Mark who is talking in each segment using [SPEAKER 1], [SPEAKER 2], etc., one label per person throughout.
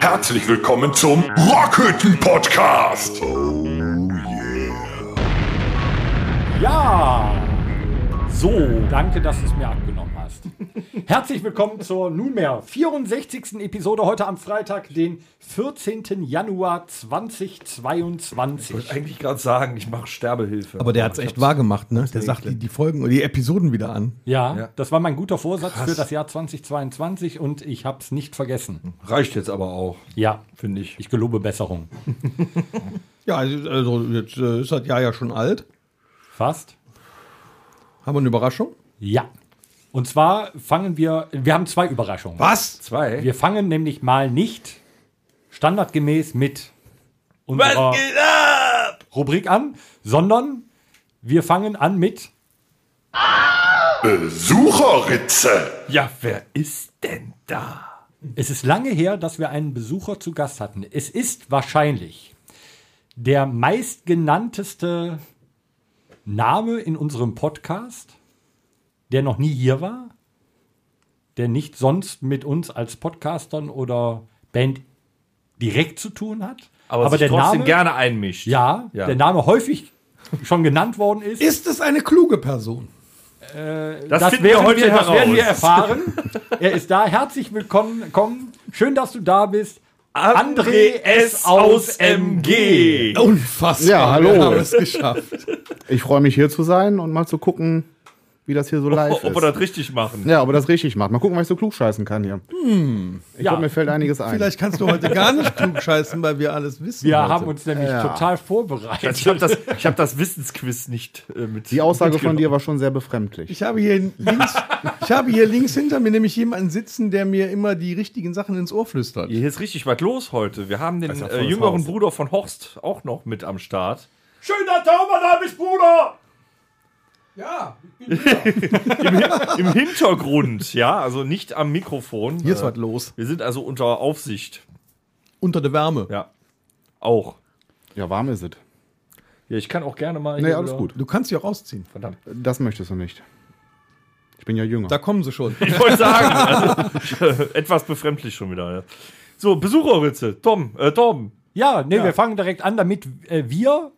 [SPEAKER 1] Herzlich willkommen zum Rockhütten Podcast. Oh
[SPEAKER 2] Ja! So, danke, dass du es mir abgenommen hast. Herzlich willkommen zur nunmehr 64. Episode heute am Freitag, den 14. Januar 2022.
[SPEAKER 3] eigentlich gerade sagen, ich mache Sterbehilfe.
[SPEAKER 4] Aber der hat es echt wahr gemacht, ne? Der sagt die, die Folgen oder die Episoden wieder an.
[SPEAKER 2] Ja,
[SPEAKER 3] Ja.
[SPEAKER 2] das war mein guter Vorsatz für das Jahr 2022 und ich habe es nicht vergessen.
[SPEAKER 3] Reicht jetzt aber auch,
[SPEAKER 2] Ja,
[SPEAKER 3] finde ich.
[SPEAKER 2] ich gelobe Besserung.
[SPEAKER 4] Ja, also also jetzt äh, ist das Jahr ja schon alt.
[SPEAKER 2] Fast?
[SPEAKER 4] Haben wir eine Überraschung?
[SPEAKER 2] Ja. Und zwar fangen wir, wir haben zwei Überraschungen.
[SPEAKER 4] Was?
[SPEAKER 3] Zwei.
[SPEAKER 2] Wir fangen nämlich mal nicht standardgemäß mit unserer Rubrik an, sondern wir fangen an mit
[SPEAKER 1] Besucherritze.
[SPEAKER 3] ja, wer ist denn da?
[SPEAKER 2] Es ist lange her, dass wir einen Besucher zu Gast hatten. Es ist wahrscheinlich der meistgenannteste Name in unserem Podcast, der noch nie hier war, der nicht sonst mit uns als Podcastern oder Band direkt zu tun hat. der Name,
[SPEAKER 3] gerne einmischt.
[SPEAKER 2] ja,
[SPEAKER 3] Ja.
[SPEAKER 2] der Name häufig schon genannt worden ist.
[SPEAKER 4] Ist es eine kluge Person?
[SPEAKER 3] das,
[SPEAKER 2] das,
[SPEAKER 3] finden wir
[SPEAKER 2] werden
[SPEAKER 3] heute
[SPEAKER 2] wir, das
[SPEAKER 3] heraus.
[SPEAKER 2] werden wir erfahren. er ist da. Herzlich willkommen. Komm. Schön, dass du da bist. André S. aus MG.
[SPEAKER 4] Unfassbar.
[SPEAKER 5] Ja, hallo.
[SPEAKER 4] Wir haben es geschafft.
[SPEAKER 5] Ich freue mich hier zu sein und mal zu gucken, wie das hier so live
[SPEAKER 3] Ob wir
[SPEAKER 5] ist.
[SPEAKER 3] das richtig machen.
[SPEAKER 5] Ja, ob er das richtig macht. Mal gucken, was ich so klug scheißen kann hier. Ich
[SPEAKER 2] Ja.
[SPEAKER 5] glaube, mir fällt einiges ein.
[SPEAKER 4] Vielleicht kannst du heute gar nicht klug scheißen, weil wir alles wissen.
[SPEAKER 2] Wir
[SPEAKER 4] heute.
[SPEAKER 2] haben uns nämlich total vorbereitet.
[SPEAKER 3] Ich habe das, ich hab das Wissensquiz nicht äh, mit.
[SPEAKER 5] Die Aussage von dir war schon sehr befremdlich.
[SPEAKER 4] Ich habe, hier links, ich habe hier links hinter mir nämlich jemanden sitzen, der mir immer die richtigen Sachen ins Ohr flüstert.
[SPEAKER 3] Hier ist richtig was los heute. Wir haben den
[SPEAKER 5] ja
[SPEAKER 3] äh,
[SPEAKER 5] volles
[SPEAKER 3] jüngeren
[SPEAKER 5] Haus.
[SPEAKER 3] Bruder von Horst auch noch mit am Start.
[SPEAKER 2] Schön, dass du auch mal da bist, Bruder.
[SPEAKER 4] Ja,
[SPEAKER 3] Im Hintergrund, ja, also nicht am Mikrofon.
[SPEAKER 4] hier ist
[SPEAKER 3] Äh,
[SPEAKER 4] was los.
[SPEAKER 3] wir sind also unter Aufsicht.
[SPEAKER 4] Unter der Wärme.
[SPEAKER 3] Ja. Auch.
[SPEAKER 5] Ja, warm ist es.
[SPEAKER 3] Ja, ich kann auch gerne mal.
[SPEAKER 5] Nee,
[SPEAKER 3] hier
[SPEAKER 5] alles
[SPEAKER 3] wieder-
[SPEAKER 5] gut.
[SPEAKER 4] Du kannst sie auch rausziehen.
[SPEAKER 3] Verdammt.
[SPEAKER 5] Das möchtest du nicht. Ich bin ja jünger.
[SPEAKER 4] Da kommen sie schon.
[SPEAKER 3] Ich wollte sagen, also, etwas befremdlich schon wieder. Ja. So, Besucherritze. Tom, äh, Tom.
[SPEAKER 2] Ja, nee, wir fangen direkt an, damit äh, wir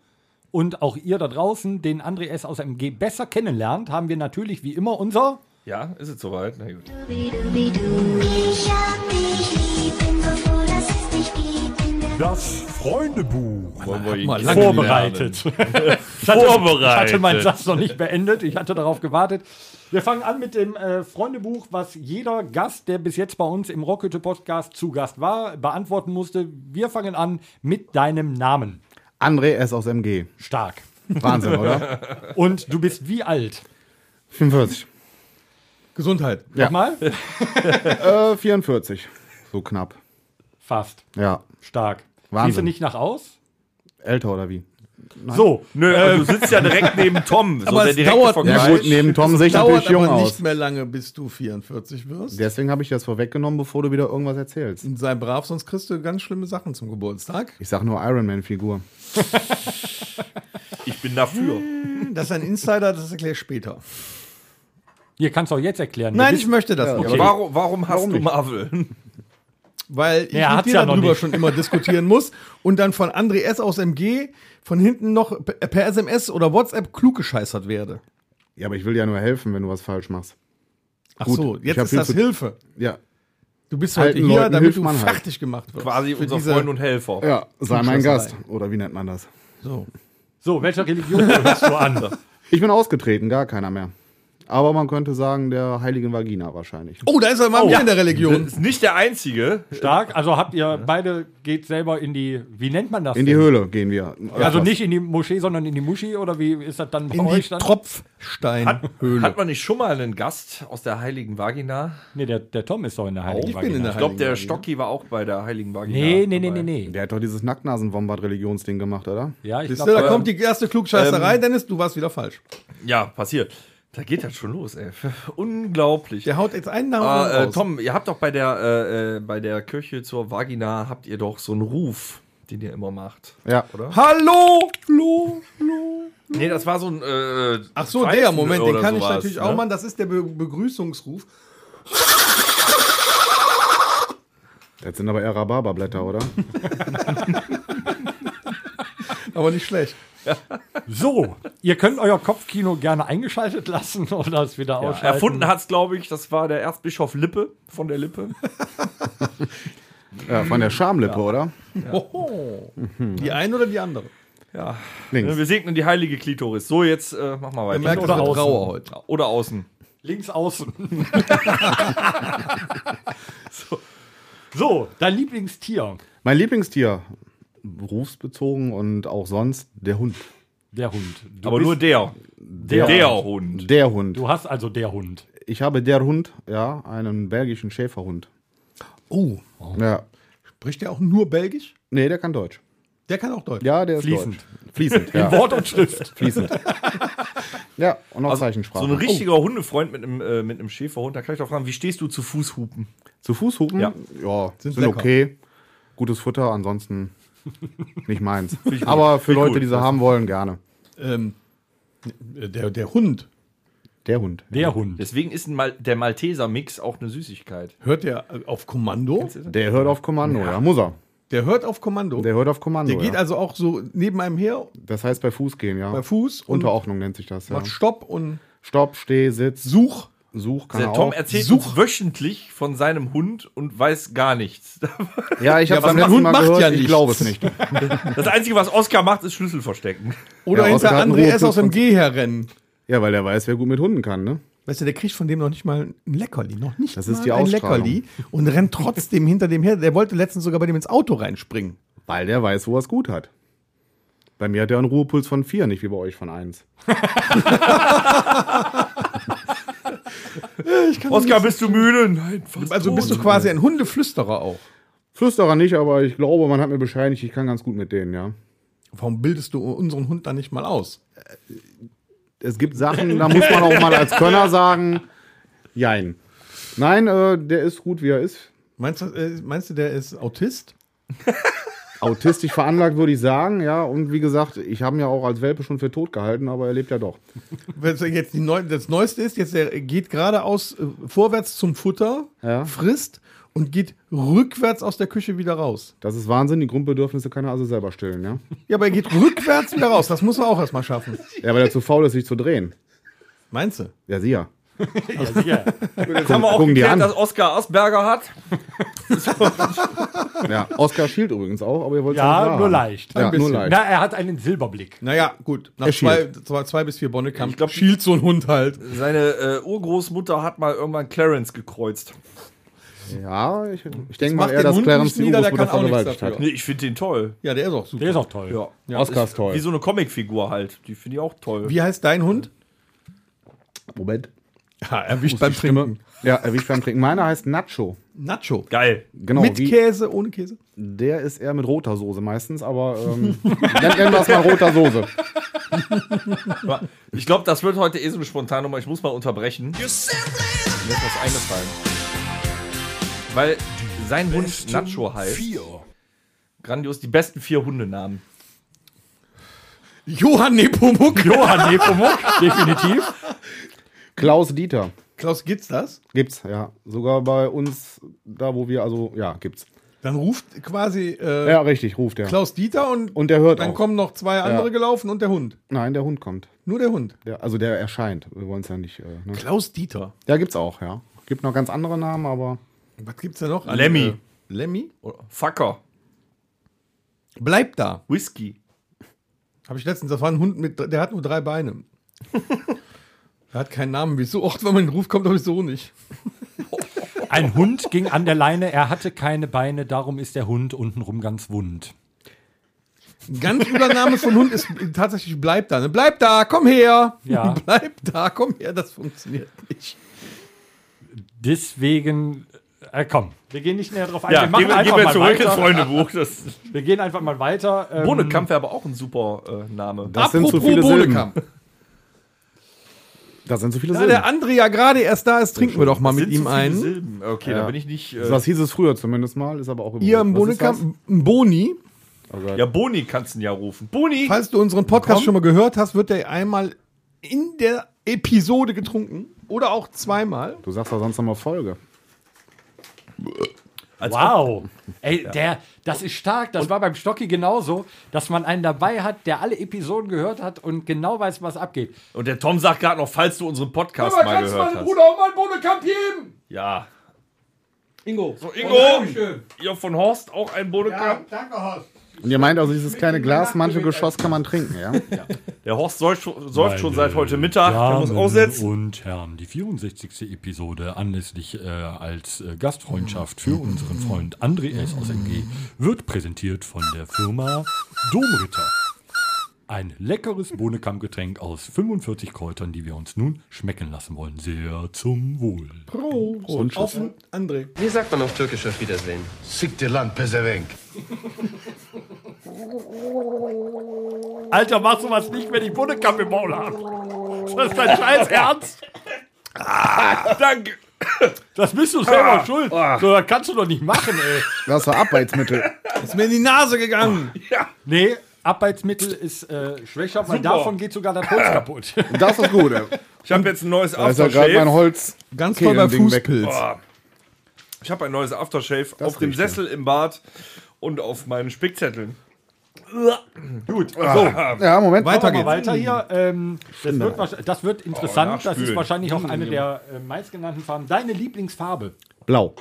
[SPEAKER 2] und auch ihr da draußen den André S. aus MG besser kennenlernt, haben wir natürlich wie immer unser
[SPEAKER 3] Ja, ist es soweit? Na gut.
[SPEAKER 6] Ich hab dich lieb, bin so froh, dass es dich gibt. In der
[SPEAKER 2] Das Freundebuch
[SPEAKER 3] Wollen wir ihn
[SPEAKER 4] mal
[SPEAKER 3] kennen-
[SPEAKER 4] lange
[SPEAKER 2] vorbereitet.
[SPEAKER 3] Ich
[SPEAKER 2] Ich hatte
[SPEAKER 3] hatte-
[SPEAKER 2] meinen
[SPEAKER 3] Vorbereitet.
[SPEAKER 2] Satz noch nicht beendet. Ich hatte darauf gewartet. Wir fangen an mit dem äh, Freundebuch, was jeder Gast, der bis jetzt bei uns im Rockhütte Podcast zu Gast war, beantworten musste. Wir fangen an mit deinem Namen.
[SPEAKER 5] André S. aus MG.
[SPEAKER 2] Stark.
[SPEAKER 5] Wahnsinn, oder?
[SPEAKER 2] Und du bist wie alt?
[SPEAKER 5] 45.
[SPEAKER 4] Gesundheit.
[SPEAKER 2] Nochmal?
[SPEAKER 5] Äh, 44. So knapp.
[SPEAKER 2] Fast.
[SPEAKER 5] Ja.
[SPEAKER 2] Stark.
[SPEAKER 5] Wahnsinn.
[SPEAKER 2] Siehst du nicht nach aus?
[SPEAKER 5] Älter oder wie?
[SPEAKER 2] So.
[SPEAKER 3] Nö,
[SPEAKER 4] ähm.
[SPEAKER 3] also du sitzt ja direkt neben Tom. So
[SPEAKER 4] Aber
[SPEAKER 3] der
[SPEAKER 4] es
[SPEAKER 3] direkte
[SPEAKER 4] dauert
[SPEAKER 3] Vergleich.
[SPEAKER 5] Ja,
[SPEAKER 4] Nein.
[SPEAKER 5] gut, neben Hm, Tom sehe ich
[SPEAKER 4] Dauert
[SPEAKER 5] natürlich jung
[SPEAKER 4] aber nicht
[SPEAKER 5] aus.
[SPEAKER 4] mehr lange, bis du 44 wirst.
[SPEAKER 5] Deswegen habe ich das vorweggenommen, bevor du wieder irgendwas erzählst.
[SPEAKER 4] Und sei brav, sonst kriegst du ganz schlimme Sachen zum Geburtstag.
[SPEAKER 5] Ich sag nur Iron Man-Figur.
[SPEAKER 3] Ich bin dafür.
[SPEAKER 4] Das ist ein Insider, das erkläre ich später.
[SPEAKER 2] Ihr kannst auch jetzt erklären. Du
[SPEAKER 4] Nein,
[SPEAKER 2] bist-
[SPEAKER 4] ich möchte das nicht.
[SPEAKER 3] Aber Warum, warum hast du
[SPEAKER 5] nicht?
[SPEAKER 3] Marvel?
[SPEAKER 4] Weil ich
[SPEAKER 2] Nee, er
[SPEAKER 4] mit
[SPEAKER 2] hat's
[SPEAKER 4] dir
[SPEAKER 2] ja noch
[SPEAKER 4] darüber
[SPEAKER 2] nicht.
[SPEAKER 4] schon immer diskutieren muss und dann von André S. aus MG von hinten noch per per SMS oder WhatsApp klug gescheißert werde.
[SPEAKER 5] Ja, aber ich will dir ja nur helfen, wenn du was falsch machst.
[SPEAKER 4] Ach
[SPEAKER 5] Gut,
[SPEAKER 4] so,
[SPEAKER 5] ich
[SPEAKER 4] jetzt
[SPEAKER 5] hab
[SPEAKER 4] ist
[SPEAKER 5] viel
[SPEAKER 4] das
[SPEAKER 5] zu-
[SPEAKER 4] Hilfe.
[SPEAKER 5] Ja,
[SPEAKER 4] Du bist
[SPEAKER 5] Alten
[SPEAKER 4] heute hier,
[SPEAKER 5] Leuten
[SPEAKER 4] damit
[SPEAKER 5] hilft
[SPEAKER 4] du
[SPEAKER 5] man halt.
[SPEAKER 4] fertig gemacht wirst.
[SPEAKER 3] Quasi
[SPEAKER 4] Für
[SPEAKER 3] unser
[SPEAKER 4] diese-
[SPEAKER 3] Freund und Helfer.
[SPEAKER 5] Ja, sei mein
[SPEAKER 4] Klugscheißerei.
[SPEAKER 5] Gast. Oder wie nennt man das?
[SPEAKER 4] So.
[SPEAKER 2] so, welche Religion hörst du an?
[SPEAKER 5] Ich bin ausgetreten, gar keiner mehr. Aber man könnte sagen, der heiligen Vagina wahrscheinlich.
[SPEAKER 4] Oh, da ist er mal wieder in der
[SPEAKER 3] Das
[SPEAKER 4] Religion.
[SPEAKER 3] ist nicht der einzige.
[SPEAKER 2] Stark. Also habt ihr beide geht selber in die, wie nennt man das?
[SPEAKER 5] In die
[SPEAKER 2] denn?
[SPEAKER 5] Höhle gehen wir.
[SPEAKER 2] Also nicht in die Moschee, sondern in die Muschi oder wie ist das dann bei
[SPEAKER 4] In die
[SPEAKER 2] euch dann?
[SPEAKER 4] Tropfsteinhöhle.
[SPEAKER 3] Hat man nicht schon mal einen Gast aus der Heiligen Vagina?
[SPEAKER 2] Nee, der, der Tom ist doch in der Heiligen
[SPEAKER 4] Ich bin in
[SPEAKER 2] Vagina.
[SPEAKER 4] der
[SPEAKER 3] Ich glaube,
[SPEAKER 4] Heiligen
[SPEAKER 3] der
[SPEAKER 4] Vagina.
[SPEAKER 3] Stocki war auch bei der Heiligen Vagina.
[SPEAKER 2] Nee, nee, nee,
[SPEAKER 3] dabei.
[SPEAKER 2] nee, nee.
[SPEAKER 5] Der hat doch dieses Nacknasen-Wombat-Religionsding gemacht, oder?
[SPEAKER 2] Ja, ich äh, ähm,
[SPEAKER 4] Siehst du, da
[SPEAKER 2] glaube,
[SPEAKER 4] kommt die erste Klugscheißerei, Dennis, du warst wieder falsch.
[SPEAKER 3] Ja, passiert. Da geht das schon los, ey. Unglaublich.
[SPEAKER 4] Der haut jetzt einen Namen
[SPEAKER 3] Ah, äh,
[SPEAKER 4] raus.
[SPEAKER 3] Tom, ihr habt doch bei der, äh, äh, bei der Kirche zur Vagina, habt ihr doch so einen Ruf, den ihr immer macht.
[SPEAKER 5] Ja.
[SPEAKER 3] Oder?
[SPEAKER 4] Hallo, Flo, Flo.
[SPEAKER 3] Nee, das war so ein. Äh,
[SPEAKER 4] Ach so,
[SPEAKER 3] Pfeifen
[SPEAKER 4] der Moment, den
[SPEAKER 3] oder
[SPEAKER 4] kann ich
[SPEAKER 3] sowas,
[SPEAKER 4] natürlich
[SPEAKER 3] ne?
[SPEAKER 4] auch machen. Das ist der Be Begrüßungsruf.
[SPEAKER 5] Das sind aber eher Rhabarberblätter, oder?
[SPEAKER 4] Aber nicht schlecht.
[SPEAKER 2] So, ihr könnt euer Kopfkino gerne eingeschaltet lassen oder es wieder
[SPEAKER 3] Ja,
[SPEAKER 2] ausschalten.
[SPEAKER 3] erfunden hat's, glaube ich, das war der Erzbischof Lippe von der Lippe.
[SPEAKER 5] ja, von der Schamlippe, oder?
[SPEAKER 4] Hoho. Die eine oder die andere?
[SPEAKER 3] Ja.
[SPEAKER 5] Links.
[SPEAKER 3] Wir segnen die heilige Klitoris. So, jetzt äh, mach mal
[SPEAKER 4] Ihr
[SPEAKER 3] weiter.
[SPEAKER 4] merkt, es
[SPEAKER 2] oder
[SPEAKER 4] wird
[SPEAKER 2] außen.
[SPEAKER 4] rauer heute.
[SPEAKER 3] Oder außen.
[SPEAKER 2] Links außen. so. so, dein Lieblingstier,
[SPEAKER 5] Mein Lieblingstier, berufsbezogen und auch sonst, der Hund.
[SPEAKER 2] der Hund. Du
[SPEAKER 3] Aber
[SPEAKER 2] bist-
[SPEAKER 3] nur der.
[SPEAKER 2] der.
[SPEAKER 3] Hund.
[SPEAKER 5] Der Hund.
[SPEAKER 2] Du hast also der Hund.
[SPEAKER 5] Ich habe der Hund, ja, einen belgischen Schäferhund.
[SPEAKER 4] Oh,
[SPEAKER 5] Ja.
[SPEAKER 4] spricht der auch nur Belgisch?
[SPEAKER 5] Nee, der kann Deutsch.
[SPEAKER 4] Der kann auch Deutsch.
[SPEAKER 5] Ja, der ist
[SPEAKER 2] Fließend.
[SPEAKER 5] Deutsch. Fließend, ja.
[SPEAKER 2] Wort und Schrift.
[SPEAKER 5] Fließend. ja, und auch Zeichensprache.
[SPEAKER 3] Also,
[SPEAKER 5] Oh.
[SPEAKER 3] So ein richtiger Hundefreund mit einem, äh, mit einem Schäferhund. Da kann ich doch fragen, wie stehst du zu Fußhupen?
[SPEAKER 4] Oh,
[SPEAKER 5] Zu Fuß hupen?
[SPEAKER 3] Ja.
[SPEAKER 5] Ja, sind,
[SPEAKER 4] lecker.
[SPEAKER 5] okay. Gutes Futter, ansonsten nicht meins. Aber für Leute,
[SPEAKER 3] gut.
[SPEAKER 5] die sie haben wollen, gerne.
[SPEAKER 4] Ähm, der, der Hund,
[SPEAKER 5] Der Hund.
[SPEAKER 2] Der Hund.
[SPEAKER 3] Deswegen ist ein Mal der Malteser-Mix auch eine Süßigkeit.
[SPEAKER 4] hört der auf Kommando?
[SPEAKER 5] Der hört auf Kommando, ja. Muss er.
[SPEAKER 4] Der hört auf Kommando.
[SPEAKER 5] Der hört auf Kommando.
[SPEAKER 4] Der geht
[SPEAKER 5] ja.
[SPEAKER 4] also auch so neben einem her,
[SPEAKER 5] Das heißt bei Fuß gehen, ja.
[SPEAKER 4] bei Fuß und
[SPEAKER 5] Unterordnung nennt sich das, ja.
[SPEAKER 4] macht Stopp und
[SPEAKER 5] Stopp, steh, sitz,
[SPEAKER 4] Such.
[SPEAKER 5] Genau. such, kann
[SPEAKER 3] Der
[SPEAKER 5] er
[SPEAKER 3] Tom
[SPEAKER 5] auch.
[SPEAKER 3] erzählt
[SPEAKER 4] Such-
[SPEAKER 3] uns wöchentlich von seinem Hund und weiß gar nichts.
[SPEAKER 5] Ja, ich
[SPEAKER 4] Ja,
[SPEAKER 5] habe
[SPEAKER 4] was
[SPEAKER 5] beim
[SPEAKER 4] der
[SPEAKER 5] letzten
[SPEAKER 4] Hund
[SPEAKER 5] Mal
[SPEAKER 4] macht
[SPEAKER 5] gehört,
[SPEAKER 4] ja
[SPEAKER 5] ich
[SPEAKER 4] nichts.
[SPEAKER 5] glaube es nicht.
[SPEAKER 3] Das Einzige, was Oskar macht, ist Schlüssel verstecken.
[SPEAKER 4] Oder
[SPEAKER 5] Ja,
[SPEAKER 4] hinter
[SPEAKER 5] Oskar hat einen
[SPEAKER 4] André S.
[SPEAKER 5] Ruheputz
[SPEAKER 4] aus dem G herrennen.
[SPEAKER 5] Ja, weil der weiß, wer gut mit Hunden kann, ne?
[SPEAKER 4] Weißt du, der kriegt von dem noch nicht mal ein Leckerli. Noch nicht
[SPEAKER 5] Das ist
[SPEAKER 4] mal
[SPEAKER 5] die
[SPEAKER 4] ein
[SPEAKER 5] Ausstrahlung.
[SPEAKER 4] Leckerli und rennt trotzdem hinter dem her. Der wollte letztens sogar bei dem ins Auto reinspringen.
[SPEAKER 5] Weil der weiß, wo er es gut hat. Bei mir hat er einen Ruhepuls von vier, nicht wie bei euch von eins.
[SPEAKER 3] Oskar, bist du müde? Nein, fast
[SPEAKER 4] Also bist du quasi ein Hundeflüsterer auch.
[SPEAKER 5] Flüsterer nicht, aber ich glaube, man hat mir bescheinigt, ich kann ganz gut mit denen, ja.
[SPEAKER 4] Warum bildest du unseren Hund dann nicht mal aus?
[SPEAKER 5] es gibt Sachen, da muss man auch mal als Könner sagen, jein. Nein, äh, der ist gut, wie er ist.
[SPEAKER 4] Meinst du, äh, meinst du der ist Autist?
[SPEAKER 5] Autistisch veranlagt, würde ich sagen, ja. Und wie gesagt, ich habe ihn ja auch als Welpe schon für tot gehalten, aber er lebt ja doch.
[SPEAKER 4] Wenn es jetzt die Neu das Neueste ist, jetzt der geht geradeaus äh, vorwärts zum Futter,
[SPEAKER 5] Ja.
[SPEAKER 4] frisst und geht rückwärts aus der Küche wieder raus.
[SPEAKER 5] Das ist Wahnsinn, die Grundbedürfnisse kann er also selber stillen, ja.
[SPEAKER 4] Ja, aber er geht rückwärts wieder raus. Das muss er auch erstmal schaffen.
[SPEAKER 5] Ja, weil er zu faul ist, sich zu drehen.
[SPEAKER 4] Meinst du?
[SPEAKER 5] Ja, sieh ja.
[SPEAKER 2] Ja, sicher.
[SPEAKER 3] Jetzt haben wir auch
[SPEAKER 5] gucken die
[SPEAKER 3] geklärt,
[SPEAKER 5] an.
[SPEAKER 3] dass Oskar Asperger hat.
[SPEAKER 5] ja. Oscar schielt übrigens auch, aber ihr wollt
[SPEAKER 2] Ja, nur leicht.
[SPEAKER 5] Ja, nur leicht.
[SPEAKER 2] Na, er hat einen Silberblick.
[SPEAKER 4] Naja, gut. Nach
[SPEAKER 5] Er
[SPEAKER 4] zwei,
[SPEAKER 5] schielt.
[SPEAKER 4] zwei, zwei bis vier Bonnekamp
[SPEAKER 3] Ich glaub,
[SPEAKER 4] schielt so ein Hund halt.
[SPEAKER 3] Seine äh, Urgroßmutter hat mal irgendwann Clarence gekreuzt.
[SPEAKER 5] Ja, ich, ich denke
[SPEAKER 4] macht
[SPEAKER 5] mal eher,
[SPEAKER 4] den
[SPEAKER 5] dass
[SPEAKER 4] Hund
[SPEAKER 5] Clarence
[SPEAKER 4] nicht
[SPEAKER 5] die
[SPEAKER 4] nieder, der
[SPEAKER 5] Urgroßmutter
[SPEAKER 4] kann auch nichts
[SPEAKER 5] vergewaltigt hat.
[SPEAKER 4] dafür.
[SPEAKER 3] Nee, ich finde den toll.
[SPEAKER 4] Ja, der ist auch super.
[SPEAKER 2] Der ist auch toll.
[SPEAKER 3] Ja.
[SPEAKER 5] Oscar ist toll.
[SPEAKER 3] Wie so eine Comicfigur halt. Die finde ich auch toll.
[SPEAKER 4] Wie heißt dein Hund?
[SPEAKER 5] Moment.
[SPEAKER 4] Ja, erwischt Äh, beim Trinken.
[SPEAKER 5] Ja, erwischt beim Trinken. Meiner heißt Nacho.
[SPEAKER 4] Nacho.
[SPEAKER 3] Geil.
[SPEAKER 5] Genau,
[SPEAKER 4] Mit
[SPEAKER 5] wie-
[SPEAKER 4] Käse, ohne Käse?
[SPEAKER 5] Der ist eher mit roter Soße meistens, aber ähm, dann nennen wir es mal roter Soße.
[SPEAKER 3] Ich glaube, das wird heute eh so eine spontane Nummer. Ich muss mal unterbrechen. Mir ist was eingefallen. Weil sein Hund Nacho heißt. Grandios, die besten vier Hundenamen.
[SPEAKER 4] Johann Nepomuk.
[SPEAKER 2] Johann Nepomuk, definitiv.
[SPEAKER 5] Klaus Dieter
[SPEAKER 4] Klaus, gibt's das?
[SPEAKER 5] gibt's, ja. Sogar bei uns, da wo wir, also, ja, gibt's.
[SPEAKER 4] Dann ruft quasi äh,
[SPEAKER 5] Ja, richtig, ruft er.
[SPEAKER 4] Klaus Dieter und,
[SPEAKER 5] Und der hört
[SPEAKER 4] dann
[SPEAKER 5] auch.
[SPEAKER 4] kommen noch zwei andere gelaufen und der Hund.
[SPEAKER 5] Nein, der Hund kommt.
[SPEAKER 4] Nur der Hund.
[SPEAKER 5] Der, also der erscheint. Wir wollen es ja nicht. Äh, ne?
[SPEAKER 4] Klaus Dieter.
[SPEAKER 5] Ja, gibt's auch, ja. Gibt noch ganz andere Namen, aber
[SPEAKER 4] Was gibt's da noch?
[SPEAKER 3] Lemmy.
[SPEAKER 4] Äh, Lemmy?
[SPEAKER 3] Oder Fucker.
[SPEAKER 4] Bleib da.
[SPEAKER 3] Whisky.
[SPEAKER 4] Habe ich letztens, das war ein Hund mit, der hat nur drei Beine. er hat keinen Namen. Wieso? Och, wenn man ruft, kommt doch so nicht.
[SPEAKER 2] Ein Hund ging an der Leine, er hatte keine Beine, darum ist der Hund untenrum ganz wund.
[SPEAKER 4] Ein ganz Übernahme von Hund ist tatsächlich bleib da. Ne? Bleib da, komm her.
[SPEAKER 2] Ja.
[SPEAKER 4] Bleib da, komm her. Das funktioniert nicht.
[SPEAKER 2] Deswegen, äh, komm, wir gehen nicht näher drauf ein.
[SPEAKER 3] Ja,
[SPEAKER 2] wir machen
[SPEAKER 3] gehen wir,
[SPEAKER 2] einfach
[SPEAKER 3] gehen wir
[SPEAKER 2] mal
[SPEAKER 3] zurück ins
[SPEAKER 2] weiter.
[SPEAKER 3] Freundebuch. Das
[SPEAKER 2] Wir gehen einfach mal weiter. Ähm,
[SPEAKER 3] Bohnenkampf wäre aber auch ein super äh, Name.
[SPEAKER 5] Das sind zu viele
[SPEAKER 4] Bohnekamp.
[SPEAKER 5] da sind so viele
[SPEAKER 4] Da
[SPEAKER 5] Silben.
[SPEAKER 4] der André ja gerade erst da ist, trinken wir doch mal
[SPEAKER 3] Sind
[SPEAKER 4] mit
[SPEAKER 3] zu
[SPEAKER 4] ihm
[SPEAKER 3] viele
[SPEAKER 4] einen.
[SPEAKER 3] Silben. Okay, da bin ich nicht. äh,
[SPEAKER 5] Das hieß es früher zumindest mal, ist aber auch
[SPEAKER 4] Ihr im
[SPEAKER 5] Was ist das?
[SPEAKER 4] Bohnekamp, ein Boni.
[SPEAKER 5] Gott.
[SPEAKER 3] Ja, Boni kannst du ihn ja rufen. Boni!
[SPEAKER 4] Falls du unseren Podcast schon mal gehört hast, wird der einmal in der Episode getrunken. Oder auch zweimal.
[SPEAKER 5] Du sagst ja sonst nochmal Folge.
[SPEAKER 3] Als ob-
[SPEAKER 2] Wow. Ey, der, das ist stark. Das war beim Stocki genauso, dass man einen dabei hat, der alle Episoden gehört hat und genau weiß, was abgeht.
[SPEAKER 3] Und der Tom sagt gerade noch, falls du unseren Podcast mal gehört hast.
[SPEAKER 2] auch mal einen Bodekamp geben?
[SPEAKER 3] Ja.
[SPEAKER 2] Ingo.
[SPEAKER 3] So, Ingo! Ihr von Horst auch ein Bodekamp.
[SPEAKER 4] Danke, Horst.
[SPEAKER 5] Und ihr meint also, dieses kleine Glas, manche Geschoss kann man trinken, ja?
[SPEAKER 3] Der Horst säuft, säuft schon seit heute Mittag. Der muss aussetzen.
[SPEAKER 2] und Herren, die 64. Episode anlässlich äh, als äh, Gastfreundschaft für unseren Freund André S. aus MG wird präsentiert von der Firma Domritter. Ein leckeres Bohnenkammgetränk aus 45 Kräutern, die wir uns nun schmecken lassen wollen. Sehr zum Wohl.
[SPEAKER 4] Prost. Auf den André.
[SPEAKER 7] Wie sagt man auf Türkisch auf Wiedersehen?
[SPEAKER 8] Siktir lan pezevenk.
[SPEAKER 2] Alter, mach sowas nicht, wenn ich Bohnenkamm im Maul habe. Das ist dein scheiß Ernst.
[SPEAKER 3] Danke.
[SPEAKER 2] Das bist du selber schuld. So, das kannst du doch nicht machen, ey.
[SPEAKER 5] Das war Arbeitsmittel.
[SPEAKER 4] Ist mir in die Nase gegangen.
[SPEAKER 2] Nee, Arbeitsmittel ist äh, schwächer, weil
[SPEAKER 3] Super.
[SPEAKER 2] davon geht sogar das Holz kaputt.
[SPEAKER 5] Und das ist gut.
[SPEAKER 3] Ich habe jetzt ein neues
[SPEAKER 5] Da ist ja gerade mein
[SPEAKER 3] Aftershave.
[SPEAKER 5] Holz.
[SPEAKER 4] Ganz toll bei
[SPEAKER 5] Kehlending weg.
[SPEAKER 4] Fußpilz.
[SPEAKER 3] Ich habe ein neues Aftershave auf dem
[SPEAKER 5] riecht
[SPEAKER 3] Sessel im Bad und auf meinen Spickzetteln.
[SPEAKER 2] Gut, Ah. so.
[SPEAKER 5] Ja, Moment.
[SPEAKER 4] Weiter
[SPEAKER 2] Mal
[SPEAKER 4] geht's.
[SPEAKER 2] weiter hier. Ähm, das, wird, wahrsch- das
[SPEAKER 5] Oh,
[SPEAKER 2] wird interessant. das ist
[SPEAKER 3] nachspülen.
[SPEAKER 2] wahrscheinlich auch eine der äh, meistgenannten Farben. Deine Lieblingsfarbe.
[SPEAKER 5] Blau.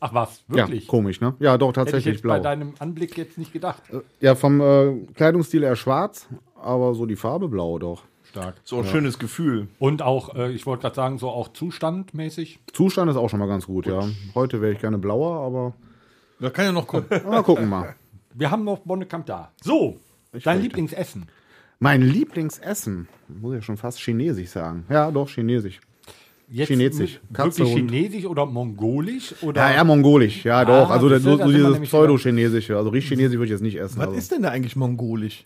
[SPEAKER 2] Ach was,
[SPEAKER 5] Ja,
[SPEAKER 2] wirklich?
[SPEAKER 5] komisch, ne? Ja,
[SPEAKER 2] Hätte
[SPEAKER 5] doch,
[SPEAKER 2] ich
[SPEAKER 5] tatsächlich
[SPEAKER 2] jetzt bei
[SPEAKER 5] blau.
[SPEAKER 2] deinem Anblick jetzt nicht gedacht.
[SPEAKER 5] Ja, vom äh, Kleidungsstil eher schwarz, aber so die Farbe blau doch.
[SPEAKER 2] Stark.
[SPEAKER 3] So ein schönes Gefühl.
[SPEAKER 2] Und auch, äh, ich wollte gerade sagen, so auch zustandmäßig.
[SPEAKER 5] Zustand ist auch schon mal ganz gut, ja. Heute wäre ich gerne blauer, aber
[SPEAKER 4] Da kann ja noch kommen.
[SPEAKER 5] mal gucken mal.
[SPEAKER 2] Wir haben noch Bonnekamp da. So, dein Lieblingsessen.
[SPEAKER 5] Mein Lieblingsessen, muss ich ja schon fast chinesisch sagen. Ja, doch, chinesisch.
[SPEAKER 2] Jetzt
[SPEAKER 5] Chinesisch.
[SPEAKER 2] mit-
[SPEAKER 5] Katze,
[SPEAKER 2] Wirklich
[SPEAKER 5] Hund.
[SPEAKER 2] chinesisch oder mongolisch? Oder
[SPEAKER 5] Ja, ja, mongolisch, ja, doch. also
[SPEAKER 2] das
[SPEAKER 5] so,
[SPEAKER 2] ist- das sind
[SPEAKER 5] so
[SPEAKER 2] wir
[SPEAKER 5] dieses
[SPEAKER 2] nämlich
[SPEAKER 5] pseudo-chinesische. Also richtig chinesisch würde ich jetzt nicht essen.
[SPEAKER 4] Was
[SPEAKER 5] also.
[SPEAKER 4] ist denn da eigentlich mongolisch?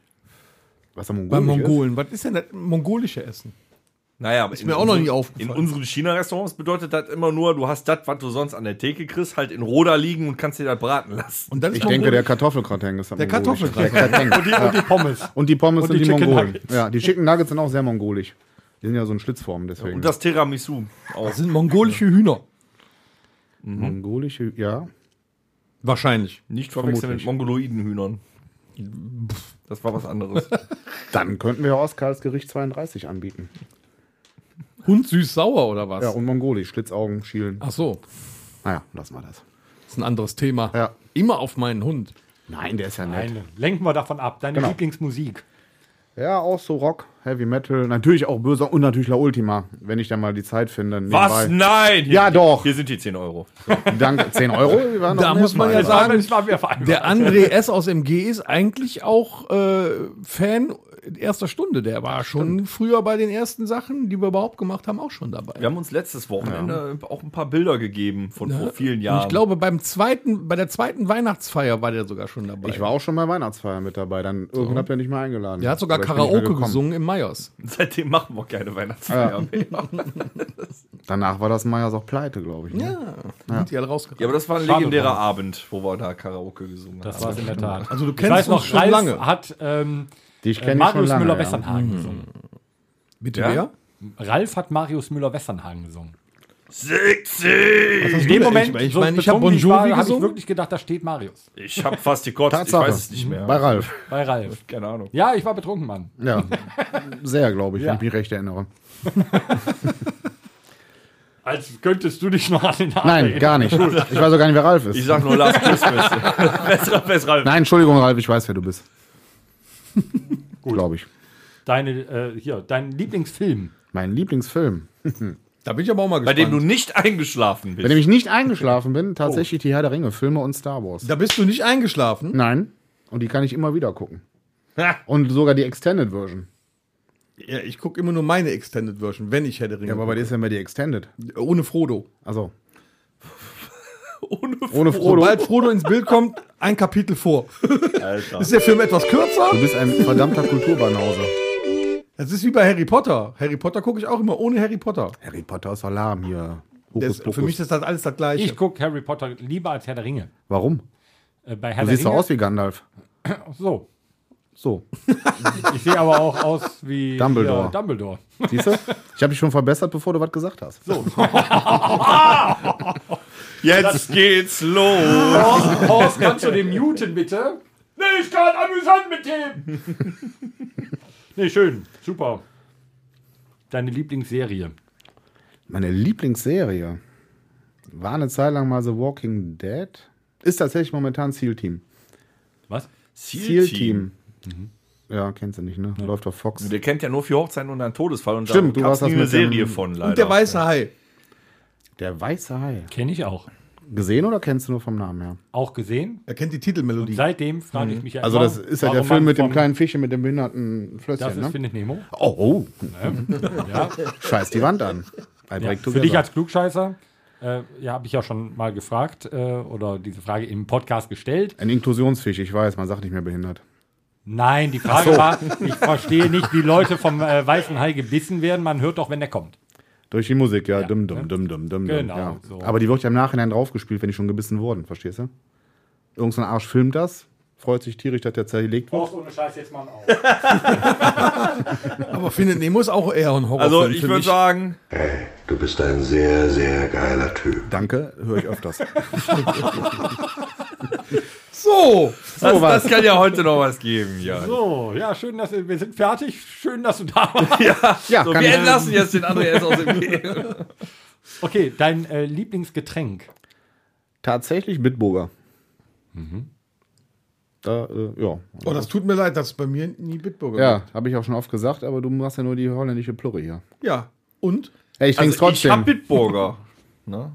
[SPEAKER 5] was da mongolisch
[SPEAKER 4] Bei
[SPEAKER 5] ist?
[SPEAKER 4] Mongolen. Was ist denn das mongolische Essen?
[SPEAKER 3] Naja, ist
[SPEAKER 4] mir auch noch nie aufgefallen.
[SPEAKER 3] In unseren China-Restaurants bedeutet das immer nur, du hast das, was du sonst an der Theke kriegst, halt in Roda liegen und kannst dir das braten lassen.
[SPEAKER 4] Und dann ist
[SPEAKER 5] Ich denke, der
[SPEAKER 4] mongolisch-
[SPEAKER 5] Kartoffelgratin ist das
[SPEAKER 4] Der
[SPEAKER 5] mongolische.
[SPEAKER 4] Kartoffelgratin.
[SPEAKER 5] Der Gratin. ja.
[SPEAKER 2] die Pommes?
[SPEAKER 5] Und die Pommes
[SPEAKER 2] Und
[SPEAKER 5] sind
[SPEAKER 2] die
[SPEAKER 5] die,
[SPEAKER 2] Chicken
[SPEAKER 5] Mongolen.
[SPEAKER 2] Nuggets.
[SPEAKER 5] Ja, die Chicken Nuggets sind auch sehr mongolisch. Die sind ja so in Schlitzform, deswegen.
[SPEAKER 3] Und das Tiramisu. Auch.
[SPEAKER 4] Das sind mongolische Hühner.
[SPEAKER 5] mongolische, ja.
[SPEAKER 4] Wahrscheinlich.
[SPEAKER 3] Nicht verwechseln mit Mongoloidenhühnern. Das war was anderes.
[SPEAKER 5] Dann könnten wir ja Oskars Gericht 32 anbieten.
[SPEAKER 4] Hund süß-sauer oder was?
[SPEAKER 5] Ja, um- und mongolisch, Schlitzaugen, Schielen.
[SPEAKER 4] Ach so,
[SPEAKER 5] Naja, lass mal das.
[SPEAKER 4] das ist ein anderes Thema.
[SPEAKER 5] Ja.
[SPEAKER 4] Immer auf meinen Hund.
[SPEAKER 5] Nein, der ist ja nett.
[SPEAKER 2] Nein, lenken wir davon ab. Deine
[SPEAKER 5] Genau.
[SPEAKER 2] Lieblingsmusik.
[SPEAKER 5] Ja, auch so Rock, Heavy Metal, natürlich auch Böser und natürlich La Ultima, wenn ich dann mal die Zeit finde.
[SPEAKER 3] was?
[SPEAKER 5] nebenbei.
[SPEAKER 3] Nein! Hier,
[SPEAKER 5] Ja, doch.
[SPEAKER 3] Hier sind die 10 Euro.
[SPEAKER 5] Dank 10 Euro. Wir waren
[SPEAKER 4] Da
[SPEAKER 5] noch
[SPEAKER 4] muss man ja
[SPEAKER 5] mehrmals.
[SPEAKER 4] sagen,
[SPEAKER 2] Das war mir vereinbart.
[SPEAKER 4] der André S. aus MG ist eigentlich auch äh, Fan erster Stunde. Der war schon früher bei den ersten Sachen, die wir überhaupt gemacht haben, auch schon dabei.
[SPEAKER 3] Wir haben uns letztes Wochenende auch ein paar Bilder gegeben von vor vielen Jahren.
[SPEAKER 4] Und ich glaube, beim zweiten, bei der zweiten Weihnachtsfeier war der sogar schon dabei.
[SPEAKER 5] Ich war auch schon bei Weihnachtsfeier mit dabei, dann irgendwann habt ihr nicht mehr eingeladen.
[SPEAKER 4] der hat sogar
[SPEAKER 5] Oder ich bin nicht mehr
[SPEAKER 4] Karaoke
[SPEAKER 5] gekommen.
[SPEAKER 4] gesungen im Meyers.
[SPEAKER 3] seitdem machen wir keine Weihnachtsfeier mehr.
[SPEAKER 5] Danach war das Meyers auch pleite, glaube ich. Ne?
[SPEAKER 4] Sind die alle rausgekommen.
[SPEAKER 3] Ja, aber das war ein
[SPEAKER 2] Schade
[SPEAKER 3] legendärer
[SPEAKER 2] drum.
[SPEAKER 3] Abend, wo wir da Karaoke gesungen
[SPEAKER 2] Das war
[SPEAKER 3] haben.
[SPEAKER 2] es in der Tat.
[SPEAKER 4] Also du
[SPEAKER 2] ich
[SPEAKER 4] kennst
[SPEAKER 2] weiß noch,
[SPEAKER 4] uns schon
[SPEAKER 2] Ralf
[SPEAKER 4] lange.
[SPEAKER 2] hat ähm,
[SPEAKER 5] Die ich kenne schon
[SPEAKER 2] Marius
[SPEAKER 5] lange. ja.
[SPEAKER 2] Müller-Westernhagen gesungen.
[SPEAKER 4] Bitte
[SPEAKER 3] Ja?
[SPEAKER 4] wer?
[SPEAKER 2] Ralf hat Marius Müller-Westernhagen gesungen.
[SPEAKER 3] Sexy!
[SPEAKER 2] In dem Moment,
[SPEAKER 4] Ich
[SPEAKER 2] so
[SPEAKER 4] meine, ich hab
[SPEAKER 2] betrunken
[SPEAKER 4] Bon Jovi
[SPEAKER 2] war, hab ich
[SPEAKER 4] gesungen.
[SPEAKER 2] wirklich gedacht, da steht Marius.
[SPEAKER 3] Ich habe fast gekotzt,
[SPEAKER 5] Tatsache.
[SPEAKER 3] ich weiß es nicht mehr.
[SPEAKER 5] Bei Ralf.
[SPEAKER 2] Bei Ralf.
[SPEAKER 3] Keine Ahnung.
[SPEAKER 2] Ja, ich war betrunken, Mann.
[SPEAKER 5] Ja. Sehr, glaube ich,
[SPEAKER 2] Ja.
[SPEAKER 5] wenn ich mich recht erinnere.
[SPEAKER 2] Als könntest du dich noch an den Haaren
[SPEAKER 5] Nein, gar nicht. Ich weiß auch gar nicht, wer Ralf
[SPEAKER 3] Ich
[SPEAKER 5] ist.
[SPEAKER 3] sag nur Last Christmas. besser, besser.
[SPEAKER 5] Nein, Entschuldigung, Ralf, ich weiß, wer du bist. Glaube ich.
[SPEAKER 2] Deine, äh, hier, dein Lieblingsfilm.
[SPEAKER 5] Mein Lieblingsfilm.
[SPEAKER 4] Da bin ich aber auch mal
[SPEAKER 3] Bei
[SPEAKER 4] gespannt.
[SPEAKER 3] dem du nicht eingeschlafen bist.
[SPEAKER 5] Wenn ich nicht eingeschlafen bin, tatsächlich die Herr der Ringe, Filme und Star Wars.
[SPEAKER 4] da bist du nicht eingeschlafen.
[SPEAKER 5] Nein. Und die kann ich immer wieder gucken.
[SPEAKER 3] Ha.
[SPEAKER 5] Und sogar die Extended Version.
[SPEAKER 4] Ja, ich gucke immer nur meine Extended Version, wenn ich Herr der Ringe.
[SPEAKER 5] Ja, aber bei dir ist ja immer die Extended.
[SPEAKER 4] gucke. ohne Frodo.
[SPEAKER 5] Also,
[SPEAKER 3] Ohne
[SPEAKER 5] ohne Frodo.
[SPEAKER 4] Sobald Frodo ins Bild kommt, ein Kapitel vor. Ist der Film etwas
[SPEAKER 5] Du
[SPEAKER 4] kürzer?
[SPEAKER 5] bist ein verdammter Kulturbanause.
[SPEAKER 4] Das ist wie bei Harry Potter. Harry Potter gucke ich auch immer ohne Harry Potter.
[SPEAKER 5] Harry Potter ist Alarm hier.
[SPEAKER 4] Der
[SPEAKER 5] Hokus
[SPEAKER 4] ist, für mich
[SPEAKER 5] Pokus.
[SPEAKER 4] ist das alles das Gleiche.
[SPEAKER 2] Ich gucke Harry Potter lieber als Herr der Ringe.
[SPEAKER 5] Warum?
[SPEAKER 2] Äh, bei Herr
[SPEAKER 5] Du
[SPEAKER 2] der
[SPEAKER 5] siehst
[SPEAKER 2] Ringe.
[SPEAKER 5] so aus wie Gandalf.
[SPEAKER 2] So.
[SPEAKER 5] So,
[SPEAKER 2] Ich sehe aber auch aus wie
[SPEAKER 5] Dumbledore.
[SPEAKER 2] hier Dumbledore.
[SPEAKER 5] siehst du? Ich habe dich schon verbessert, bevor du was gesagt hast.
[SPEAKER 3] Jetzt geht's los.
[SPEAKER 2] Horst, Oh, Horst, kannst du den muten, bitte? Nee, ich kann amüsant mit dem. nee, schön. Super. Deine Lieblingsserie.
[SPEAKER 5] Meine Lieblingsserie war eine Zeit lang mal The Walking Dead. Ist tatsächlich momentan Seal Team.
[SPEAKER 2] Was?
[SPEAKER 5] Seal Team.
[SPEAKER 2] Mhm.
[SPEAKER 5] Ja, kennst du nicht, ne? Läuft auf Fox.
[SPEAKER 3] Der kennt ja nur für Hochzeiten und einen Todesfall und
[SPEAKER 5] Stimmt,
[SPEAKER 3] da
[SPEAKER 5] du
[SPEAKER 3] gab's
[SPEAKER 5] warst das
[SPEAKER 3] nie eine
[SPEAKER 5] mit dem-
[SPEAKER 3] Serie von leider.
[SPEAKER 4] Und der weiße Hai.
[SPEAKER 5] Der weiße Hai.
[SPEAKER 2] Kenne ich auch.
[SPEAKER 5] Gesehen oder kennst du nur vom Namen her?
[SPEAKER 2] Auch gesehen.
[SPEAKER 4] Er kennt die Titelmelodie.
[SPEAKER 2] Seitdem frage ich mich ja
[SPEAKER 5] Also,
[SPEAKER 2] immer,
[SPEAKER 5] das ist ja der
[SPEAKER 2] warum
[SPEAKER 5] Film
[SPEAKER 2] man
[SPEAKER 5] mit dem
[SPEAKER 2] vom-
[SPEAKER 5] kleinen Fisch und mit dem behinderten
[SPEAKER 2] Das
[SPEAKER 5] Flösschen,
[SPEAKER 2] ist
[SPEAKER 5] ne?
[SPEAKER 2] Findet Nemo.
[SPEAKER 5] Oh, oh,
[SPEAKER 2] Ja.
[SPEAKER 5] scheiß die Wand an. I break
[SPEAKER 2] Für dich
[SPEAKER 5] together.
[SPEAKER 2] als Klugscheißer, äh, ja, habe ich ja schon mal gefragt äh, oder diese Frage im Podcast gestellt.
[SPEAKER 5] Ein Inklusionsfisch, ich weiß, man sagt nicht mehr behindert.
[SPEAKER 2] Nein, die Frage war, ich verstehe nicht, wie Leute vom äh, weißen Hai gebissen werden. Man hört doch, wenn der kommt.
[SPEAKER 5] Durch die Musik, ja,
[SPEAKER 2] Ja,
[SPEAKER 5] dumm, dumm, dumm, dumm, dumm,
[SPEAKER 2] Genau,
[SPEAKER 5] ja.
[SPEAKER 2] so.
[SPEAKER 5] Aber die wird ja im Nachhinein draufgespielt, wenn die schon gebissen wurden, verstehst du? Irgend so ein Arsch filmt das, freut sich tierisch, dass der zerlegt wird.
[SPEAKER 2] ohne Scheiß jetzt mal auf.
[SPEAKER 4] Aber findet Nemo ist auch eher ein Horrorfilm.
[SPEAKER 3] Also ich
[SPEAKER 4] für
[SPEAKER 3] würde
[SPEAKER 4] mich.
[SPEAKER 3] sagen,
[SPEAKER 8] Du bist ein sehr, sehr geiler Typ.
[SPEAKER 5] Danke, höre ich öfters.
[SPEAKER 4] So,
[SPEAKER 3] das, das kann ja heute noch was geben. Ja. So,
[SPEAKER 2] So, ja, schön, dass wir sind fertig. Schön, dass du da warst.
[SPEAKER 5] ja, kann
[SPEAKER 3] wir
[SPEAKER 5] ich,
[SPEAKER 3] entlassen jetzt den Andreas aus dem Leben.
[SPEAKER 2] Okay, dein äh, Lieblingsgetränk.
[SPEAKER 5] tatsächlich Bitburger. Da, äh, ja.
[SPEAKER 4] oh, das tut mir leid, dass bei mir nie Bitburger
[SPEAKER 5] Ja, habe ich auch schon oft gesagt, aber du machst ja nur die holländische Plurre hier.
[SPEAKER 4] gibt. Ja. Und?
[SPEAKER 5] Hey, ich trink's
[SPEAKER 3] Also ich hab
[SPEAKER 5] trotzdem.
[SPEAKER 3] Bitburger. Ne?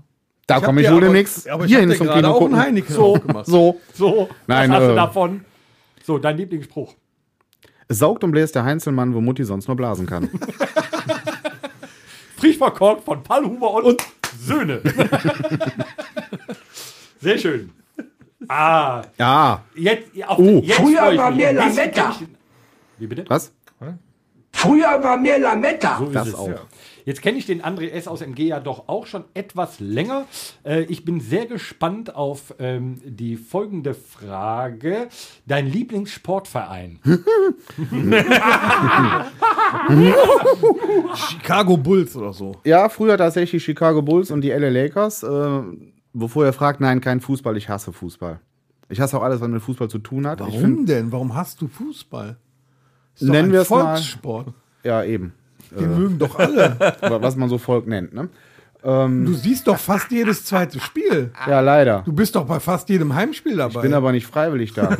[SPEAKER 5] da komme ich
[SPEAKER 4] dir
[SPEAKER 5] wohl
[SPEAKER 4] aber-
[SPEAKER 5] demnächst
[SPEAKER 4] aber ich hab dir gerade auch einen
[SPEAKER 5] gucken.
[SPEAKER 4] Heineken
[SPEAKER 5] So,
[SPEAKER 4] aufgemacht.
[SPEAKER 5] so.
[SPEAKER 2] So,
[SPEAKER 5] Nein,
[SPEAKER 2] was hast du
[SPEAKER 5] äh,
[SPEAKER 2] davon? So, dein Lieblingsspruch.
[SPEAKER 5] Es saugt und bläst der Heinzelmann, wo Mutti sonst nur blasen kann.
[SPEAKER 2] Frisch verkorkt von Pallhuber und, und Söhne. Sehr schön. Ah,
[SPEAKER 5] ja,
[SPEAKER 2] jetzt. Auf,
[SPEAKER 5] Oh.
[SPEAKER 2] jetzt
[SPEAKER 9] Früher
[SPEAKER 2] freu ich
[SPEAKER 9] war
[SPEAKER 2] mich.
[SPEAKER 9] mir
[SPEAKER 2] Jetzt
[SPEAKER 9] Lametta.
[SPEAKER 2] kann ich- Wie bitte?
[SPEAKER 5] was?
[SPEAKER 9] Früher war mehr Lametta.
[SPEAKER 2] So ist
[SPEAKER 5] Das
[SPEAKER 2] es.
[SPEAKER 5] auch.
[SPEAKER 2] Ja. Jetzt kenne ich den André S. aus MG ja doch auch schon etwas länger. Äh, ich bin sehr gespannt auf ähm, die folgende Frage. Dein Lieblingssportverein?
[SPEAKER 4] Chicago Bulls oder so.
[SPEAKER 5] Ja, früher tatsächlich Chicago Bulls und die LA Lakers. Äh, wovor ihr fragt, nein, kein Fußball, ich hasse Fußball. Ich hasse auch alles, was mit Fußball zu tun hat. Ich
[SPEAKER 4] Warum
[SPEAKER 5] find,
[SPEAKER 4] denn? Warum hast du Fußball? Ist
[SPEAKER 5] Nennen
[SPEAKER 4] ein
[SPEAKER 5] wir es mal-
[SPEAKER 4] Volkssport.
[SPEAKER 5] ja, eben.
[SPEAKER 4] Die mögen doch alle.
[SPEAKER 5] Wa- was man so Volk nennt, ne?
[SPEAKER 4] Du siehst doch fast jedes zweite Spiel.
[SPEAKER 5] Ja, leider.
[SPEAKER 4] Du bist doch bei fast jedem Heimspiel dabei.
[SPEAKER 5] Ich bin aber nicht freiwillig da,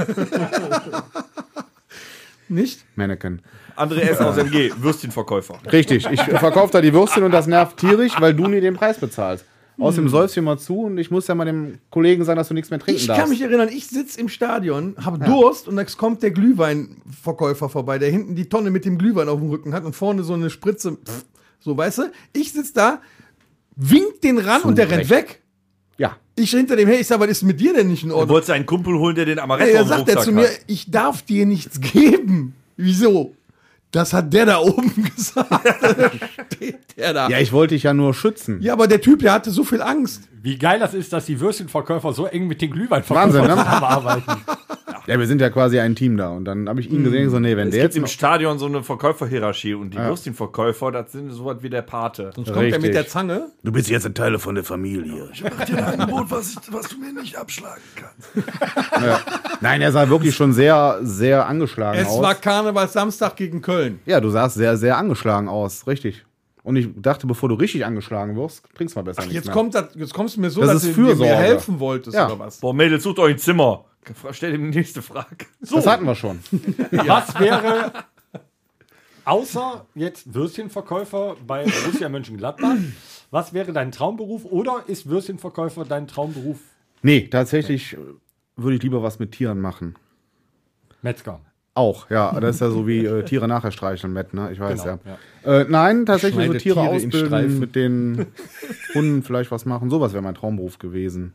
[SPEAKER 4] nicht.
[SPEAKER 5] Mannequin.
[SPEAKER 3] Andreas aus MG, Würstchenverkäufer.
[SPEAKER 5] Richtig, ich verkaufe da die Würstchen und das nervt tierisch, weil du nie den Preis bezahlst. Außerdem säufst du immer zu und ich muss ja mal dem Kollegen sagen, dass du nichts mehr trinken
[SPEAKER 4] Ich
[SPEAKER 5] darfst.
[SPEAKER 4] kann mich erinnern, ich sitze im Stadion, habe Durst und dann kommt der Glühweinverkäufer vorbei, der hinten die Tonne mit dem Glühwein auf dem Rücken hat und vorne so eine Spritze, pff, so weißt du. Ich sitze da, winkt den ran und der rennt weg.
[SPEAKER 5] ja,
[SPEAKER 4] Ich hinter dem her, ich sag, was ist mit dir denn nicht in
[SPEAKER 3] Du
[SPEAKER 4] Ordnung?
[SPEAKER 3] wolltest einen Kumpel holen, der den Amaretto
[SPEAKER 4] Ey, da
[SPEAKER 3] im
[SPEAKER 4] sagt er
[SPEAKER 3] Rucksack
[SPEAKER 4] zu mir,
[SPEAKER 3] hat.
[SPEAKER 4] ich darf dir nichts geben. Wieso? Das hat der da oben gesagt. Da steht der da.
[SPEAKER 5] ja,
[SPEAKER 4] Ja,
[SPEAKER 5] ich wollte dich ja nur schützen.
[SPEAKER 4] aber der Typ, der hatte so viel Angst.
[SPEAKER 2] Wie geil das ist, dass die Würstchenverkäufer so eng mit den
[SPEAKER 5] Wahnsinn,
[SPEAKER 2] Glühweinverkäufern
[SPEAKER 5] ne?
[SPEAKER 2] zusammenarbeiten.
[SPEAKER 5] Ja, wir sind ja quasi ein Team da und dann habe ich ihn gesehen und so, nee, wenn
[SPEAKER 3] Es
[SPEAKER 5] der
[SPEAKER 3] gibt
[SPEAKER 5] jetzt
[SPEAKER 3] im
[SPEAKER 5] noch,
[SPEAKER 3] Stadion so eine Verkäuferhierarchie und die Würstchenverkäufer, das sind sowas wie der Pate.
[SPEAKER 4] Sonst kommt er
[SPEAKER 5] Richtig.
[SPEAKER 4] mit der Zange.
[SPEAKER 8] Du bist jetzt ein Teil von der Familie.
[SPEAKER 5] nein, er sah wirklich schon sehr, sehr angeschlagen
[SPEAKER 4] Es
[SPEAKER 5] aus.
[SPEAKER 4] war Karneval Samstag gegen Köln.
[SPEAKER 5] Ja, du sahst sehr, sehr angeschlagen aus, richtig. Und ich dachte, bevor du richtig angeschlagen wirst, trinkst mal besser. nichts
[SPEAKER 4] Jetzt,
[SPEAKER 5] mehr.
[SPEAKER 4] kommt das, jetzt kommst du mir so,
[SPEAKER 5] Das
[SPEAKER 4] dass
[SPEAKER 5] ist
[SPEAKER 4] du mir
[SPEAKER 5] Fürsorge.
[SPEAKER 4] helfen wolltest
[SPEAKER 5] Ja.
[SPEAKER 4] oder was.
[SPEAKER 3] Boah, Mädels, sucht euch ein Zimmer. Stell ihm die nächste Frage.
[SPEAKER 5] Das hatten wir schon.
[SPEAKER 2] Was wäre, außer jetzt Würstchenverkäufer bei Borussia Mönchengladbach, was wäre dein Traumberuf oder ist Würstchenverkäufer dein Traumberuf
[SPEAKER 5] Nee, tatsächlich äh, würde ich lieber was mit Tieren machen.
[SPEAKER 2] Metzger?
[SPEAKER 5] Auch, ja. Das ist ja so wie äh, Tiere nachher streicheln, Matt, ne? Ich weiß
[SPEAKER 2] Genau,
[SPEAKER 5] ja. Äh, nein, tatsächlich so
[SPEAKER 4] Schneide
[SPEAKER 5] Tiere,
[SPEAKER 4] Tiere in
[SPEAKER 5] ausbilden,
[SPEAKER 4] Streifen.
[SPEAKER 5] mit den Hunden vielleicht was machen. Sowas wäre mein Traumberuf gewesen.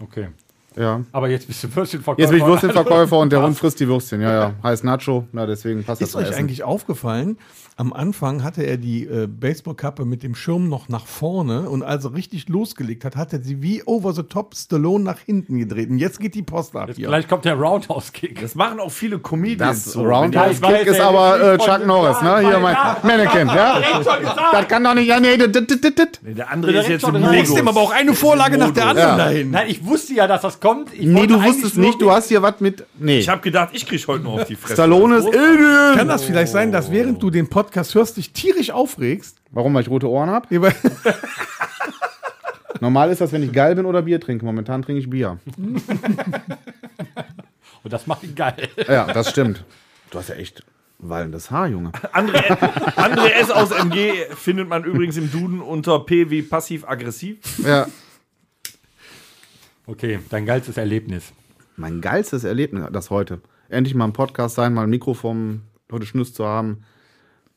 [SPEAKER 2] Okay.
[SPEAKER 5] Ja.
[SPEAKER 2] Aber jetzt bist du Würstchenverkäufer.
[SPEAKER 5] Jetzt bin ich Würstchenverkäufer und der Hund frisst die Würstchen. Ja, ja. Heißt Nacho. Na, deswegen passt das
[SPEAKER 4] Ist
[SPEAKER 5] zum
[SPEAKER 4] euch
[SPEAKER 5] Essen.
[SPEAKER 4] eigentlich aufgefallen, am Anfang hatte er die äh, Baseballkappe mit dem Schirm noch nach vorne und als er richtig losgelegt hat, hat er sie wie over the top Stallone nach hinten gedreht. Und jetzt geht die Post ab hier.
[SPEAKER 2] Gleich kommt der Roundhouse-Kick.
[SPEAKER 3] Das machen auch viele Comedians.
[SPEAKER 5] Das
[SPEAKER 3] wenn die-
[SPEAKER 2] Ja,
[SPEAKER 5] Roundhouse
[SPEAKER 2] ich weiß,
[SPEAKER 5] Kick ist
[SPEAKER 2] ey,
[SPEAKER 5] aber
[SPEAKER 2] ich
[SPEAKER 5] äh,
[SPEAKER 2] wollte
[SPEAKER 5] Chuck Norris, ne?
[SPEAKER 2] sagen,
[SPEAKER 5] Hier
[SPEAKER 2] weil-
[SPEAKER 5] mein
[SPEAKER 2] ja.
[SPEAKER 5] Mannequin, ja?
[SPEAKER 2] schon gesagt.
[SPEAKER 5] Das kann doch nicht. Ja, nee, dit, dit, dit, dit.
[SPEAKER 3] Nee, Der andere ist
[SPEAKER 2] direkt
[SPEAKER 3] jetzt
[SPEAKER 2] schon
[SPEAKER 3] im
[SPEAKER 2] raus.
[SPEAKER 3] Modus.
[SPEAKER 2] Legos.
[SPEAKER 4] Trotzdem aber auch eine Vorlage nach der anderen
[SPEAKER 5] Ja.
[SPEAKER 4] dahin.
[SPEAKER 2] Nein, ich wusste ja, dass das kommt. Ich
[SPEAKER 5] Nee,
[SPEAKER 2] wollte
[SPEAKER 5] du
[SPEAKER 2] eigentlich
[SPEAKER 5] wusstest
[SPEAKER 2] nur-
[SPEAKER 5] nicht, du hast hier was mit. Nee.
[SPEAKER 3] Ich habe gedacht, ich krieg heute noch auf die Fresse.
[SPEAKER 5] Stallone ist Alien.
[SPEAKER 4] Kann das vielleicht sein, dass während du den Podcast hörst, dich tierisch aufregst?
[SPEAKER 5] Warum, weil ich rote Ohren habe?
[SPEAKER 4] Lieber-
[SPEAKER 5] Normal ist das, wenn ich geil bin oder Bier trinke. Momentan trinke ich Bier.
[SPEAKER 2] Und das macht ihn geil.
[SPEAKER 5] Ja, das stimmt. Du hast ja echt wallendes Haar, Junge.
[SPEAKER 3] Andere, andere S aus MG findet man übrigens im Duden unter P wie passiv-aggressiv.
[SPEAKER 5] Ja.
[SPEAKER 2] Okay, dein geilstes Erlebnis.
[SPEAKER 5] Mein geilstes Erlebnis, das heute. Endlich mal ein Podcast sein, mal ein Mikro vom Leute Schnüss zu haben.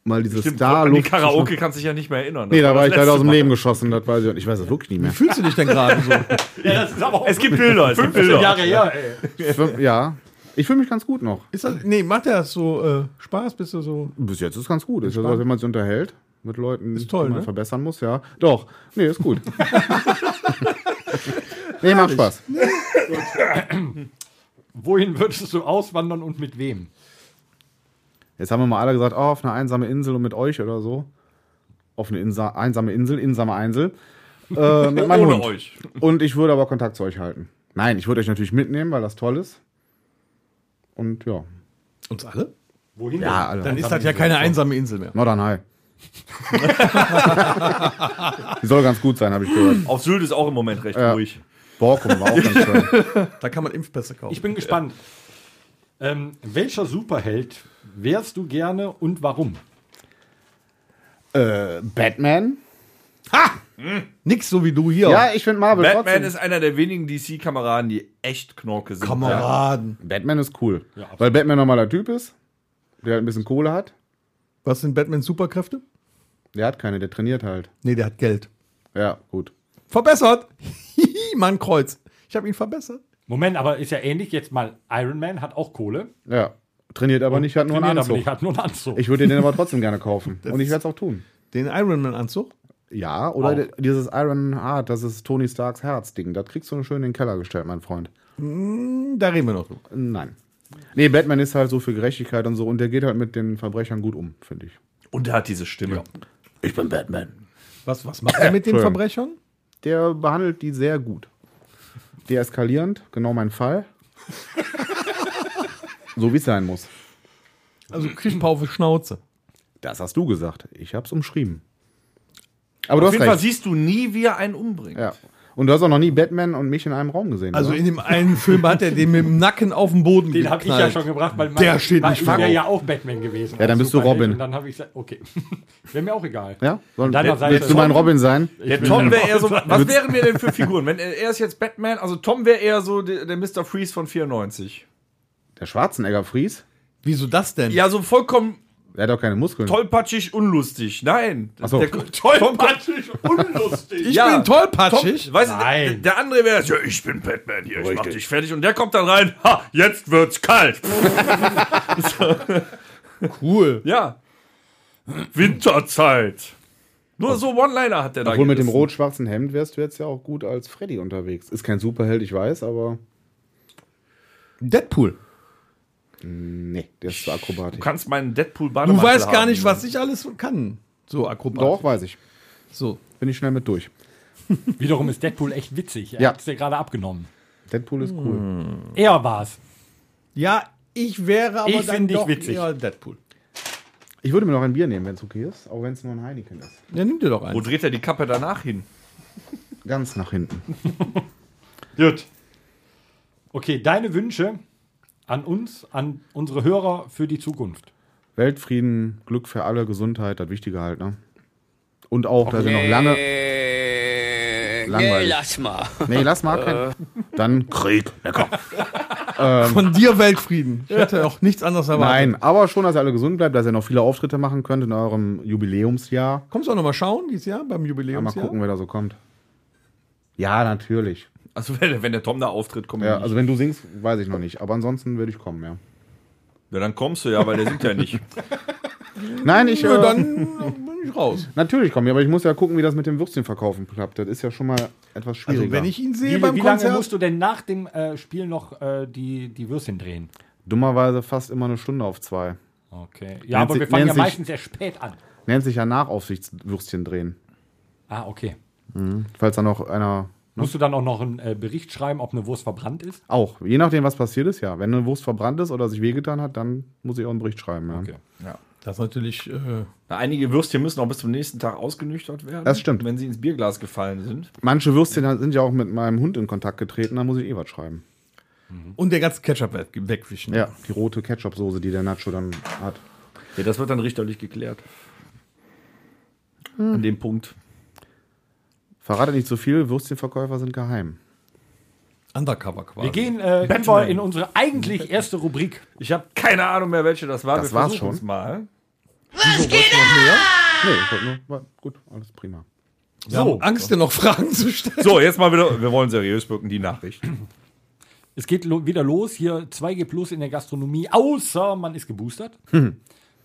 [SPEAKER 5] Mal diese
[SPEAKER 3] Stimmt,
[SPEAKER 5] star
[SPEAKER 3] an die
[SPEAKER 5] luft
[SPEAKER 3] Karaoke kannst du dich ja nicht mehr erinnern. Das
[SPEAKER 5] Nee, da
[SPEAKER 3] war
[SPEAKER 5] war
[SPEAKER 3] das
[SPEAKER 5] ich leider
[SPEAKER 3] letzte
[SPEAKER 5] aus dem
[SPEAKER 3] Mal.
[SPEAKER 5] Leben geschossen. Das weiß ich, ich weiß das wirklich nicht mehr.
[SPEAKER 4] Fühlst du dich denn gerade so?
[SPEAKER 2] Ja, das ist aber auch
[SPEAKER 3] Es gibt Bilder, es gibt Bilder.
[SPEAKER 2] Jahre her, ey.
[SPEAKER 5] Ich fühl- ja. Ich fühle mich ganz gut noch.
[SPEAKER 4] Ist das, nee, macht das so äh, Spaß? Bist du so.
[SPEAKER 5] Bis jetzt ist ganz gut. Ist also, wenn man sich unterhält mit Leuten,
[SPEAKER 4] Ist toll,
[SPEAKER 5] die man
[SPEAKER 4] ne?
[SPEAKER 5] verbessern muss, ja. Doch. Nee, ist gut. nee, macht Spaß.
[SPEAKER 2] Wohin würdest du auswandern und mit wem?
[SPEAKER 5] Jetzt haben wir mal alle gesagt, oh, auf eine einsame Insel und mit euch oder so. Auf eine Insa einsame Insel, insame Insel. Äh, mit meinem
[SPEAKER 3] Ohne
[SPEAKER 5] Hund.
[SPEAKER 3] euch.
[SPEAKER 5] Und ich würde aber Kontakt zu euch halten. Nein, ich würde euch natürlich mitnehmen, weil das toll ist. Und ja.
[SPEAKER 4] Uns alle?
[SPEAKER 2] Wohin
[SPEAKER 5] Ja,
[SPEAKER 2] denn?
[SPEAKER 5] Alter.
[SPEAKER 4] Dann ist das ja keine einsame Insel mehr.
[SPEAKER 5] Nordern High. Die soll ganz gut sein, habe ich gehört.
[SPEAKER 3] Auf Sylt ist auch im Moment recht ruhig.
[SPEAKER 5] Borkum war auch ganz schön.
[SPEAKER 4] Da kann man Impfpässe kaufen.
[SPEAKER 2] Ich bin gespannt. Ähm, welcher Superheld wärst du gerne und warum?
[SPEAKER 5] äh, Batman?
[SPEAKER 4] Nix so wie du hier.
[SPEAKER 5] Ja, ich finde Marvel
[SPEAKER 3] Batman
[SPEAKER 5] trotzdem.
[SPEAKER 3] ist einer der wenigen DC-Kameraden, die echt Knorke sind.
[SPEAKER 4] Kameraden.
[SPEAKER 5] Batman ist cool.
[SPEAKER 2] absolut.
[SPEAKER 5] weil Batman ein normaler Typ ist, der halt ein bisschen Kohle hat.
[SPEAKER 4] Was sind Batmans Superkräfte?
[SPEAKER 5] Der hat keine, der trainiert halt.
[SPEAKER 4] Nee, der hat Geld.
[SPEAKER 5] Ja, gut.
[SPEAKER 4] Verbessert! Hihi, Mann, Kreuz. Ich habe ihn verbessert.
[SPEAKER 2] Moment, aber ist ja ähnlich jetzt mal. Iron Man hat auch Kohle.
[SPEAKER 5] Ja. Trainiert aber nicht, hat nur einen
[SPEAKER 2] Trainiert aber
[SPEAKER 5] Anzug.
[SPEAKER 2] nicht, hat nur einen Anzug.
[SPEAKER 5] Ich würde den aber trotzdem gerne kaufen. Und ich werde es auch tun.
[SPEAKER 4] Den Ironman-Anzug?
[SPEAKER 5] Ja, oder de- dieses Iron Heart, das ist Tony Starks Herzding. Das kriegst du schön in den Keller gestellt, mein Freund.
[SPEAKER 4] Da reden wir noch drüber.
[SPEAKER 5] Nein. Nee, Batman ist halt so für Gerechtigkeit und so und der geht halt mit den Verbrechern gut um, finde ich.
[SPEAKER 3] Und er hat diese Stimme.
[SPEAKER 8] Ich bin Batman.
[SPEAKER 4] Was, was macht er mit den
[SPEAKER 5] Entschuldigung.
[SPEAKER 4] Verbrechern?
[SPEAKER 5] Der behandelt die sehr gut. Deeskalierend, genau mein Fall. so wie es sein muss.
[SPEAKER 4] Also kriegt ein paar auf die Schnauze.
[SPEAKER 5] Das hast du gesagt. Ich hab's umschrieben. Aber
[SPEAKER 3] Auf
[SPEAKER 5] du
[SPEAKER 3] jeden
[SPEAKER 5] hast
[SPEAKER 3] Fall
[SPEAKER 5] recht.
[SPEAKER 3] siehst du nie, wie er einen umbringt.
[SPEAKER 5] Ja. Und du hast auch noch nie Batman und mich in einem Raum gesehen.
[SPEAKER 4] Also
[SPEAKER 5] oder?
[SPEAKER 4] in dem einen Film hat er den mit dem Nacken auf den Boden
[SPEAKER 2] den habe ich ja schon gebracht, weil mein,
[SPEAKER 4] Der steht
[SPEAKER 2] weil
[SPEAKER 4] nicht
[SPEAKER 2] ich
[SPEAKER 4] vor.
[SPEAKER 2] wäre ja auch Batman gewesen.
[SPEAKER 5] Ja, dann
[SPEAKER 2] als
[SPEAKER 5] bist du
[SPEAKER 2] Superheld.
[SPEAKER 5] Robin.
[SPEAKER 2] Und dann habe ich gesagt, okay. wäre mir auch egal.
[SPEAKER 5] ja? Soll,
[SPEAKER 2] deiner Seite-
[SPEAKER 5] willst du mein Robin sein?
[SPEAKER 3] Der Tom wäre eher so. Was wären wir denn für Figuren? Wenn er, er ist jetzt Batman, also Tom wäre eher so der, der Mr. Freeze von 94.
[SPEAKER 5] Der Schwarzenegger Fries?
[SPEAKER 4] Wieso das denn?
[SPEAKER 3] Ja, so vollkommen
[SPEAKER 5] Der hat doch keine Muskeln.
[SPEAKER 3] tollpatschig, unlustig. Nein.
[SPEAKER 5] so.
[SPEAKER 3] Der, tollpatschig, unlustig.
[SPEAKER 4] ich bin tollpatschig.
[SPEAKER 3] Weißt du, der,
[SPEAKER 2] Nein.
[SPEAKER 3] der andere wäre, ja, ich bin Batman hier, ich mach dich fertig. Und der kommt dann rein, ha, jetzt wird's kalt.
[SPEAKER 4] Cool.
[SPEAKER 3] Ja. Winterzeit. Nur so One-Liner hat der da
[SPEAKER 5] Obwohl mit dem
[SPEAKER 3] gerissen.
[SPEAKER 5] rot-schwarzen Hemd wärst du jetzt ja auch gut als Freddy unterwegs. Ist kein Superheld, ich weiß, aber
[SPEAKER 4] Deadpool.
[SPEAKER 5] nee, der ist zu akrobatisch.
[SPEAKER 3] Du kannst meinen deadpool
[SPEAKER 4] Du weißt gar nicht, was ich alles kann. So, Akrobat.
[SPEAKER 5] Doch, weiß ich.
[SPEAKER 4] So.
[SPEAKER 5] Bin ich schnell mit durch.
[SPEAKER 2] Wiederum ist Deadpool echt witzig. Er
[SPEAKER 5] Ja.
[SPEAKER 2] hat es dir gerade abgenommen.
[SPEAKER 5] Deadpool ist cool.
[SPEAKER 2] Er war's.
[SPEAKER 4] Ja, ich wäre aber
[SPEAKER 2] Ich
[SPEAKER 4] dann
[SPEAKER 2] find dich
[SPEAKER 4] doch
[SPEAKER 2] witzig.
[SPEAKER 4] eher Deadpool.
[SPEAKER 5] Ich würde mir noch ein Bier nehmen, wenn es okay ist, auch wenn es nur ein Heineken ist.
[SPEAKER 4] Ja, nimm dir doch
[SPEAKER 3] Wo
[SPEAKER 4] einen.
[SPEAKER 3] dreht er die Kappe danach hin?
[SPEAKER 5] Ganz nach hinten.
[SPEAKER 2] Gut. Okay, deine Wünsche an uns, an unsere Hörer für die Zukunft.
[SPEAKER 5] Weltfrieden, Glück für alle, Gesundheit, das Wichtige halt, ne? Und auch, dass wir noch lange. Langweilig. Nee, lass mal. Äh. Nee, lass mal. Kein. Dann Krieg. Lecker.
[SPEAKER 4] Von dir Weltfrieden. Ich hätte auch nichts anderes erwartet.
[SPEAKER 5] Nein, aber schon, dass ihr alle gesund bleibt, dass ihr noch viele Auftritte machen könnt in eurem Jubiläumsjahr.
[SPEAKER 4] Kommst du auch nochmal schauen dieses Jahr beim
[SPEAKER 5] Ja, mal
[SPEAKER 4] Jubiläumsjahr?
[SPEAKER 5] gucken, wer da so kommt. Ja, natürlich.
[SPEAKER 3] Also wenn, wenn der Tom da auftritt, kommen
[SPEAKER 5] Ja,
[SPEAKER 3] wir
[SPEAKER 5] also wenn du singst, weiß ich noch nicht. Aber ansonsten würde ich kommen, ja.
[SPEAKER 3] ja, dann kommst du ja, weil der singt ja nicht.
[SPEAKER 5] Nein, ich. Äh,
[SPEAKER 4] Dann bin ich raus.
[SPEAKER 5] natürlich komme ich, aber ich muss ja gucken, wie das mit dem Würstchenverkaufen klappt. Das ist ja schon mal etwas schwieriger.
[SPEAKER 4] Also, wenn ich ihn sehe
[SPEAKER 2] Wie,
[SPEAKER 4] beim
[SPEAKER 2] wie lange
[SPEAKER 4] Konzert.
[SPEAKER 2] musst du denn nach dem äh, Spiel noch äh, die, die Würstchen drehen?
[SPEAKER 5] Dummerweise fast immer eine Stunde auf zwei.
[SPEAKER 2] Okay. Ja,
[SPEAKER 5] Nennt
[SPEAKER 2] aber
[SPEAKER 5] sich-
[SPEAKER 2] wir fangen
[SPEAKER 5] nennt
[SPEAKER 2] ja
[SPEAKER 5] sich-
[SPEAKER 2] meistens sehr spät an.
[SPEAKER 5] Nennt sich ja Nachaufsichtswürstchen drehen.
[SPEAKER 2] Ah,
[SPEAKER 4] Ne?
[SPEAKER 2] okay.
[SPEAKER 5] Falls da noch einer.
[SPEAKER 2] Musst du dann auch noch einen äh, Bericht schreiben, ob eine Wurst verbrannt ist?
[SPEAKER 5] Auch, je nachdem, was passiert ist, ja. Wenn eine Wurst verbrannt ist oder sich wehgetan hat, dann muss ich auch einen Bericht schreiben. Ja.
[SPEAKER 2] Okay.
[SPEAKER 4] Das ist natürlich. Äh,
[SPEAKER 3] Na, einige Würstchen müssen auch bis zum nächsten Tag ausgenüchtert werden.
[SPEAKER 5] Das stimmt.
[SPEAKER 3] Wenn sie ins Bierglas gefallen sind.
[SPEAKER 5] Manche Würstchen sind ja auch mit meinem Hund in Kontakt getreten, da muss ich eh was schreiben.
[SPEAKER 4] und der ganze Ketchup weg, wegwischen.
[SPEAKER 5] Ja, die rote Ketchupsoße, die der Nacho dann hat.
[SPEAKER 3] Ja, das wird dann richterlich geklärt. An dem Punkt.
[SPEAKER 5] Verrate nicht zu viel, Würstchenverkäufer sind geheim.
[SPEAKER 4] Undercover quasi.
[SPEAKER 2] Wir gehen äh, über in unsere eigentlich erste Rubrik.
[SPEAKER 3] Ich habe keine Ahnung mehr, welche das war.
[SPEAKER 5] Das war's
[SPEAKER 3] versuchen's
[SPEAKER 5] schon.
[SPEAKER 3] mal.
[SPEAKER 5] Nee, ich wollte nur, war gut, alles prima.
[SPEAKER 4] so. Oh, Angst, dir noch Fragen zu stellen.
[SPEAKER 3] So, jetzt mal wieder. Wir wollen seriös wirken, die Nachricht.
[SPEAKER 2] Es geht lo wieder los. Hier 2G Plus in der Gastronomie, außer man ist geboostert.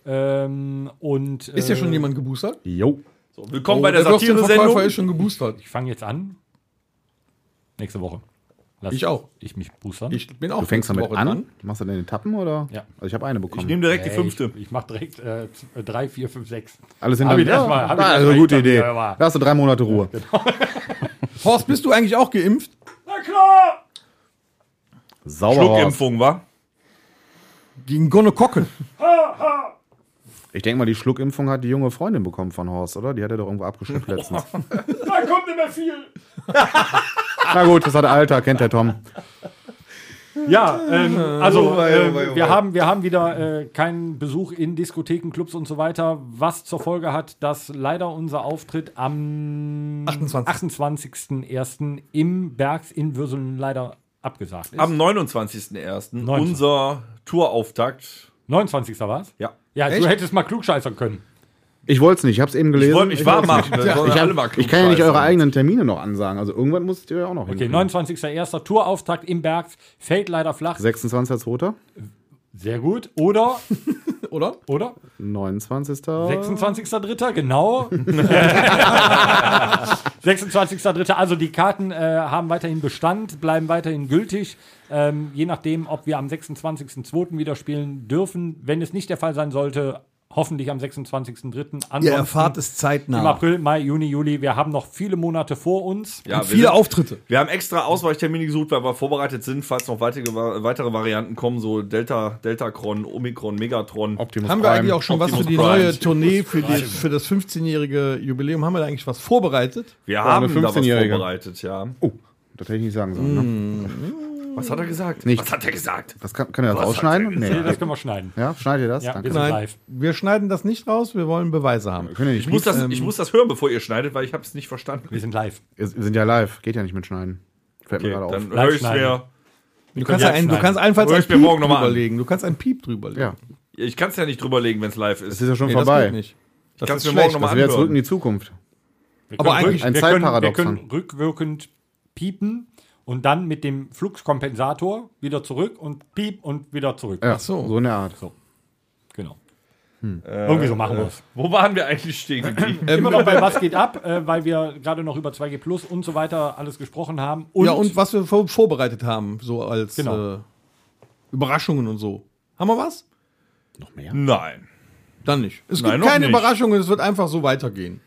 [SPEAKER 2] Ähm, und,
[SPEAKER 4] Hm. Ist ja schon
[SPEAKER 2] äh,
[SPEAKER 4] jemand geboostert?
[SPEAKER 5] Jo.
[SPEAKER 3] So, willkommen bei der,
[SPEAKER 4] Oh, der Würstchenverkäufer
[SPEAKER 3] Satire-Sendung.
[SPEAKER 4] ist schon geboostert.
[SPEAKER 2] Ich fange jetzt an. Nächste Woche. Lass
[SPEAKER 4] Ich auch.
[SPEAKER 2] Ich mich boostern.
[SPEAKER 4] Ich bin auch
[SPEAKER 5] Du fängst
[SPEAKER 4] nächste
[SPEAKER 5] damit
[SPEAKER 4] Woche
[SPEAKER 5] an?
[SPEAKER 4] dran.
[SPEAKER 5] Machst du denn den Tappen oder?
[SPEAKER 2] Ja.
[SPEAKER 5] Also ich habe eine bekommen.
[SPEAKER 3] Ich nehme direkt
[SPEAKER 2] Äh,
[SPEAKER 3] die fünfte.
[SPEAKER 2] Ich, ich mache direkt äh, 3, 4, 5, 6.
[SPEAKER 5] alles
[SPEAKER 2] Hab
[SPEAKER 5] hinter
[SPEAKER 2] ich das mal- hab ich das
[SPEAKER 5] also
[SPEAKER 2] mal
[SPEAKER 5] gute
[SPEAKER 2] hinter
[SPEAKER 5] Idee.
[SPEAKER 2] mir, aber-
[SPEAKER 5] Da hast du drei Monate Ruhe.
[SPEAKER 4] Horst, bist du eigentlich auch geimpft?
[SPEAKER 2] Na klar!
[SPEAKER 5] Sauber. Horst.
[SPEAKER 3] Schluckimpfung, wa?
[SPEAKER 4] Gegen Gonokokken.
[SPEAKER 5] Ich denke mal, die Schluckimpfung hat die junge Freundin bekommen von Horst, oder? Die hat er doch irgendwo abgeschluckt letztens.
[SPEAKER 2] Da kommt immer viel!
[SPEAKER 5] Na gut, das hat Alter, kennt der Tom.
[SPEAKER 2] Ja, ähm, also
[SPEAKER 4] wei,
[SPEAKER 2] ähm,
[SPEAKER 4] Ah. oh wei, oh
[SPEAKER 2] wir,
[SPEAKER 4] wei.
[SPEAKER 2] haben, wir haben wieder äh, keinen Besuch in Diskotheken, Clubs und so weiter, was zur Folge hat, dass leider unser Auftritt am
[SPEAKER 4] 28.
[SPEAKER 2] 28.01. im Bergs in Würselen leider abgesagt ist.
[SPEAKER 3] Am 29.01.
[SPEAKER 2] 19.
[SPEAKER 3] unser Tourauftakt.
[SPEAKER 2] 29. war es?
[SPEAKER 3] Ja.
[SPEAKER 2] Ja,
[SPEAKER 4] Echt?
[SPEAKER 2] du hättest mal klugscheißern können.
[SPEAKER 5] Ich wollte es nicht, ich habe es eben gelesen.
[SPEAKER 3] Ich, wollt, ich war
[SPEAKER 5] wollt's
[SPEAKER 3] mal.
[SPEAKER 5] nicht.
[SPEAKER 3] wir sollen
[SPEAKER 5] Ich,
[SPEAKER 3] alle mal
[SPEAKER 5] hab, ich kann ja nicht
[SPEAKER 3] klugscheißen.
[SPEAKER 5] eure eigenen Termine noch ansagen. Also irgendwann musst ihr ja auch noch
[SPEAKER 2] Okay, 29.01. Tourauftakt im Bergs, fällt leider flach.
[SPEAKER 5] 26.02.
[SPEAKER 2] Sehr gut. Oder,
[SPEAKER 4] Oder?
[SPEAKER 2] oder?
[SPEAKER 5] 29.
[SPEAKER 2] 26.3., genau. 26.3., also die Karten äh, haben weiterhin Bestand, bleiben weiterhin gültig. Ähm, je nachdem, ob wir am 26.2. wieder spielen dürfen. Wenn es nicht der Fall sein sollte, hoffentlich am 26.3. Ansonsten
[SPEAKER 4] Ihr erfahrt es
[SPEAKER 2] im
[SPEAKER 4] zeitnah.
[SPEAKER 2] April, Mai, Juni, Juli. Wir haben noch viele Monate vor uns.
[SPEAKER 3] Ja, wir,
[SPEAKER 4] Viele
[SPEAKER 3] sind,
[SPEAKER 4] Auftritte.
[SPEAKER 3] wir haben extra Ausweichtermine gesucht, weil wir vorbereitet sind, falls noch weitere, weitere Varianten kommen, so Delta, Deltacron, Omikron, Megatron.
[SPEAKER 5] Optimus
[SPEAKER 4] Haben wir
[SPEAKER 5] Prime.
[SPEAKER 4] eigentlich auch schon was für
[SPEAKER 3] Optimus
[SPEAKER 4] die
[SPEAKER 3] Prime.
[SPEAKER 4] neue Tournee, für, die, für das 15-jährige Jubiläum? Haben wir da eigentlich was vorbereitet?
[SPEAKER 3] Wir
[SPEAKER 5] eine
[SPEAKER 3] haben da was
[SPEAKER 5] 15-Jährige.
[SPEAKER 3] vorbereitet, ja.
[SPEAKER 5] Oh, das hätte ich nicht sagen sollen. Ne?
[SPEAKER 3] Was hat er gesagt?
[SPEAKER 5] Nicht.
[SPEAKER 3] Was hat er gesagt?
[SPEAKER 5] Das kann, kann er das
[SPEAKER 3] Was
[SPEAKER 5] ausschneiden?
[SPEAKER 3] hat
[SPEAKER 2] Nee,
[SPEAKER 5] Nee.
[SPEAKER 2] das können wir schneiden.
[SPEAKER 5] Ja, schneidet ihr das?
[SPEAKER 2] Ja,
[SPEAKER 5] Danke.
[SPEAKER 2] wir sind
[SPEAKER 4] Nein,
[SPEAKER 2] live.
[SPEAKER 4] wir schneiden das nicht raus, wir wollen Beweise haben.
[SPEAKER 5] Wir können ja nicht
[SPEAKER 3] Ich muss, das, ich muss das hören, bevor ihr schneidet, weil ich habe es nicht verstanden.
[SPEAKER 2] Wir sind live.
[SPEAKER 5] ähm, Wir sind ja live, geht ja nicht mit Schneiden. Fällt mir
[SPEAKER 3] Okay,
[SPEAKER 5] gerade auf.
[SPEAKER 3] dann
[SPEAKER 2] Live
[SPEAKER 3] höre ich
[SPEAKER 2] schneiden.
[SPEAKER 3] mir.
[SPEAKER 4] Du kannst,
[SPEAKER 2] können
[SPEAKER 4] ein,
[SPEAKER 2] jetzt
[SPEAKER 4] du kannst allenfalls
[SPEAKER 3] Hör
[SPEAKER 4] ein
[SPEAKER 3] ich mir
[SPEAKER 4] Piep
[SPEAKER 3] morgen noch mal an.
[SPEAKER 4] drüberlegen. Du kannst ein Piep drüberlegen.
[SPEAKER 5] ja,
[SPEAKER 3] Ich kann es ja nicht drüberlegen, wenn es live ist.
[SPEAKER 5] das ist ja schon
[SPEAKER 4] Nee, das geht
[SPEAKER 5] vorbei.
[SPEAKER 4] nicht. Das
[SPEAKER 3] kann's
[SPEAKER 4] ist
[SPEAKER 3] mir morgen
[SPEAKER 4] schlecht.
[SPEAKER 3] noch mal
[SPEAKER 5] Das wäre
[SPEAKER 3] Anhören.
[SPEAKER 5] zurück in die Zukunft.
[SPEAKER 2] Wir
[SPEAKER 4] Aber
[SPEAKER 2] können
[SPEAKER 4] eigentlich
[SPEAKER 2] rück-
[SPEAKER 5] ein
[SPEAKER 2] wir können-
[SPEAKER 5] Zeitparadoxon.
[SPEAKER 2] Wir können rückwirkend piepen und dann mit dem Fluxkompensator wieder zurück und piep und wieder zurück.
[SPEAKER 5] Ja,
[SPEAKER 4] Ach so.
[SPEAKER 5] so eine Art.
[SPEAKER 2] Genau. Irgendwie so machen wir es.
[SPEAKER 3] Wo waren wir eigentlich stehen geblieben?
[SPEAKER 4] Ähm,
[SPEAKER 2] Immer noch bei Was geht ab, äh, weil wir gerade noch über 2G Plus und so weiter alles gesprochen haben. Und,
[SPEAKER 4] ja, und was wir vor, vorbereitet haben, so als
[SPEAKER 2] Genau.
[SPEAKER 4] äh, Überraschungen und so. Haben wir was?
[SPEAKER 3] Nein.
[SPEAKER 4] Dann nicht. Es
[SPEAKER 3] Nein,
[SPEAKER 4] gibt
[SPEAKER 3] noch
[SPEAKER 4] keine
[SPEAKER 3] nicht.
[SPEAKER 4] Überraschungen, es wird einfach so weitergehen.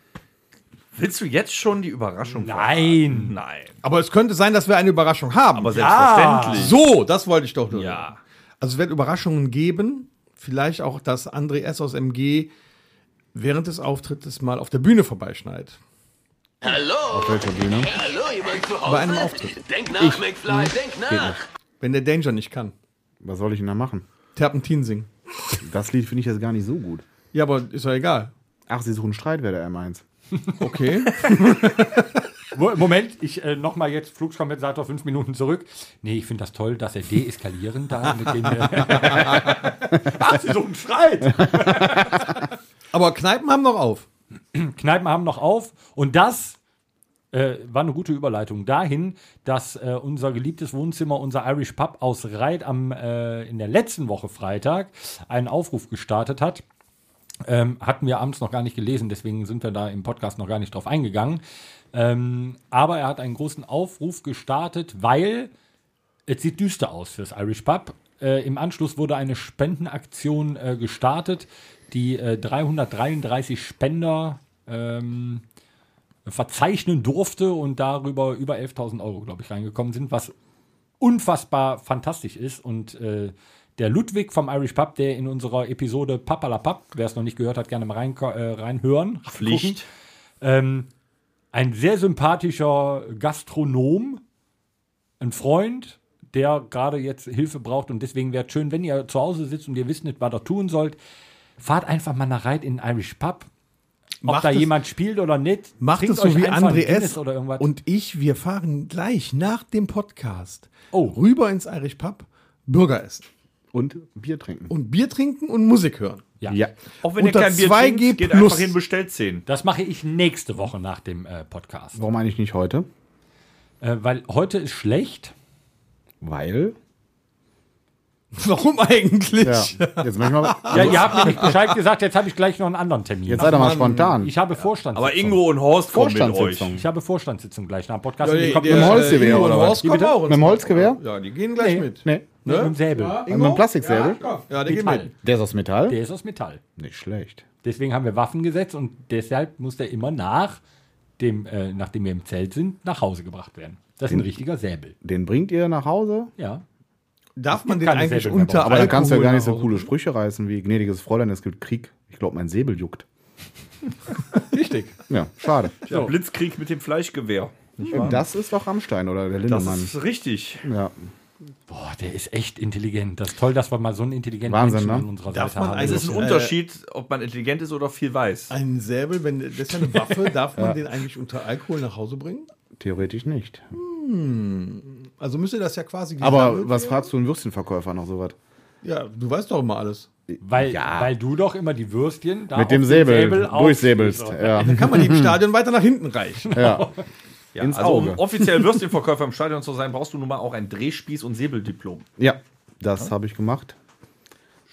[SPEAKER 3] Willst du jetzt schon die Überraschung
[SPEAKER 2] Nein.
[SPEAKER 3] Nein.
[SPEAKER 4] Aber es könnte sein, dass wir eine Überraschung haben.
[SPEAKER 3] Aber selbstverständlich.
[SPEAKER 4] so, das wollte ich doch nur.
[SPEAKER 3] Ja.
[SPEAKER 4] Also es wird Überraschungen geben. Vielleicht auch, dass André S. aus MG während des Auftrittes mal auf der Bühne vorbeischneit.
[SPEAKER 5] Auf welcher Bühne?
[SPEAKER 8] Hallo, jemand zu Hause?
[SPEAKER 4] Bei einem Auftritt.
[SPEAKER 8] Denk nach, McFly, denk nach.
[SPEAKER 4] Wenn der Danger nicht kann.
[SPEAKER 5] Was soll ich denn da machen?
[SPEAKER 4] Terpentin singen.
[SPEAKER 5] Das Lied finde ich jetzt gar nicht so gut.
[SPEAKER 4] Ja, aber ist ja egal.
[SPEAKER 5] Ach, sie suchen Streit, wäre der M1.
[SPEAKER 4] Okay.
[SPEAKER 2] Wo- Moment, ich äh, nochmal jetzt Fluxkompensator fünf Minuten zurück. Nee, ich finde das toll, dass er deeskalieren da mit dem. Äh, Ach, so ein Streit.
[SPEAKER 4] aber Kneipen haben noch auf.
[SPEAKER 2] Kneipen haben noch auf und das äh, war eine gute Überleitung dahin, dass äh, unser geliebtes Wohnzimmer, unser Irish Pub aus Reit am äh, in der letzten Woche Freitag einen Aufruf gestartet hat. Ähm, hatten wir abends noch gar nicht gelesen, deswegen sind wir da im Podcast noch gar nicht drauf eingegangen. Ähm, aber er hat einen großen Aufruf gestartet, weil es sieht düster aus fürs Irish Pub. Äh, Im Anschluss wurde eine Spendenaktion äh, gestartet, die äh, 333 Spender ähm, verzeichnen durfte und darüber über 11.000 Euro, glaube ich, reingekommen sind, was unfassbar fantastisch ist. Und äh, der Ludwig vom Irish Pub, der in unserer Episode Papalapap, wer es noch nicht gehört hat, gerne mal rein, äh, reinhören.
[SPEAKER 3] Pflicht.
[SPEAKER 2] Ähm, ein sehr sympathischer Gastronom, ein Freund, der gerade jetzt Hilfe braucht. Und deswegen wäre es schön, wenn ihr zu Hause sitzt und ihr wisst nicht, was ihr tun sollt, fahrt einfach mal nach Reit in den Irish Pub. Ob
[SPEAKER 4] Macht
[SPEAKER 2] da
[SPEAKER 4] es-
[SPEAKER 2] jemand spielt oder nicht.
[SPEAKER 4] Macht
[SPEAKER 2] trinkt
[SPEAKER 4] es so
[SPEAKER 2] euch
[SPEAKER 4] wie
[SPEAKER 2] einfach einen
[SPEAKER 4] André
[SPEAKER 2] Guinness
[SPEAKER 4] S.
[SPEAKER 2] Oder irgendwas.
[SPEAKER 4] und ich, wir fahren gleich nach dem Podcast
[SPEAKER 2] Oh.
[SPEAKER 4] rüber ins Irish Pub, Burger essen
[SPEAKER 5] Und Bier trinken.
[SPEAKER 4] und Bier trinken und Musik hören.
[SPEAKER 2] ja.
[SPEAKER 5] ja.
[SPEAKER 3] Auch wenn ihr
[SPEAKER 4] Unter
[SPEAKER 3] kein Bier
[SPEAKER 4] 2G
[SPEAKER 3] trinkt, geht
[SPEAKER 4] plus.
[SPEAKER 3] einfach hin, bestellt 10.
[SPEAKER 2] Das mache ich nächste Woche nach dem äh, Podcast.
[SPEAKER 5] Warum eigentlich nicht heute?
[SPEAKER 2] Äh, weil heute ist schlecht.
[SPEAKER 5] Weil.
[SPEAKER 4] Warum eigentlich?
[SPEAKER 5] Ja. Jetzt möchte ich mal.
[SPEAKER 2] Ja, ihr habt mir nicht Bescheid gesagt, jetzt habe ich gleich noch einen anderen Termin.
[SPEAKER 5] Jetzt seid doch mal spontan.
[SPEAKER 2] ich habe Vorstandssitzung.
[SPEAKER 3] Aber Ingo und Horst kommen mit euch.
[SPEAKER 5] Vorstandssitzung.
[SPEAKER 2] Ich habe Vorstandssitzung gleich nach dem Podcast.
[SPEAKER 4] Ja,
[SPEAKER 2] Die
[SPEAKER 4] die-
[SPEAKER 2] kommt
[SPEAKER 4] der-
[SPEAKER 5] mit dem
[SPEAKER 2] mit,
[SPEAKER 5] Holzgewehr
[SPEAKER 4] Ingo
[SPEAKER 5] oder
[SPEAKER 4] und
[SPEAKER 5] was?
[SPEAKER 4] Horst
[SPEAKER 2] Wie
[SPEAKER 4] kommen
[SPEAKER 2] bitte?
[SPEAKER 4] auch
[SPEAKER 5] Mit dem Holzgewehr?
[SPEAKER 4] Ja, die gehen gleich
[SPEAKER 2] Nee. halt.
[SPEAKER 4] mit.
[SPEAKER 5] Nee.
[SPEAKER 2] mit einem Säbel.
[SPEAKER 5] Mit einem Plastiksäbel?
[SPEAKER 4] Ja, die
[SPEAKER 2] Metall.
[SPEAKER 4] gehen mit.
[SPEAKER 5] Der ist aus Metall?
[SPEAKER 2] Der ist aus Metall.
[SPEAKER 5] Nicht schlecht.
[SPEAKER 2] Deswegen haben wir Waffengesetz und deshalb muss der immer nach dem, äh, nachdem wir im Zelt sind, nach Hause gebracht werden. Das ist ein richtiger Säbel.
[SPEAKER 5] Den bringt ihr nach Hause?
[SPEAKER 2] Ja.
[SPEAKER 4] Darf man den
[SPEAKER 2] keine
[SPEAKER 4] eigentlich
[SPEAKER 2] Säbel mehr
[SPEAKER 4] unter
[SPEAKER 2] bei
[SPEAKER 5] Aber da Also kannst du ja
[SPEAKER 4] Alkohol
[SPEAKER 5] gar nicht so
[SPEAKER 4] nach
[SPEAKER 5] coole Sprüche reißen wie gnädiges Fräulein, es gibt Krieg. Ich glaube, mein Säbel juckt.
[SPEAKER 2] Richtig.
[SPEAKER 5] Ja, schade.
[SPEAKER 3] Ja, Blitzkrieg mit dem Fleischgewehr.
[SPEAKER 5] Das ist doch Rammstein oder der
[SPEAKER 3] Das
[SPEAKER 5] Lindemann.
[SPEAKER 3] ist richtig.
[SPEAKER 5] Ja.
[SPEAKER 2] Boah, der ist echt intelligent. Das ist toll, dass wir mal so einen intelligenten
[SPEAKER 5] Wahnsinn,
[SPEAKER 2] Menschen
[SPEAKER 5] ne?
[SPEAKER 2] an unserer
[SPEAKER 4] Darf
[SPEAKER 2] Seite
[SPEAKER 4] man
[SPEAKER 2] haben.
[SPEAKER 4] also-
[SPEAKER 3] Es ist ein Unterschied, ob man intelligent ist oder viel weiß.
[SPEAKER 4] Ein Säbel, wenn das ist ja eine Waffe, darf man den eigentlich unter Alkohol nach Hause bringen?
[SPEAKER 5] Theoretisch nicht.
[SPEAKER 4] Also müsste das ja quasi
[SPEAKER 5] Aber
[SPEAKER 4] gesammelt
[SPEAKER 5] was
[SPEAKER 4] werden?
[SPEAKER 5] fragst du einen Würstchenverkäufer noch sowas?
[SPEAKER 4] Ja, du weißt doch immer alles.
[SPEAKER 2] weil, weil du doch immer die Würstchen da auf
[SPEAKER 5] Mit dem
[SPEAKER 2] den
[SPEAKER 5] Säbel,
[SPEAKER 2] auf-
[SPEAKER 5] durchsäbelst. Ja.
[SPEAKER 4] Kann man die im Stadion weiter nach hinten reichen.
[SPEAKER 5] ja.
[SPEAKER 3] Ja,
[SPEAKER 5] Ins
[SPEAKER 3] also um
[SPEAKER 5] Auge.
[SPEAKER 3] offiziell Würstchenverkäufer im Stadion zu sein, brauchst du nun mal auch ein Drehspieß- und Säbeldiplom.
[SPEAKER 5] ja, das habe ich gemacht.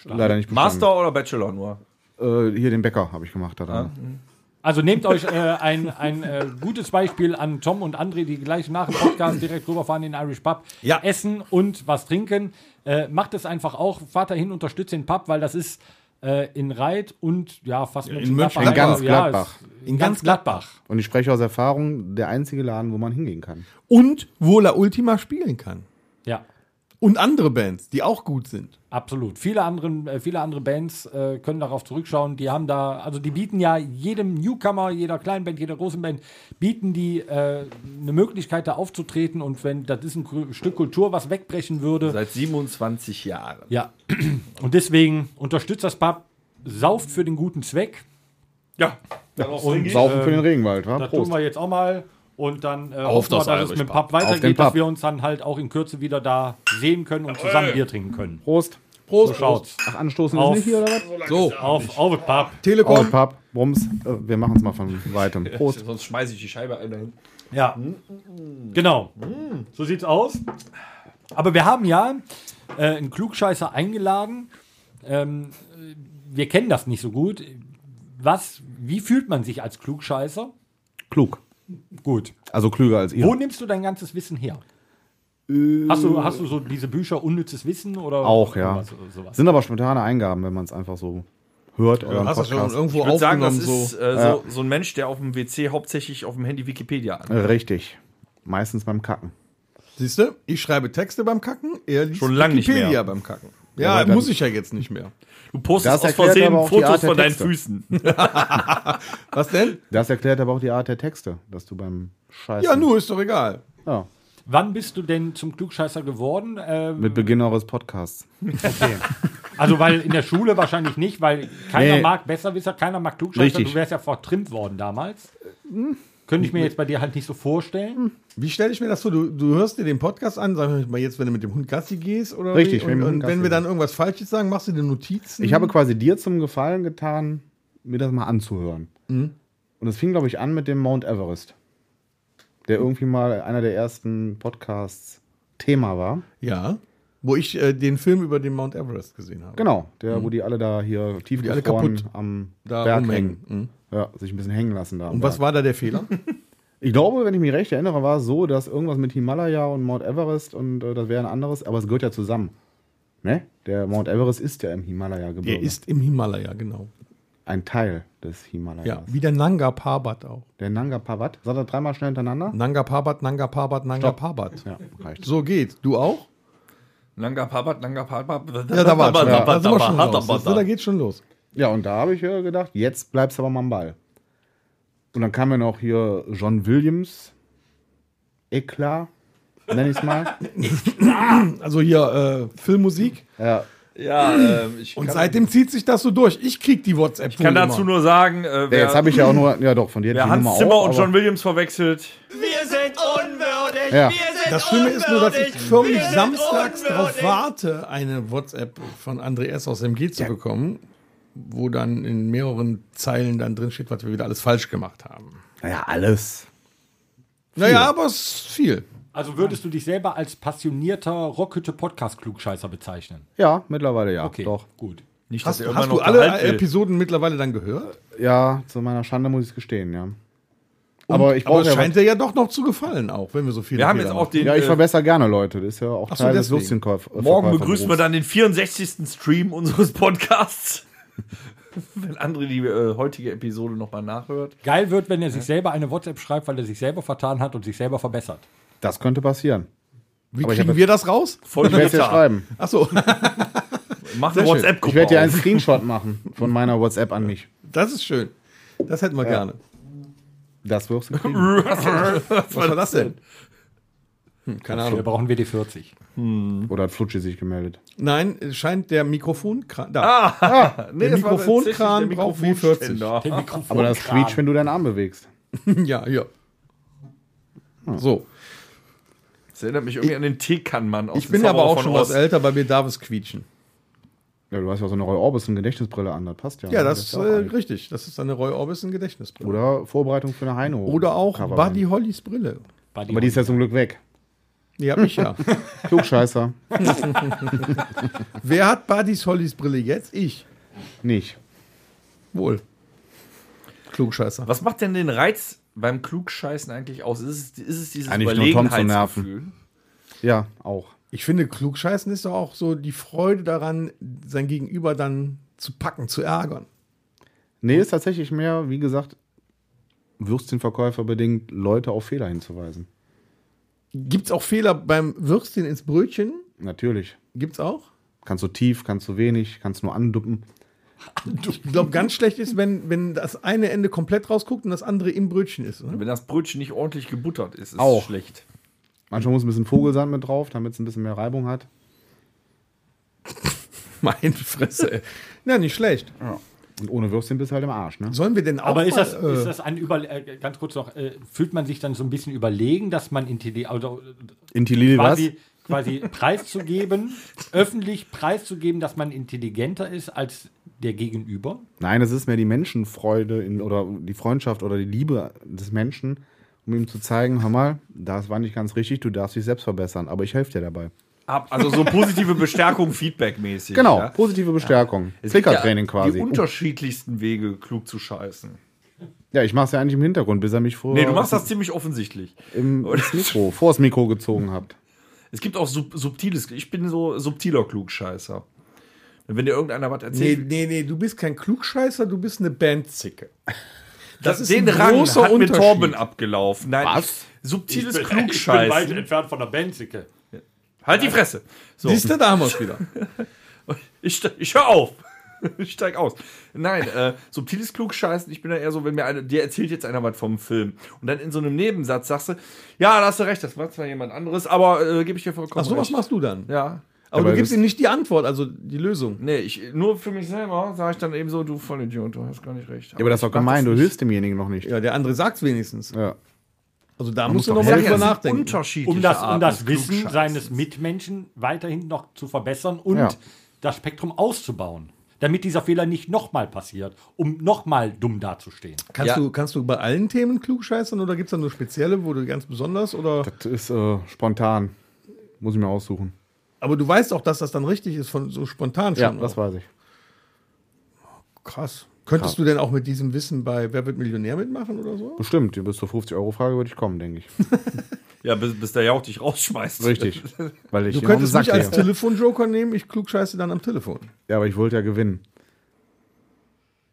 [SPEAKER 5] Leider nicht bestanden.
[SPEAKER 3] Master oder Bachelor nur?
[SPEAKER 5] Äh, hier den Bäcker habe ich gemacht. Da dran.
[SPEAKER 2] Also nehmt euch äh, ein, ein äh, gutes Beispiel an Tom und André, die gleich nach dem Podcast direkt rüberfahren in den Irish Pub,
[SPEAKER 4] Ja.
[SPEAKER 2] essen und was trinken. Äh, macht es einfach auch. Fahrt dahin, unterstützt den Pub, weil das ist äh, in Reit und ja, fast in
[SPEAKER 5] In Gladbach.
[SPEAKER 2] in ganz Gladbach.
[SPEAKER 5] Und ich spreche aus Erfahrung, der einzige Laden, wo man hingehen kann.
[SPEAKER 4] Und wo La Ultima spielen kann.
[SPEAKER 2] Ja,
[SPEAKER 4] Und andere Bands, die auch gut sind.
[SPEAKER 2] absolut. Viele, anderen, äh, viele andere Bands äh, können darauf zurückschauen. Die haben da, also die bieten ja jedem Newcomer, jeder kleinen Band, jeder großen Band, bieten die äh, eine Möglichkeit, da aufzutreten. Und wenn das ist ein Kru- Stück Kultur, was wegbrechen würde.
[SPEAKER 3] Seit 27 Jahren.
[SPEAKER 2] Ja. Und deswegen unterstützt das Pub, sauft für den guten Zweck.
[SPEAKER 3] Ja.
[SPEAKER 2] Und
[SPEAKER 5] Saufen für den Regenwald, wa?
[SPEAKER 2] das tun
[SPEAKER 5] Prost.
[SPEAKER 2] wir jetzt auch mal. Und dann äh, hoffen wir, dass
[SPEAKER 3] das
[SPEAKER 2] es
[SPEAKER 3] Irish
[SPEAKER 2] mit dem
[SPEAKER 3] Pub.
[SPEAKER 2] Pub
[SPEAKER 5] Auf den
[SPEAKER 2] weitergeht, dass
[SPEAKER 5] Pub.
[SPEAKER 2] wir uns dann halt auch in Kürze wieder da sehen können und zusammen Bier trinken können.
[SPEAKER 5] Prost.
[SPEAKER 2] Prost, so schaut's.
[SPEAKER 5] Ach, anstoßen
[SPEAKER 2] Auf.
[SPEAKER 5] ist nicht hier oder was?
[SPEAKER 4] So,
[SPEAKER 2] Auf, auf den Pub.
[SPEAKER 5] Oh,
[SPEAKER 4] Telekom.
[SPEAKER 5] Papp, Bums. Äh, Wir machen es mal von weitem. Prost.
[SPEAKER 3] Sonst schmeiße ich die Scheibe einmal hin.
[SPEAKER 2] Ja.
[SPEAKER 5] Mm,
[SPEAKER 2] Genau. So sieht's aus. Aber wir haben ja äh, einen Klugscheißer eingeladen. Ähm, äh, wir kennen das nicht so gut. Was, wie fühlt man sich als Klugscheißer?
[SPEAKER 5] Klug.
[SPEAKER 2] Gut.
[SPEAKER 5] Also klüger als ihr.
[SPEAKER 2] Wo nimmst du dein ganzes Wissen her? Hast du, hast du so diese Bücher unnützes Wissen oder
[SPEAKER 5] Äh. Auch, ja.
[SPEAKER 2] irgendwas- sowas?
[SPEAKER 5] Sind aber spontane Eingaben, wenn man es einfach so hört oder im
[SPEAKER 4] Hast du schon
[SPEAKER 5] Podcast.
[SPEAKER 4] irgendwo
[SPEAKER 3] Ich würde sagen, das
[SPEAKER 4] aufgenommen?
[SPEAKER 3] ist
[SPEAKER 4] so.
[SPEAKER 3] äh, so, so ein Mensch, der auf dem WC hauptsächlich auf dem Handy Wikipedia an.
[SPEAKER 5] Richtig. Meistens beim Kacken.
[SPEAKER 4] Siehst du, ich schreibe Texte beim Kacken, er liest
[SPEAKER 3] Schon lang nicht
[SPEAKER 4] Wikipedia
[SPEAKER 3] mehr.
[SPEAKER 4] beim Kacken. Ja,
[SPEAKER 5] aber dann-
[SPEAKER 4] muss ich ja jetzt nicht mehr.
[SPEAKER 3] Du
[SPEAKER 5] Das
[SPEAKER 3] postest aus
[SPEAKER 5] erklärt
[SPEAKER 3] Versehen
[SPEAKER 5] aber auch die
[SPEAKER 3] Fotos
[SPEAKER 5] Art der
[SPEAKER 3] von deinen
[SPEAKER 5] Texte.
[SPEAKER 3] Füßen.
[SPEAKER 4] Was denn?
[SPEAKER 5] Das erklärt aber auch die Art der Texte, dass du beim Scheiß.
[SPEAKER 4] Ja, nur ist doch egal.
[SPEAKER 5] Ja,
[SPEAKER 2] Wann bist du denn zum Klugscheißer geworden? Ähm,
[SPEAKER 5] mit Beginn eures Podcasts.
[SPEAKER 2] also weil in der Schule wahrscheinlich nicht, weil keiner
[SPEAKER 5] Nee.
[SPEAKER 2] mag Besserwisser, keiner mag Klugscheißer.
[SPEAKER 5] Richtig.
[SPEAKER 2] Du wärst ja vertrimmt worden damals. Könnte ich mir jetzt bei dir halt nicht so vorstellen.
[SPEAKER 4] Wie stelle ich mir das vor? Du, du hörst dir den Podcast an, sag ich mal jetzt, wenn du mit dem Hund Gassi gehst oder
[SPEAKER 5] Richtig,
[SPEAKER 4] wie? Und,
[SPEAKER 5] wenn wir mit dem
[SPEAKER 4] und
[SPEAKER 5] Gassi
[SPEAKER 4] wenn wir dann
[SPEAKER 5] gehen.
[SPEAKER 4] irgendwas Falsches sagen, machst du dir Notizen.
[SPEAKER 5] Ich habe quasi dir zum Gefallen getan,
[SPEAKER 4] Mhm.
[SPEAKER 5] mir das mal anzuhören. Und es fing, glaube ich, an mit dem Mount Everest. der irgendwie mal einer der ersten Podcasts Thema war.
[SPEAKER 4] Ja. Wo ich äh, den Film über den Mount Everest gesehen habe.
[SPEAKER 5] Genau, der, wo die alle da hier tief
[SPEAKER 4] Mhm. alle
[SPEAKER 5] gefroren
[SPEAKER 4] kaputt
[SPEAKER 5] am
[SPEAKER 4] Da
[SPEAKER 5] Berg
[SPEAKER 4] rumhängen. Mhm.
[SPEAKER 5] hängen. Ja, sich ein bisschen hängen lassen da. am
[SPEAKER 4] Und was
[SPEAKER 5] Berg.
[SPEAKER 4] war da der Fehler?
[SPEAKER 5] Ich glaube, wenn ich mich recht erinnere, war es so, dass irgendwas mit Himalaya und Mount Everest und äh, das wäre ein anderes, aber es gehört ja zusammen. Ne? Der Mount Everest ist ja im Himalaya-Gebirge.
[SPEAKER 4] Der ist im Himalaya, genau.
[SPEAKER 5] ein Teil des Himalayas.
[SPEAKER 4] Ja, wie der Nanga Parbat auch.
[SPEAKER 5] Der Nanga Parbat. Sagt er dreimal schnell hintereinander?
[SPEAKER 4] Nanga Parbat, Nanga Parbat, Nanga Parbat.
[SPEAKER 5] Ja, reicht.
[SPEAKER 4] So geht. Du auch?
[SPEAKER 3] Langa Pabat, Langa Pabat.
[SPEAKER 4] Ja, da war's schon.
[SPEAKER 5] Ja.
[SPEAKER 4] Da sind wir schon raus. Siehst du, Da geht's schon los.
[SPEAKER 5] Ja, und da habe ich äh, gedacht, jetzt bleibst du aber mal am Ball. Und dann kam ja noch hier John Williams. Eklat, nenne ich es mal.
[SPEAKER 4] Also hier äh, Filmmusik.
[SPEAKER 5] ja,
[SPEAKER 3] Ja, ähm, ich
[SPEAKER 4] Und
[SPEAKER 3] kann,
[SPEAKER 4] seitdem zieht sich das so durch. Ich krieg die WhatsApp.
[SPEAKER 3] ich kann dazu nur sagen, äh,
[SPEAKER 5] Ja,
[SPEAKER 3] wer,
[SPEAKER 5] jetzt habe ich ja auch nur, ja doch, von dir
[SPEAKER 3] wer Hans Zimmer und John Williams verwechselt,
[SPEAKER 5] Williams. Ja,
[SPEAKER 4] Das Schlimme ist nur, dass ich förmlich samstags darauf warte, eine WhatsApp von Andreas aus MG zu bekommen, wo dann in mehreren Zeilen dann drin steht, was wir wieder alles falsch gemacht haben.
[SPEAKER 5] naja, alles.
[SPEAKER 4] Naja, aber es ist viel.
[SPEAKER 2] Also würdest du dich selber als passionierter Rockhütte-Podcast-Klugscheißer bezeichnen?
[SPEAKER 5] Ja, mittlerweile ja,
[SPEAKER 2] Okay,
[SPEAKER 5] doch.
[SPEAKER 2] gut.
[SPEAKER 3] Nicht,
[SPEAKER 4] Hast,
[SPEAKER 3] dass er
[SPEAKER 4] hast
[SPEAKER 3] immer
[SPEAKER 4] du
[SPEAKER 3] noch da
[SPEAKER 4] alle
[SPEAKER 3] halt will.
[SPEAKER 4] Episoden mittlerweile dann gehört?
[SPEAKER 5] Ja, zu meiner Schande muss ich es gestehen, ja. aber ich
[SPEAKER 4] Aber
[SPEAKER 5] brauche
[SPEAKER 4] es
[SPEAKER 5] ja,
[SPEAKER 4] scheint dir ja doch noch zu gefallen, auch wenn wir so viel
[SPEAKER 3] Wir haben jetzt auch den.
[SPEAKER 5] ja, ich
[SPEAKER 3] äh,
[SPEAKER 5] verbessere gerne Leute. Das ist ja auch
[SPEAKER 4] so,
[SPEAKER 5] Teil des
[SPEAKER 4] deswegen.
[SPEAKER 5] Würstchenkauf. äh,
[SPEAKER 3] morgen
[SPEAKER 5] Verkäufer-
[SPEAKER 3] begrüßen wir dann den 64. Stream unseres Podcasts. Wenn André die äh, heutige Episode nochmal nachhört.
[SPEAKER 2] Geil wird, wenn er sich selber eine WhatsApp schreibt, weil er sich selber vertan hat und sich selber verbessert.
[SPEAKER 5] Das könnte passieren.
[SPEAKER 4] Wie
[SPEAKER 5] Aber ich
[SPEAKER 4] kriegen
[SPEAKER 5] hab-
[SPEAKER 4] wir das raus?
[SPEAKER 5] Ich werde es dir
[SPEAKER 3] Ritter,
[SPEAKER 5] schreiben.
[SPEAKER 4] Achso,
[SPEAKER 3] mach eine
[SPEAKER 4] schön.
[SPEAKER 5] Ich
[SPEAKER 3] WhatsApp-Gruppe
[SPEAKER 5] werde dir einen
[SPEAKER 3] auf.
[SPEAKER 5] Screenshot machen von meiner WhatsApp an mich.
[SPEAKER 4] das ist schön. Das hätten wir gerne.
[SPEAKER 5] Das wirst du kriegen.
[SPEAKER 4] Was war das denn? Hm, keine
[SPEAKER 2] Wir
[SPEAKER 4] Ahnung.
[SPEAKER 2] brauchen WD-40.
[SPEAKER 5] Oder hat Flutschi sich gemeldet?
[SPEAKER 4] Nein, es scheint der Mikrofonkran. Da.
[SPEAKER 3] Nee,
[SPEAKER 4] der
[SPEAKER 3] das Ah, war
[SPEAKER 4] Mikrofonkran
[SPEAKER 3] tatsächlich der
[SPEAKER 4] braucht wie 40.
[SPEAKER 3] Mikrofonständer.
[SPEAKER 2] Der Mikrofon
[SPEAKER 5] Aber das quietscht, wenn du deinen Arm bewegst.
[SPEAKER 4] Ja, ja. So.
[SPEAKER 3] Das erinnert mich irgendwie an den Teekannmann aus
[SPEAKER 4] Ich
[SPEAKER 3] dem
[SPEAKER 4] bin aber
[SPEAKER 3] Zauberer
[SPEAKER 4] auch
[SPEAKER 3] von
[SPEAKER 4] schon
[SPEAKER 3] Oz.
[SPEAKER 4] was älter, bei mir darf es quietschen.
[SPEAKER 5] Ja, du hast ja so eine Roy Orbison Gedächtnisbrille an, das passt ja.
[SPEAKER 4] Ja,
[SPEAKER 5] ne?
[SPEAKER 4] das ist
[SPEAKER 5] ja
[SPEAKER 4] äh,
[SPEAKER 5] auch ein-
[SPEAKER 4] richtig. Das ist eine Roy Orbison Gedächtnisbrille.
[SPEAKER 5] Oder Vorbereitung für eine Heino.
[SPEAKER 4] Oder auch
[SPEAKER 5] Coverband.
[SPEAKER 4] Buddy Hollys Brille.
[SPEAKER 5] Aber die ist ja zum Glück weg.
[SPEAKER 4] Die hab ich ja.
[SPEAKER 5] Klugscheißer.
[SPEAKER 4] Wer hat Buddy Hollys Brille jetzt? Ich.
[SPEAKER 5] Nicht.
[SPEAKER 4] Wohl. Klugscheißer.
[SPEAKER 3] Was macht denn den Reiz beim Klugscheißen eigentlich aus? Ist es, ist es dieses
[SPEAKER 5] Eigentlich nur Tom zu
[SPEAKER 3] Überlegenheitsgefühl?
[SPEAKER 5] Ja, auch.
[SPEAKER 4] Ich finde, Klugscheißen ist doch auch so die Freude daran, sein Gegenüber dann zu packen, zu ärgern.
[SPEAKER 5] Nee, ist tatsächlich mehr, wie gesagt, Würstchenverkäufer bedingt, Leute auf Fehler hinzuweisen.
[SPEAKER 4] Gibt's auch Fehler beim Würstchen ins Brötchen?
[SPEAKER 5] Natürlich.
[SPEAKER 4] Gibt's auch?
[SPEAKER 5] Kannst du tief, kannst du wenig, kannst nur anduppen.
[SPEAKER 4] Ich glaube, ganz schlecht ist, wenn, wenn das eine Ende komplett rausguckt und das andere im Brötchen ist. Ne?
[SPEAKER 3] Wenn das Brötchen nicht ordentlich gebuttert ist, ist es
[SPEAKER 5] Auch.
[SPEAKER 3] schlecht.
[SPEAKER 5] Manchmal muss ein bisschen Vogelsand mit drauf, damit es ein bisschen mehr Reibung hat.
[SPEAKER 4] Meine Fresse. ey. Na, nicht schlecht.
[SPEAKER 5] Und ohne Würstchen bist du halt im Arsch, ne?
[SPEAKER 4] Sollen wir denn auch
[SPEAKER 2] Aber ist
[SPEAKER 4] mal,
[SPEAKER 2] das,
[SPEAKER 4] äh,
[SPEAKER 2] ist das ein Über äh, ganz kurz noch, äh, fühlt man sich dann so ein bisschen überlegen, dass man Intelli also äh,
[SPEAKER 5] Intelli, was?
[SPEAKER 2] quasi, quasi preiszugeben, öffentlich preiszugeben, dass man intelligenter ist als der Gegenüber?
[SPEAKER 5] Nein, das ist mehr die Menschenfreude in, oder die Freundschaft oder die Liebe des Menschen, um ihm zu zeigen, hör mal, das war nicht ganz richtig, du darfst dich selbst verbessern, aber ich helfe dir dabei.
[SPEAKER 3] Ab- Also so positive Bestärkung, Feedback-mäßig.
[SPEAKER 5] Genau,
[SPEAKER 3] Ja?
[SPEAKER 5] positive Bestärkung.
[SPEAKER 3] Es gibt
[SPEAKER 5] Flickertraining
[SPEAKER 3] ja
[SPEAKER 5] quasi.
[SPEAKER 3] Die
[SPEAKER 5] Oh,
[SPEAKER 3] unterschiedlichsten Wege, klug zu scheißen.
[SPEAKER 5] ja, ich mach's ja eigentlich im Hintergrund, bis er mich vor,
[SPEAKER 3] Nee, du machst das ziemlich offensichtlich.
[SPEAKER 5] im, ins Mikro, vor das Mikro gezogen habt.
[SPEAKER 3] Es gibt auch sub subtiles. Ich bin so subtiler Klugscheißer. Wenn dir irgendeiner was
[SPEAKER 4] nee,
[SPEAKER 3] erzählt,
[SPEAKER 4] nee, nee, du bist kein Klugscheißer, du bist eine Bandzicke.
[SPEAKER 3] das
[SPEAKER 4] ist
[SPEAKER 3] den
[SPEAKER 4] ein
[SPEAKER 3] Rang
[SPEAKER 4] großer
[SPEAKER 3] hat mir
[SPEAKER 4] Unterschied.
[SPEAKER 3] Torben abgelaufen. Nein,
[SPEAKER 5] Was?
[SPEAKER 3] ich- subtiles Klugscheißen.
[SPEAKER 2] entfernt von der Benzicke.
[SPEAKER 3] halt die Fresse. So,
[SPEAKER 4] Siehst du, da haben wir es wieder.
[SPEAKER 3] ich, ste- ich hör auf. Ich steig aus. Nein, äh, subtiles Klugscheißen. Ich bin ja eher so, wenn mir einer, dir erzählt jetzt einer was vom Film. Und dann in so einem Nebensatz sagst du, ja, da hast du recht, das war zwar jemand anderes, aber äh, gebe ich dir vollkommen
[SPEAKER 4] Ach, so was
[SPEAKER 3] recht.
[SPEAKER 4] machst du dann.
[SPEAKER 3] Ja.
[SPEAKER 4] Aber
[SPEAKER 5] Aber
[SPEAKER 4] du gibst
[SPEAKER 5] das-
[SPEAKER 4] ihm nicht die Antwort, also die Lösung.
[SPEAKER 3] Nee, ich, nur für mich selber sage ich dann eben so, du Vollidiot, du hast gar nicht recht.
[SPEAKER 5] Ja, aber das ist doch
[SPEAKER 3] ich mach
[SPEAKER 5] gemein, du
[SPEAKER 3] nicht.
[SPEAKER 5] hilfst demjenigen noch nicht.
[SPEAKER 4] Ja, der andere sagt es wenigstens.
[SPEAKER 5] Ja.
[SPEAKER 4] Also da musst du noch
[SPEAKER 5] muss doch
[SPEAKER 4] mal
[SPEAKER 5] helfen.
[SPEAKER 4] drüber
[SPEAKER 3] Das sind
[SPEAKER 4] nachdenken.
[SPEAKER 3] Unterschiedliche
[SPEAKER 2] Um das, um
[SPEAKER 3] Arten
[SPEAKER 2] das
[SPEAKER 3] des
[SPEAKER 2] Wissen
[SPEAKER 3] Klugscheißens.
[SPEAKER 2] seines Mitmenschen weiterhin noch zu verbessern und
[SPEAKER 5] Ja.
[SPEAKER 2] das Spektrum auszubauen. damit dieser Fehler nicht nochmal passiert, um nochmal dumm dazustehen.
[SPEAKER 4] Kannst,
[SPEAKER 3] Ja.
[SPEAKER 4] du, kannst du bei allen Themen klug scheißen oder gibt es da nur spezielle, wo du ganz besonders oder.
[SPEAKER 5] Das ist äh, spontan. Muss ich mir aussuchen.
[SPEAKER 4] Aber du weißt auch, dass das dann richtig ist, von so spontan schon.
[SPEAKER 5] Ja,
[SPEAKER 4] auch.
[SPEAKER 5] das weiß ich.
[SPEAKER 4] krass. Könntest du denn auch mit diesem Wissen bei Wer wird Millionär mitmachen oder so?
[SPEAKER 5] Bestimmt, bis zur 50-Euro-Frage würde ich kommen, denke ich.
[SPEAKER 3] Ja, bis, bis der Jauch dich rausschmeißt.
[SPEAKER 5] Richtig. Weil ich
[SPEAKER 4] Du
[SPEAKER 5] ihm auf den
[SPEAKER 4] könntest
[SPEAKER 5] Sack
[SPEAKER 4] mich als
[SPEAKER 5] gehe.
[SPEAKER 4] Telefonjoker nehmen, ich klug scheiße dann am Telefon.
[SPEAKER 5] Ja, aber ich wollte ja gewinnen.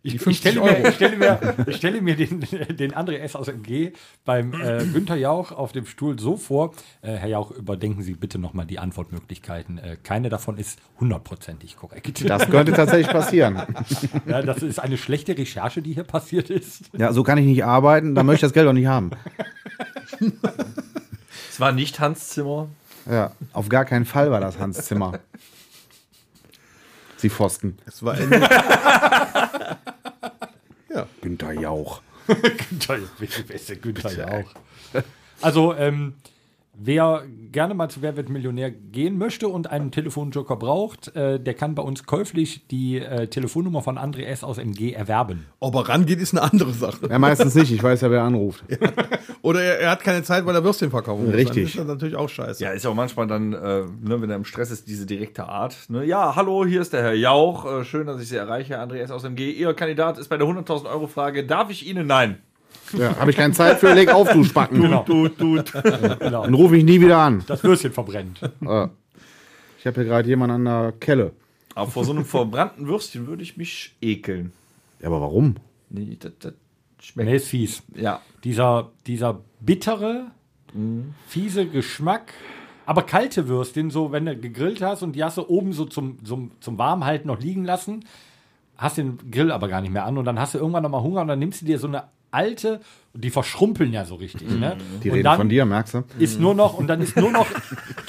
[SPEAKER 2] Ich, ich,
[SPEAKER 4] 50
[SPEAKER 2] stelle, mir, ich, stelle, mir, ich stelle mir den, den André S. aus MG beim äh, Günther Jauch auf dem Stuhl so vor. Äh, Herr Jauch, überdenken Sie bitte nochmal die Antwortmöglichkeiten. Äh, keine davon ist hundertprozentig korrekt.
[SPEAKER 5] Das könnte tatsächlich passieren.
[SPEAKER 2] ja, das ist eine schlechte Recherche, die hier passiert ist.
[SPEAKER 5] Ja, so kann ich nicht arbeiten, dann möchte ich das Geld auch nicht haben.
[SPEAKER 3] Es war nicht Hans Zimmer.
[SPEAKER 5] Ja, auf gar keinen Fall war das Hans Zimmer. Sie Pfosten.
[SPEAKER 4] Es war ein-
[SPEAKER 5] Günter Jauch.
[SPEAKER 2] Günther, beste Günther Jauch. Also, ähm, wer gerne mal zu Wer wird Millionär gehen möchte und einen Telefonjoker braucht, äh, der kann bei uns käuflich die äh, Telefonnummer von André S. aus MG erwerben.
[SPEAKER 4] Ob er rangeht, ist eine andere Sache.
[SPEAKER 5] Ja, meistens nicht, ich weiß ja, wer anruft.
[SPEAKER 4] Oder er, er hat keine Zeit, weil er Würstchen verkaufen muss. Dann
[SPEAKER 5] Richtig.
[SPEAKER 4] ist das natürlich auch scheiße.
[SPEAKER 3] Ja, ist ja auch manchmal dann, äh, ne, wenn er im Stress ist, diese direkte Art. Ne? Ja, hallo, hier ist der Herr Jauch. Äh, schön, dass ich Sie erreiche. Andreas aus MG. Ihr Kandidat ist bei der 100.000 Euro Frage. Darf ich Ihnen? Nein.
[SPEAKER 5] Ja, Habe ich keine Zeit für, leg auf, du Spacken.
[SPEAKER 3] Tut, tut.
[SPEAKER 2] Genau.
[SPEAKER 5] Dann rufe ich nie wieder an.
[SPEAKER 2] Das Würstchen verbrennt.
[SPEAKER 5] Äh, Ich habe hier gerade jemanden an der Kelle.
[SPEAKER 3] Aber vor so einem verbrannten Würstchen würde ich mich ekeln.
[SPEAKER 5] Ja, aber warum?
[SPEAKER 3] Nee, das, das schmeckt.
[SPEAKER 2] Nee, ist fies.
[SPEAKER 3] Ja.
[SPEAKER 2] Dieser, dieser bittere, fiese Geschmack. Aber kalte Würstchen, so wenn du gegrillt hast und die hast du oben so zum, zum, zum Warmhalten noch liegen lassen, hast den Grill aber gar nicht mehr an und dann hast du irgendwann nochmal Hunger und dann nimmst du dir so eine alte, die verschrumpeln ja so richtig. Ne?
[SPEAKER 5] Die
[SPEAKER 2] und
[SPEAKER 5] reden
[SPEAKER 2] dann
[SPEAKER 5] von dir, merkst du?
[SPEAKER 2] Ist nur noch, und dann ist nur noch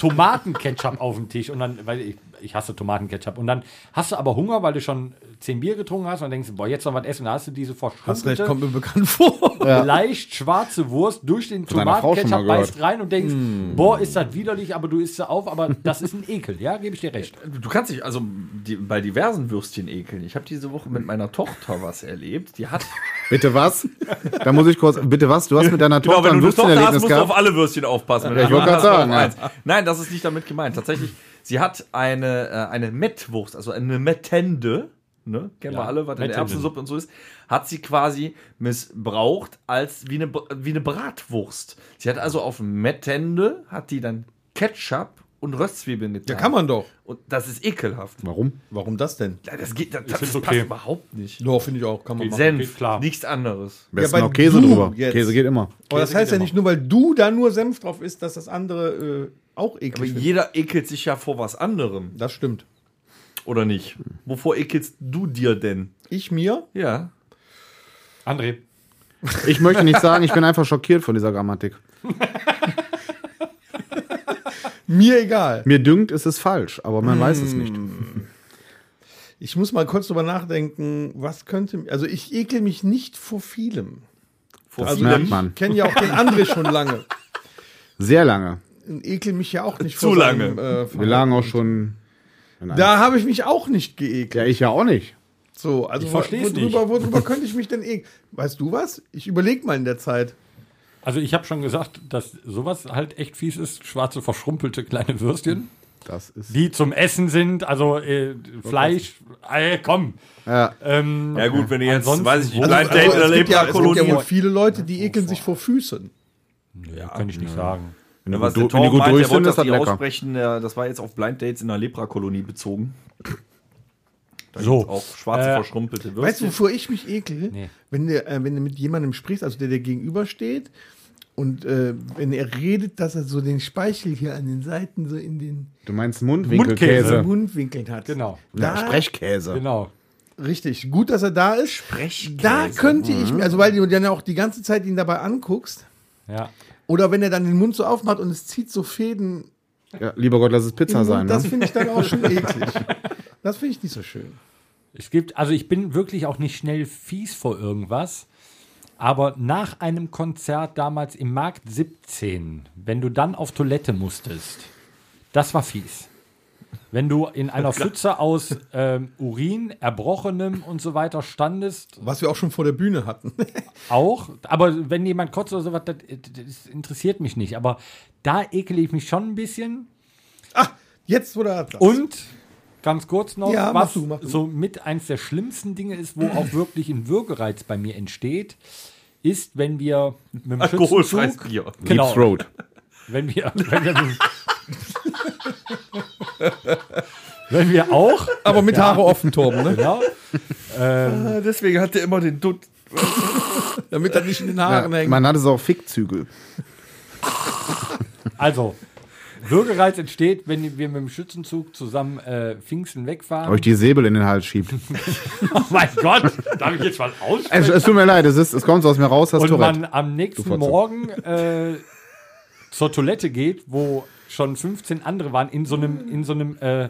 [SPEAKER 2] Tomatenketchup auf dem Tisch. Und dann, weil ich, ich hasse Tomatenketchup. Und dann hast du aber Hunger, weil du schon zehn Bier getrunken hast und denkst, boah, jetzt noch was essen. Da hast du diese
[SPEAKER 4] Hast recht,
[SPEAKER 2] verschrumpelte,
[SPEAKER 4] kommt mir bekannt vor.
[SPEAKER 2] leicht schwarze Wurst durch den
[SPEAKER 5] deiner Frau schon mal
[SPEAKER 2] Tomatenketchup beißt
[SPEAKER 5] gehört. Hm.
[SPEAKER 2] rein und denkst, boah, ist das widerlich, aber du isst sie auf, aber das ist ein Ekel, ja, gebe ich dir recht.
[SPEAKER 3] Du kannst dich also die, bei diversen Würstchen ekeln. Ich habe diese Woche mit meiner Tochter was erlebt. Die hat.
[SPEAKER 5] Bitte was? Da muss ich kurz. Bitte was? Du hast mit deiner Tochter ein Würstchenerlebnis
[SPEAKER 3] musst Genau, du auf
[SPEAKER 5] gehabt?
[SPEAKER 3] alle Würstchen aufpassen. Wenn
[SPEAKER 5] Ja, ich wollte
[SPEAKER 3] du
[SPEAKER 5] gerade sagen,
[SPEAKER 3] hast,
[SPEAKER 5] ja.
[SPEAKER 3] auf eins. Nein, das ist nicht damit gemeint. Tatsächlich, sie hat eine, äh, eine Mettwurst, also eine Mettende, ne? kennen
[SPEAKER 2] Ja,
[SPEAKER 3] wir alle, was in der
[SPEAKER 2] Mettende.
[SPEAKER 3] Erbsensuppe und so ist, hat sie quasi missbraucht als wie eine, Br- wie eine Bratwurst. Sie hat also auf Mettende, hat die dann Ketchup und Röstzwiebeln getan.
[SPEAKER 4] Ja, kann man doch.
[SPEAKER 3] Und das ist ekelhaft.
[SPEAKER 5] Warum?
[SPEAKER 4] Warum das denn?
[SPEAKER 3] Ja, Das geht, das, das
[SPEAKER 2] find's
[SPEAKER 3] passt
[SPEAKER 2] okay.
[SPEAKER 3] überhaupt nicht.
[SPEAKER 4] Ja, finde ich auch, kann man machen.
[SPEAKER 3] Senf,
[SPEAKER 2] geht klar.
[SPEAKER 3] nichts anderes.
[SPEAKER 5] Am Besten
[SPEAKER 4] weil
[SPEAKER 5] noch Käse
[SPEAKER 4] du
[SPEAKER 5] drüber.
[SPEAKER 4] jetzt-
[SPEAKER 5] Käse geht immer.
[SPEAKER 4] Aber das heißt ja nicht nur, weil du da nur Senf drauf isst, dass das andere äh, auch
[SPEAKER 3] Aber
[SPEAKER 4] eklig wird.
[SPEAKER 3] jeder ekelt sich ja vor was anderem.
[SPEAKER 4] Das stimmt.
[SPEAKER 3] Oder nicht? Wovor ekelst du dir denn?
[SPEAKER 4] Ich mir?
[SPEAKER 3] Ja.
[SPEAKER 2] André,
[SPEAKER 5] Ich möchte nicht sagen, ich bin einfach schockiert von dieser Grammatik.
[SPEAKER 4] Mir egal.
[SPEAKER 5] Mir dünkt, es ist falsch, aber man weiß es nicht.
[SPEAKER 4] Ich muss mal kurz drüber nachdenken, was könnte. Also, ich ekel mich nicht vor vielem.
[SPEAKER 3] Vor
[SPEAKER 5] Das
[SPEAKER 3] vielem.
[SPEAKER 5] merkt man.
[SPEAKER 4] Also Ich kenne ja auch den André schon lange.
[SPEAKER 5] Sehr lange.
[SPEAKER 4] Und ekel mich ja auch nicht
[SPEAKER 3] Zu
[SPEAKER 4] vor
[SPEAKER 3] lange.
[SPEAKER 4] seinem, äh,
[SPEAKER 5] Wir
[SPEAKER 4] Verhalten.
[SPEAKER 5] lagen auch schon.
[SPEAKER 4] Da habe ich mich auch nicht geekelt.
[SPEAKER 5] Ja, ich ja auch nicht.
[SPEAKER 4] So, also
[SPEAKER 2] Ich
[SPEAKER 4] wo-
[SPEAKER 2] versteh's nicht.
[SPEAKER 4] worüber, worüber könnte ich mich denn ekeln? Weißt du was? Ich überlege mal in der Zeit.
[SPEAKER 2] also ich habe schon gesagt, dass sowas halt echt fies ist, schwarze, verschrumpelte kleine Würstchen,
[SPEAKER 5] Das ist.
[SPEAKER 2] die zum Essen sind, also äh, Fleisch, äh, komm.
[SPEAKER 5] Ja.
[SPEAKER 2] Ähm,
[SPEAKER 3] Ja gut, wenn ihr jetzt,
[SPEAKER 2] Ansonsten-
[SPEAKER 3] weiß ich nicht,
[SPEAKER 2] Also-
[SPEAKER 3] Blind
[SPEAKER 2] also
[SPEAKER 3] Date
[SPEAKER 4] es,
[SPEAKER 3] oder
[SPEAKER 4] gibt ja, es gibt ja
[SPEAKER 3] Leberkolonie.
[SPEAKER 4] wohl viele Leute, die ekeln sich vor Füßen.
[SPEAKER 2] ja, kann ich nicht sagen.
[SPEAKER 5] Wenn du,
[SPEAKER 3] Was
[SPEAKER 5] gut,
[SPEAKER 3] der
[SPEAKER 5] wenn die
[SPEAKER 3] Tor
[SPEAKER 5] gut
[SPEAKER 3] meint,
[SPEAKER 5] durch
[SPEAKER 3] der
[SPEAKER 5] sind,
[SPEAKER 3] wollte
[SPEAKER 5] ist
[SPEAKER 3] das
[SPEAKER 5] das
[SPEAKER 3] nicht
[SPEAKER 5] lecker.
[SPEAKER 3] ausbrechen. der- Das war jetzt auf Blind Dates in der Leprakolonie bezogen.
[SPEAKER 2] So,
[SPEAKER 3] Auch schwarze,
[SPEAKER 2] Äh,
[SPEAKER 3] verschrumpelte Würstchen.
[SPEAKER 4] Weißt du, wovor ich mich ekel?
[SPEAKER 2] Nee.
[SPEAKER 4] Wenn, du, äh, wenn du mit jemandem sprichst, also der dir gegenübersteht, und äh, wenn er redet, dass er so den Speichel hier an den Seiten so in den
[SPEAKER 5] Du meinst Mundwinkelkäse.
[SPEAKER 4] Mundwinkeln hat.
[SPEAKER 2] Genau,
[SPEAKER 5] Ja,
[SPEAKER 4] Da,
[SPEAKER 5] Sprechkäse.
[SPEAKER 2] genau.
[SPEAKER 4] richtig, gut, dass er da ist. Sprechkäse. Da könnte ich mir, also weil du dann ja auch die ganze Zeit ihn dabei anguckst,
[SPEAKER 2] Ja.
[SPEAKER 4] oder wenn er dann den Mund so aufmacht und es zieht so Fäden
[SPEAKER 5] Ja, lieber Gott, lass es
[SPEAKER 4] im
[SPEAKER 5] Pizza
[SPEAKER 4] Mund,
[SPEAKER 5] sein.
[SPEAKER 4] das
[SPEAKER 5] Ne?
[SPEAKER 4] finde ich dann auch schon eklig. Das finde ich nicht so schön.
[SPEAKER 2] Es gibt, also ich bin wirklich auch nicht schnell fies vor irgendwas, aber nach einem Konzert damals im Markt 17, wenn du dann auf Toilette musstest, das war fies. Wenn du in einer Pfütze aus ähm, Urin, Erbrochenem und so weiter standest,
[SPEAKER 4] Was wir auch schon vor der Bühne hatten.
[SPEAKER 2] auch. Aber wenn jemand kotzt oder sowas, das, das interessiert mich nicht. Aber da ekele ich mich schon ein bisschen.
[SPEAKER 4] Jetzt wurde er das.
[SPEAKER 2] Und ganz kurz noch,
[SPEAKER 4] Ja, mach
[SPEAKER 2] was
[SPEAKER 4] du, mach du.
[SPEAKER 2] so mit eins der schlimmsten Dinge ist, wo auch wirklich ein Würgereiz bei mir entsteht, ist, wenn wir mit dem
[SPEAKER 3] Alkoholfreies
[SPEAKER 2] Schützenzug,
[SPEAKER 3] Bier.
[SPEAKER 5] Deep
[SPEAKER 2] genau,
[SPEAKER 5] Throat.
[SPEAKER 2] wenn wir, wenn wir, mit- wenn wir auch,
[SPEAKER 4] aber mit Haare offen, Torben, ne?
[SPEAKER 2] genau,
[SPEAKER 3] Deswegen hat er immer den Dutt.
[SPEAKER 4] damit er nicht in den Haaren
[SPEAKER 5] Ja,
[SPEAKER 4] hängt.
[SPEAKER 5] man hat es auch Fickzügel.
[SPEAKER 2] also Würgereiz entsteht, wenn wir mit dem Schützenzug zusammen äh, Pfingsten wegfahren.
[SPEAKER 3] Oh,
[SPEAKER 5] Euch die Säbel in den Hals schiebt.
[SPEAKER 2] Oh mein Gott, darf ich jetzt mal aus?
[SPEAKER 3] Also,
[SPEAKER 5] Äh, Es, es tut mir leid, es, ist, es kommt so aus mir raus, das
[SPEAKER 2] Und
[SPEAKER 5] Tourette.
[SPEAKER 2] man am nächsten
[SPEAKER 5] Fotze.
[SPEAKER 2] Morgen äh, zur Toilette geht, wo schon 15 andere waren, in so einem, in so einem, äh,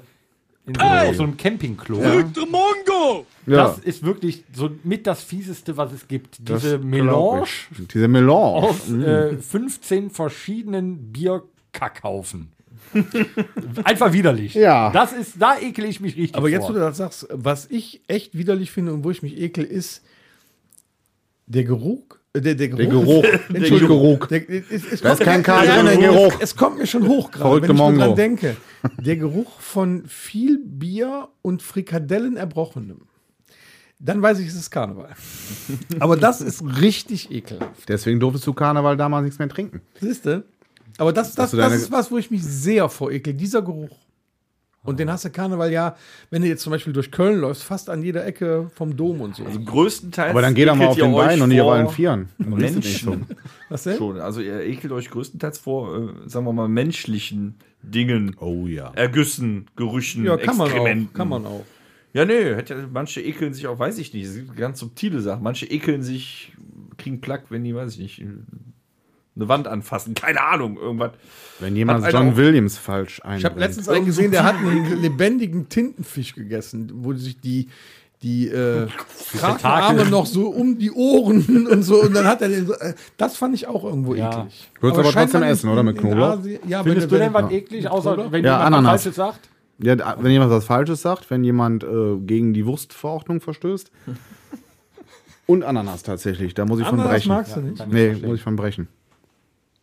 [SPEAKER 2] in so, auf so einem Campingklo.
[SPEAKER 5] Ja,
[SPEAKER 2] Das ist wirklich so mit das Fieseste, was es gibt.
[SPEAKER 5] das
[SPEAKER 2] Diese
[SPEAKER 5] glaub
[SPEAKER 2] Melange
[SPEAKER 5] ich. Diese Melange.
[SPEAKER 2] aus äh, 15 verschiedenen Bierkackhaufen. Einfach widerlich.
[SPEAKER 5] Ja.
[SPEAKER 2] Das ist, da ekel ich mich richtig
[SPEAKER 4] Aber jetzt, wo
[SPEAKER 2] vor.
[SPEAKER 4] du das sagst, was ich echt widerlich finde und wo ich mich ekel, ist der Geruch. äh, Der, der Geruch.
[SPEAKER 5] Der Geruch. Der Geruch.
[SPEAKER 4] Der, es, es
[SPEAKER 5] Da ist
[SPEAKER 4] kommt
[SPEAKER 5] kein
[SPEAKER 4] mir-
[SPEAKER 5] Kater,
[SPEAKER 4] Ja,
[SPEAKER 5] der
[SPEAKER 4] es-
[SPEAKER 5] Geruch.
[SPEAKER 4] Es kommt mir schon hoch gerade,
[SPEAKER 5] Verrückte
[SPEAKER 4] wenn ich nur
[SPEAKER 5] Mongo.
[SPEAKER 4] dran denke. Der Geruch von viel Bier und Frikadellen erbrochenem. Dann weiß ich, es ist Karneval. Aber das ist richtig ekelhaft.
[SPEAKER 5] Deswegen durftest du Karneval damals nichts mehr trinken.
[SPEAKER 4] Siehste? Aber das, das,
[SPEAKER 5] du
[SPEAKER 4] das
[SPEAKER 5] deine-
[SPEAKER 4] ist was, wo ich mich sehr vor ekel. Dieser Geruch. Und den hast du Karneval ja, wenn du jetzt zum Beispiel durch Köln läufst, fast an jeder Ecke vom Dom und so.
[SPEAKER 5] Also
[SPEAKER 3] Größtenteils.
[SPEAKER 5] Aber dann geht er mal
[SPEAKER 3] ekelt
[SPEAKER 5] auf
[SPEAKER 3] ihr
[SPEAKER 5] den
[SPEAKER 3] euch
[SPEAKER 5] Beinen und nicht auf
[SPEAKER 3] vor-
[SPEAKER 5] allen Vieren. Dann ist das nicht so.
[SPEAKER 3] Menschen.
[SPEAKER 4] Was denn?
[SPEAKER 3] Schon. Also ihr ekelt euch größtenteils vor, äh, sagen wir mal, menschlichen Dingen,
[SPEAKER 5] Oh ja.
[SPEAKER 3] Ergüssen, Gerüchen,
[SPEAKER 4] Ja, kann man
[SPEAKER 3] Exkrementen.
[SPEAKER 4] auch. Kann man auch.
[SPEAKER 3] Ja, nee, hat ja- manche ekeln sich auch, weiß ich nicht. Es gibt ganz subtile Sachen. Manche ekeln sich, kriegen Plack, wenn die, weiß ich nicht, eine Wand anfassen. Keine Ahnung, irgendwas.
[SPEAKER 5] Wenn jemand
[SPEAKER 3] Hat einer
[SPEAKER 5] John
[SPEAKER 3] auch-
[SPEAKER 5] Williams falsch
[SPEAKER 4] Ich habe
[SPEAKER 5] einbringt.
[SPEAKER 4] letztens einen gesehen, der hat einen lebendigen Tintenfisch gegessen, wo sich die die äh, Krakenarme
[SPEAKER 2] Tentakel.
[SPEAKER 4] noch so um die Ohren und so und dann hat er den so, äh, das fand ich auch irgendwo
[SPEAKER 2] Ja.
[SPEAKER 4] eklig.
[SPEAKER 5] Würdest aber
[SPEAKER 4] scheint
[SPEAKER 5] trotzdem
[SPEAKER 4] man in-
[SPEAKER 5] essen, oder? Mit
[SPEAKER 4] in
[SPEAKER 5] Knoblauch?
[SPEAKER 4] Asien- Ja,
[SPEAKER 2] Findest du
[SPEAKER 4] wenn
[SPEAKER 2] denn was
[SPEAKER 4] ja.
[SPEAKER 2] eklig, außer wenn
[SPEAKER 5] Ja,
[SPEAKER 2] jemand
[SPEAKER 5] Ananas.
[SPEAKER 2] was Falsches sagt?
[SPEAKER 5] Ja, da- wenn jemand was Falsches sagt, wenn jemand äh, gegen die Wurstverordnung verstößt. Und Ananas tatsächlich, da muss ich von
[SPEAKER 4] Ananas
[SPEAKER 5] brechen.
[SPEAKER 4] magst du nicht?
[SPEAKER 5] nee, muss ich von brechen.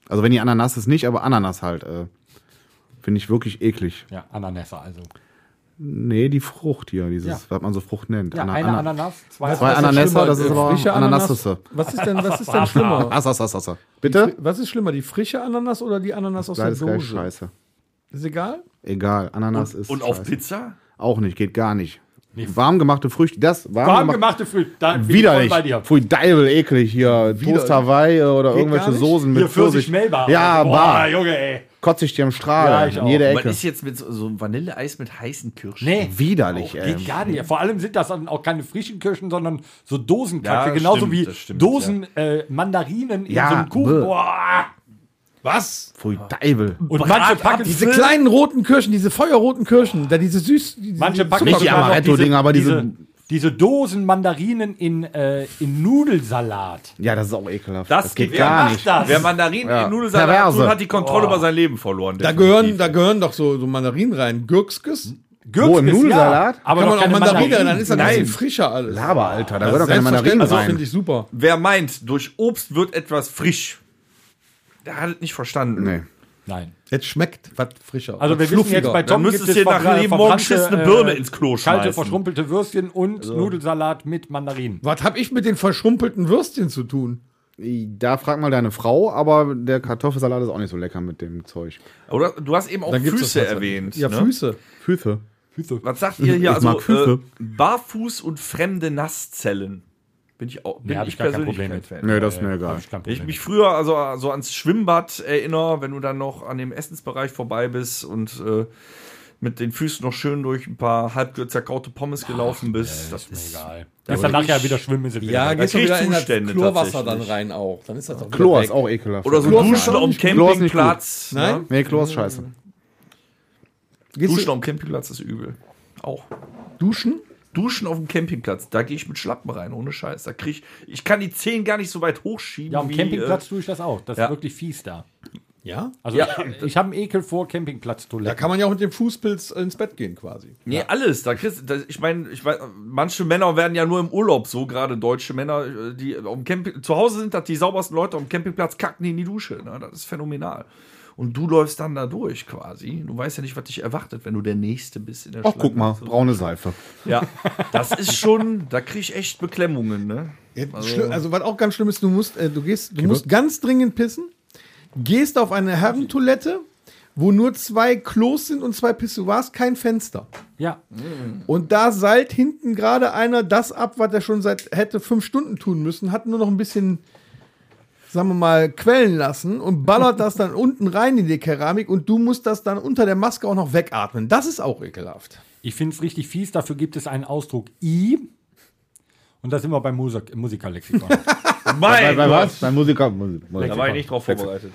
[SPEAKER 5] Also wenn die Ananas ist nicht, aber Ananas halt. Äh, Finde ich wirklich eklig.
[SPEAKER 2] Ja, Ananässe also.
[SPEAKER 5] Nee, die Frucht hier, dieses,
[SPEAKER 2] Ja.
[SPEAKER 5] was man so Frucht nennt.
[SPEAKER 2] Ja,
[SPEAKER 5] Ana-
[SPEAKER 2] eine
[SPEAKER 5] Ana-
[SPEAKER 2] Ananas, zwei,
[SPEAKER 5] Zwei
[SPEAKER 4] Was ist
[SPEAKER 5] Ananässe,
[SPEAKER 4] schlimmer,
[SPEAKER 5] das ist
[SPEAKER 4] äh,
[SPEAKER 5] aber
[SPEAKER 4] frische
[SPEAKER 5] Ananassüsse.
[SPEAKER 4] Was ist denn was ist denn schlimmer?
[SPEAKER 5] Ass, ass, ass, ass. Bitte?
[SPEAKER 4] Was ist schlimmer, die frische Ananas oder die Ananas aus
[SPEAKER 5] Beides
[SPEAKER 4] der
[SPEAKER 5] gleich
[SPEAKER 4] Dose?
[SPEAKER 5] scheiße.
[SPEAKER 4] Ist egal.
[SPEAKER 5] Egal, Ananas ist.
[SPEAKER 3] Und auf
[SPEAKER 5] scheiße.
[SPEAKER 3] Pizza?
[SPEAKER 5] Auch nicht, geht gar nicht. Warm gemachte Früchte, das warm,
[SPEAKER 2] warm
[SPEAKER 5] gemacht-
[SPEAKER 2] gemachte Früchte. Da bin ich voll
[SPEAKER 5] Widerlich.
[SPEAKER 2] bei dir.
[SPEAKER 5] Pfui, Deibel, eklig hier. Toast Hawaii äh, oder irgendwelche
[SPEAKER 4] gar nicht.
[SPEAKER 5] Soßen mit
[SPEAKER 2] Hier Pfirsich Melba.
[SPEAKER 5] Ja,
[SPEAKER 2] Boah,
[SPEAKER 5] bar.
[SPEAKER 2] Junge, ey.
[SPEAKER 5] Kotze ich dir am Strahl.
[SPEAKER 2] Ja, ich
[SPEAKER 5] in
[SPEAKER 2] auch.
[SPEAKER 5] jede
[SPEAKER 3] Was
[SPEAKER 5] Ecke.
[SPEAKER 3] ist jetzt mit so, so einem Vanilleeis mit heißen Kirschen?
[SPEAKER 2] Nee.
[SPEAKER 5] Widerlich, ey.
[SPEAKER 2] Geht gar nicht. Vor allem sind das dann auch keine frischen Kirschen, sondern so Dosenkacke.
[SPEAKER 3] Ja,
[SPEAKER 2] Genauso
[SPEAKER 3] stimmt,
[SPEAKER 2] wie
[SPEAKER 3] das stimmt,
[SPEAKER 2] Dosen äh, Mandarinen in
[SPEAKER 5] Ja,
[SPEAKER 2] so einem Kuchen.
[SPEAKER 5] bäh.
[SPEAKER 2] Boah.
[SPEAKER 4] Was?
[SPEAKER 5] Pfui, Deibel.
[SPEAKER 2] Und manche packen
[SPEAKER 4] Diese kleinen roten Kirschen, diese feuerroten Kirschen, da diese süß diese
[SPEAKER 2] manche packen
[SPEAKER 5] Nicht die
[SPEAKER 2] sogar noch
[SPEAKER 5] Amaretto-Dinger,
[SPEAKER 2] diese-
[SPEAKER 5] aber diese-
[SPEAKER 2] diese, diese Dosen Mandarinen in, äh, in Nudelsalat.
[SPEAKER 5] Ja, das ist auch ekelhaft.
[SPEAKER 3] Das geht- wer macht
[SPEAKER 2] Das.
[SPEAKER 3] Wer Mandarinen
[SPEAKER 5] Ja.
[SPEAKER 3] in Nudelsalat
[SPEAKER 5] Perverse.
[SPEAKER 3] tut, hat die Kontrolle über sein Leben verloren.
[SPEAKER 4] Da gehören, da gehören doch so, so Mandarinen rein. Gürkskes.
[SPEAKER 5] Wo, im Nudelsalat?
[SPEAKER 2] Ja, aber
[SPEAKER 4] Kann
[SPEAKER 2] noch
[SPEAKER 4] man auch
[SPEAKER 2] keine
[SPEAKER 4] Mandarinen,
[SPEAKER 2] Mandarinen.
[SPEAKER 4] dann ist das ein bisschen frischer alles.
[SPEAKER 5] Laber, Alter. Da gehört doch keine
[SPEAKER 4] Selbstverständlich,
[SPEAKER 5] Mandarinen
[SPEAKER 4] das
[SPEAKER 5] rein.
[SPEAKER 4] finde ich super.
[SPEAKER 3] Wer meint, durch Obst wird etwas frisch, der hat es nicht verstanden.
[SPEAKER 5] Nee.
[SPEAKER 2] Nein.
[SPEAKER 4] Jetzt schmeckt was frischer.
[SPEAKER 2] Also
[SPEAKER 4] was
[SPEAKER 2] wir wissen jetzt bei
[SPEAKER 4] fluffiger.
[SPEAKER 2] Tom
[SPEAKER 3] Dann müsstest du dir nach jedem Morgen Schiss eine Birne ins Klo
[SPEAKER 2] äh, Kalte,
[SPEAKER 3] schmeißen. Also.
[SPEAKER 2] verschrumpelte Würstchen und Nudelsalat mit Mandarinen.
[SPEAKER 4] Was habe ich mit den verschrumpelten Würstchen zu tun?
[SPEAKER 5] Da frag mal deine Frau, aber der Kartoffelsalat ist auch nicht so lecker mit dem Zeug.
[SPEAKER 3] Oder du hast eben auch
[SPEAKER 4] Dann gibt's
[SPEAKER 3] Füße
[SPEAKER 4] das halt.
[SPEAKER 3] erwähnt.
[SPEAKER 4] Ja,
[SPEAKER 3] ne?
[SPEAKER 4] Füße.
[SPEAKER 5] Füße.
[SPEAKER 3] Was sagt ihr
[SPEAKER 5] Ich
[SPEAKER 3] hier? Also,
[SPEAKER 5] mag Füße.
[SPEAKER 3] äh, Barfuß und fremde Nasszellen. Bin ich auch. Bin
[SPEAKER 2] hab
[SPEAKER 3] ich
[SPEAKER 2] ich gar kein
[SPEAKER 3] persönlich
[SPEAKER 2] Problem
[SPEAKER 3] kein
[SPEAKER 2] mit.
[SPEAKER 3] Fan.
[SPEAKER 5] Nee, das ist mir egal.
[SPEAKER 3] Wenn ich mich früher also so ans Schwimmbad erinnere, wenn du dann noch an dem Essensbereich vorbei bist und äh, mit den Füßen noch schön durch ein paar halbgürz zerkaute Pommes gelaufen bist. das ist
[SPEAKER 2] egal. Dass dann nachher wieder schwimmen sind. wir wieder.
[SPEAKER 3] geht's krieg ich Zustände tatsächlich.
[SPEAKER 4] rein auch. Dann ist das doch wieder
[SPEAKER 5] Chlor
[SPEAKER 4] weg.
[SPEAKER 5] ist auch ekelhaft.
[SPEAKER 3] Oder so
[SPEAKER 4] Klo ist
[SPEAKER 3] Duschen
[SPEAKER 4] nicht
[SPEAKER 3] auf dem
[SPEAKER 4] gut.
[SPEAKER 5] Klo ist nicht
[SPEAKER 3] Campingplatz. ne?
[SPEAKER 4] Nein?
[SPEAKER 5] Nee, Chlor ist scheiße.
[SPEAKER 4] Gehst
[SPEAKER 3] Duschen
[SPEAKER 4] du
[SPEAKER 3] auf dem Campingplatz ist übel. Auch.
[SPEAKER 4] duschen?
[SPEAKER 3] Duschen auf dem Campingplatz, da gehe ich mit Schlappen rein, ohne Scheiß. Da krieg ich, ich kann die Zehen gar nicht so weit hochschieben.
[SPEAKER 2] ja, am
[SPEAKER 3] wie, äh,
[SPEAKER 2] Campingplatz tue ich das auch. Das
[SPEAKER 3] ja.
[SPEAKER 2] ist wirklich fies da.
[SPEAKER 3] Äh,
[SPEAKER 4] Ja?
[SPEAKER 2] Also
[SPEAKER 3] Ja.
[SPEAKER 2] ich, ich habe einen Ekel vor Campingplatztoiletten.
[SPEAKER 4] Da kann man ja auch mit dem Fußpilz ins Bett gehen quasi.
[SPEAKER 3] Nee, alles. Da kriegst, da, ich meine, ich mein, manche Männer werden ja nur im Urlaub so, gerade deutsche Männer, äh, die am Camping, zu Hause sind das die saubersten Leute am Campingplatz, kacken die in die Dusche. Ne? Das ist phänomenal. Und du läufst dann da durch quasi. Du weißt ja nicht, was dich erwartet, wenn du der Nächste bist in der
[SPEAKER 5] Ach, guck mal, braune Seife.
[SPEAKER 3] Ja, das ist schon, da krieg ich echt Beklemmungen, ne?
[SPEAKER 4] Ja, schli- also was auch ganz schlimm ist, du musst, äh, du gehst, du musst ganz dringend pissen, gehst auf eine Herrentoilette, wo nur zwei Klos sind und zwei Pissoirs, kein Fenster.
[SPEAKER 2] ja.
[SPEAKER 4] Und da seilt hinten gerade einer das ab, was er schon seit hätte fünf Stunden tun müssen, hat nur noch ein bisschen, sagen wir mal, quellen lassen und ballert das dann unten rein in die Keramik und du musst das dann unter der Maske auch noch wegatmen. Das ist auch ekelhaft.
[SPEAKER 2] Ich finde es richtig fies, dafür gibt es einen Ausdruck I. Und da sind wir beim Musik Musikerlexikon.
[SPEAKER 5] Bei,
[SPEAKER 3] Mein
[SPEAKER 5] bei
[SPEAKER 3] Gott,
[SPEAKER 5] was? Bei Musiker. Musik, Musik.
[SPEAKER 3] da war ich nicht drauf vorbereitet.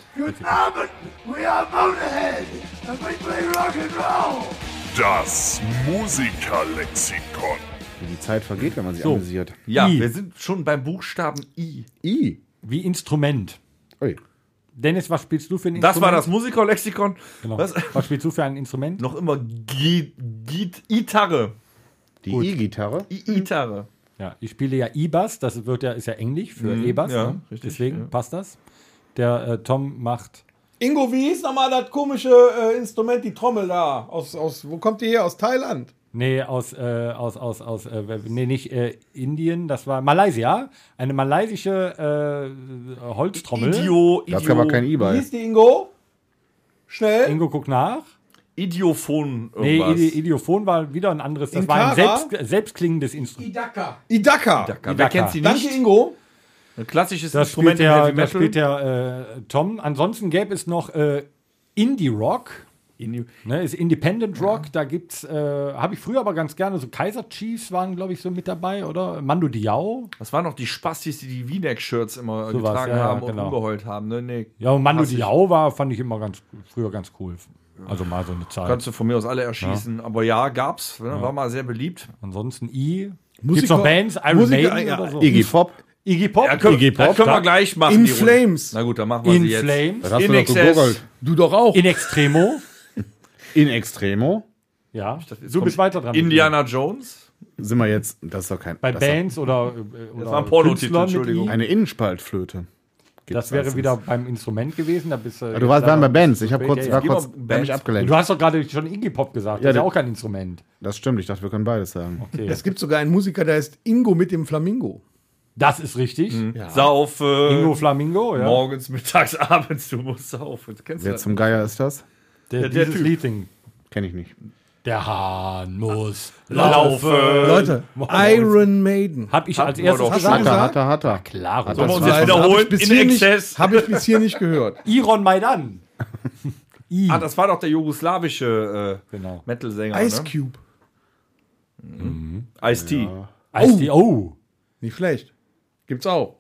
[SPEAKER 1] Das Musikerlexikon.
[SPEAKER 5] Wie die Zeit vergeht, wenn man sie
[SPEAKER 2] So.
[SPEAKER 5] amüsiert.
[SPEAKER 3] Ja,
[SPEAKER 2] I.
[SPEAKER 3] wir sind schon beim Buchstaben I.
[SPEAKER 5] I.
[SPEAKER 2] Wie Instrument.
[SPEAKER 5] Ui.
[SPEAKER 2] Dennis, was spielst du für ein
[SPEAKER 3] Das war
[SPEAKER 2] Instrument?
[SPEAKER 3] das Musikerlexikon.
[SPEAKER 2] Genau.
[SPEAKER 3] Was?
[SPEAKER 2] Was? spielst du für ein Instrument?
[SPEAKER 3] Noch immer Gi- Gi- Gitarre.
[SPEAKER 5] Die E-Gitarre.
[SPEAKER 3] I- Gitarre.
[SPEAKER 2] Ja, ich spiele ja E-Bass, das wird ja, ist ja englisch für E-Bass.
[SPEAKER 3] Mhm, ja,
[SPEAKER 2] ne?
[SPEAKER 3] richtig,
[SPEAKER 2] Deswegen passt das. Der äh, Tom macht
[SPEAKER 4] Ingo, wie hieß nochmal das komische äh, Instrument, die Trommel da? Aus, aus, wo kommt die her? Aus Thailand?
[SPEAKER 2] Nee, aus, äh, aus, aus, aus, äh, nee, nicht äh, Indien, das war Malaysia. Eine malaysische äh, Holztrommel.
[SPEAKER 3] Idio,
[SPEAKER 5] Da ist aber kein
[SPEAKER 3] Idio,
[SPEAKER 5] I bei.
[SPEAKER 4] die Ingo? Schnell.
[SPEAKER 2] Ingo guckt nach.
[SPEAKER 3] Idiophon
[SPEAKER 2] Nee,
[SPEAKER 3] irgendwas.
[SPEAKER 2] Idi Idiophon war wieder ein anderes. Das war ein
[SPEAKER 4] Inkara?
[SPEAKER 2] selbst, selbstklingendes Instrument.
[SPEAKER 4] Idaka. Idaka.
[SPEAKER 3] Idaka. Wer kennt sie nicht?
[SPEAKER 4] Danke, Ingo.
[SPEAKER 3] Ein klassisches
[SPEAKER 2] Das
[SPEAKER 3] Instrument
[SPEAKER 2] spielt der,
[SPEAKER 3] im Heavy
[SPEAKER 2] das
[SPEAKER 3] Metal.
[SPEAKER 2] spielt der äh, Tom. Ansonsten gäbe es noch äh, Indie Rock.
[SPEAKER 3] Indi-
[SPEAKER 2] Ne, ist Independent Rock, da gibt's, äh, habe ich früher aber ganz gerne, so Kaiser Chiefs waren, glaube ich, so mit dabei, oder? Mando Diao.
[SPEAKER 3] das waren noch die Spastis, die die V-Neck-Shirts immer äh,
[SPEAKER 2] Sowas,
[SPEAKER 3] getragen
[SPEAKER 2] ja, ja,
[SPEAKER 3] haben und
[SPEAKER 2] genau.
[SPEAKER 3] umgeheult haben. Ne? Nee,
[SPEAKER 2] Ja, und Mando
[SPEAKER 3] Hass ich.
[SPEAKER 2] Diao war, fand ich immer ganz früher ganz cool. Also mal so eine Zeit.
[SPEAKER 3] Kannst du von mir aus alle erschießen. Aber ja, gab's. Ne? War mal sehr beliebt.
[SPEAKER 2] Ansonsten I. Gibt's
[SPEAKER 4] Musiker-
[SPEAKER 2] noch Bands? Iron
[SPEAKER 4] Musiker-
[SPEAKER 2] Maiden
[SPEAKER 4] ja,
[SPEAKER 2] oder so?
[SPEAKER 5] Iggy Pop.
[SPEAKER 2] Iggy E Pop?
[SPEAKER 3] Ja, können,
[SPEAKER 2] Iggy
[SPEAKER 3] das können wir
[SPEAKER 2] da-
[SPEAKER 3] gleich machen.
[SPEAKER 4] In
[SPEAKER 3] die Runde.
[SPEAKER 4] Flames.
[SPEAKER 3] Na gut, dann machen wir
[SPEAKER 2] In
[SPEAKER 3] sie jetzt.
[SPEAKER 5] Das
[SPEAKER 2] Flames.
[SPEAKER 5] hast
[SPEAKER 3] In
[SPEAKER 5] du doch
[SPEAKER 3] excess.
[SPEAKER 5] gegoogelt.
[SPEAKER 4] Du doch auch.
[SPEAKER 2] In Extremo.
[SPEAKER 5] In Extremo
[SPEAKER 2] Ja.
[SPEAKER 3] Jetzt
[SPEAKER 2] Du bist
[SPEAKER 3] kommt
[SPEAKER 2] weiter dran.
[SPEAKER 3] Indiana Jones.
[SPEAKER 5] sind wir jetzt. Das ist doch kein.
[SPEAKER 2] Bei
[SPEAKER 5] das ist
[SPEAKER 2] Bands oder, äh, oder
[SPEAKER 3] Das war ein Pornotitel,
[SPEAKER 2] Künstlern mit
[SPEAKER 3] Entschuldigung.
[SPEAKER 2] I.
[SPEAKER 5] doch Eine Innenspaltflöte.
[SPEAKER 2] Das wäre wieder beim Instrument gewesen. Da bist
[SPEAKER 5] Ja, Ah, du warst waren bei Bands. Ich habe
[SPEAKER 2] Ja,
[SPEAKER 5] kurz,
[SPEAKER 2] ja.
[SPEAKER 5] war
[SPEAKER 3] Gib mal
[SPEAKER 5] kurz
[SPEAKER 3] Bands.
[SPEAKER 5] hab mich abgelenkt.
[SPEAKER 2] Du hast doch gerade schon Iggy Pop gesagt. das
[SPEAKER 5] Ja,
[SPEAKER 2] ist ja
[SPEAKER 5] der-
[SPEAKER 2] auch kein Instrument.
[SPEAKER 5] Das stimmt. Ich dachte, wir können beides sagen.
[SPEAKER 2] Okay.
[SPEAKER 4] Es gibt sogar einen Musiker, der heißt Ingo mit dem Flamingo.
[SPEAKER 2] Das ist richtig.
[SPEAKER 3] Mhm. Sauf. Äh,
[SPEAKER 2] Ingo Flamingo, ja.
[SPEAKER 3] morgens, mittags, abends. Du musst saufen. Das Kennst du
[SPEAKER 5] Wer
[SPEAKER 3] das?
[SPEAKER 5] zum Geier ist das?
[SPEAKER 2] Der,
[SPEAKER 3] der
[SPEAKER 2] dieses
[SPEAKER 3] Typ.
[SPEAKER 2] Lieding.
[SPEAKER 5] Kenn ich nicht.
[SPEAKER 2] Der Hahn muss
[SPEAKER 3] Laufe.
[SPEAKER 4] Leute, Iron Maiden.
[SPEAKER 2] Hab ich
[SPEAKER 3] Hatten
[SPEAKER 2] als
[SPEAKER 3] wir
[SPEAKER 2] erstes
[SPEAKER 3] doch
[SPEAKER 4] schon.
[SPEAKER 2] gesagt.
[SPEAKER 4] Hat
[SPEAKER 5] Hatter,
[SPEAKER 4] gesagt?
[SPEAKER 5] hatter, hatter.
[SPEAKER 2] Klar, das
[SPEAKER 5] Hat das
[SPEAKER 2] war
[SPEAKER 3] Sollen wir uns jetzt
[SPEAKER 4] Hab
[SPEAKER 3] wiederholen?
[SPEAKER 4] ich bis
[SPEAKER 3] In
[SPEAKER 4] hier nicht-
[SPEAKER 3] excess.
[SPEAKER 4] Hab ich bis hier nicht gehört.
[SPEAKER 2] Iron Maidan. I.
[SPEAKER 3] Ah, das war doch der jugoslawische äh,
[SPEAKER 2] Genau.
[SPEAKER 3] Metal-Sänger.
[SPEAKER 4] Ice
[SPEAKER 3] ne?
[SPEAKER 4] Cube.
[SPEAKER 3] Ice-T.
[SPEAKER 2] Ice-T. Oh.
[SPEAKER 4] Nicht schlecht. Gibt's auch.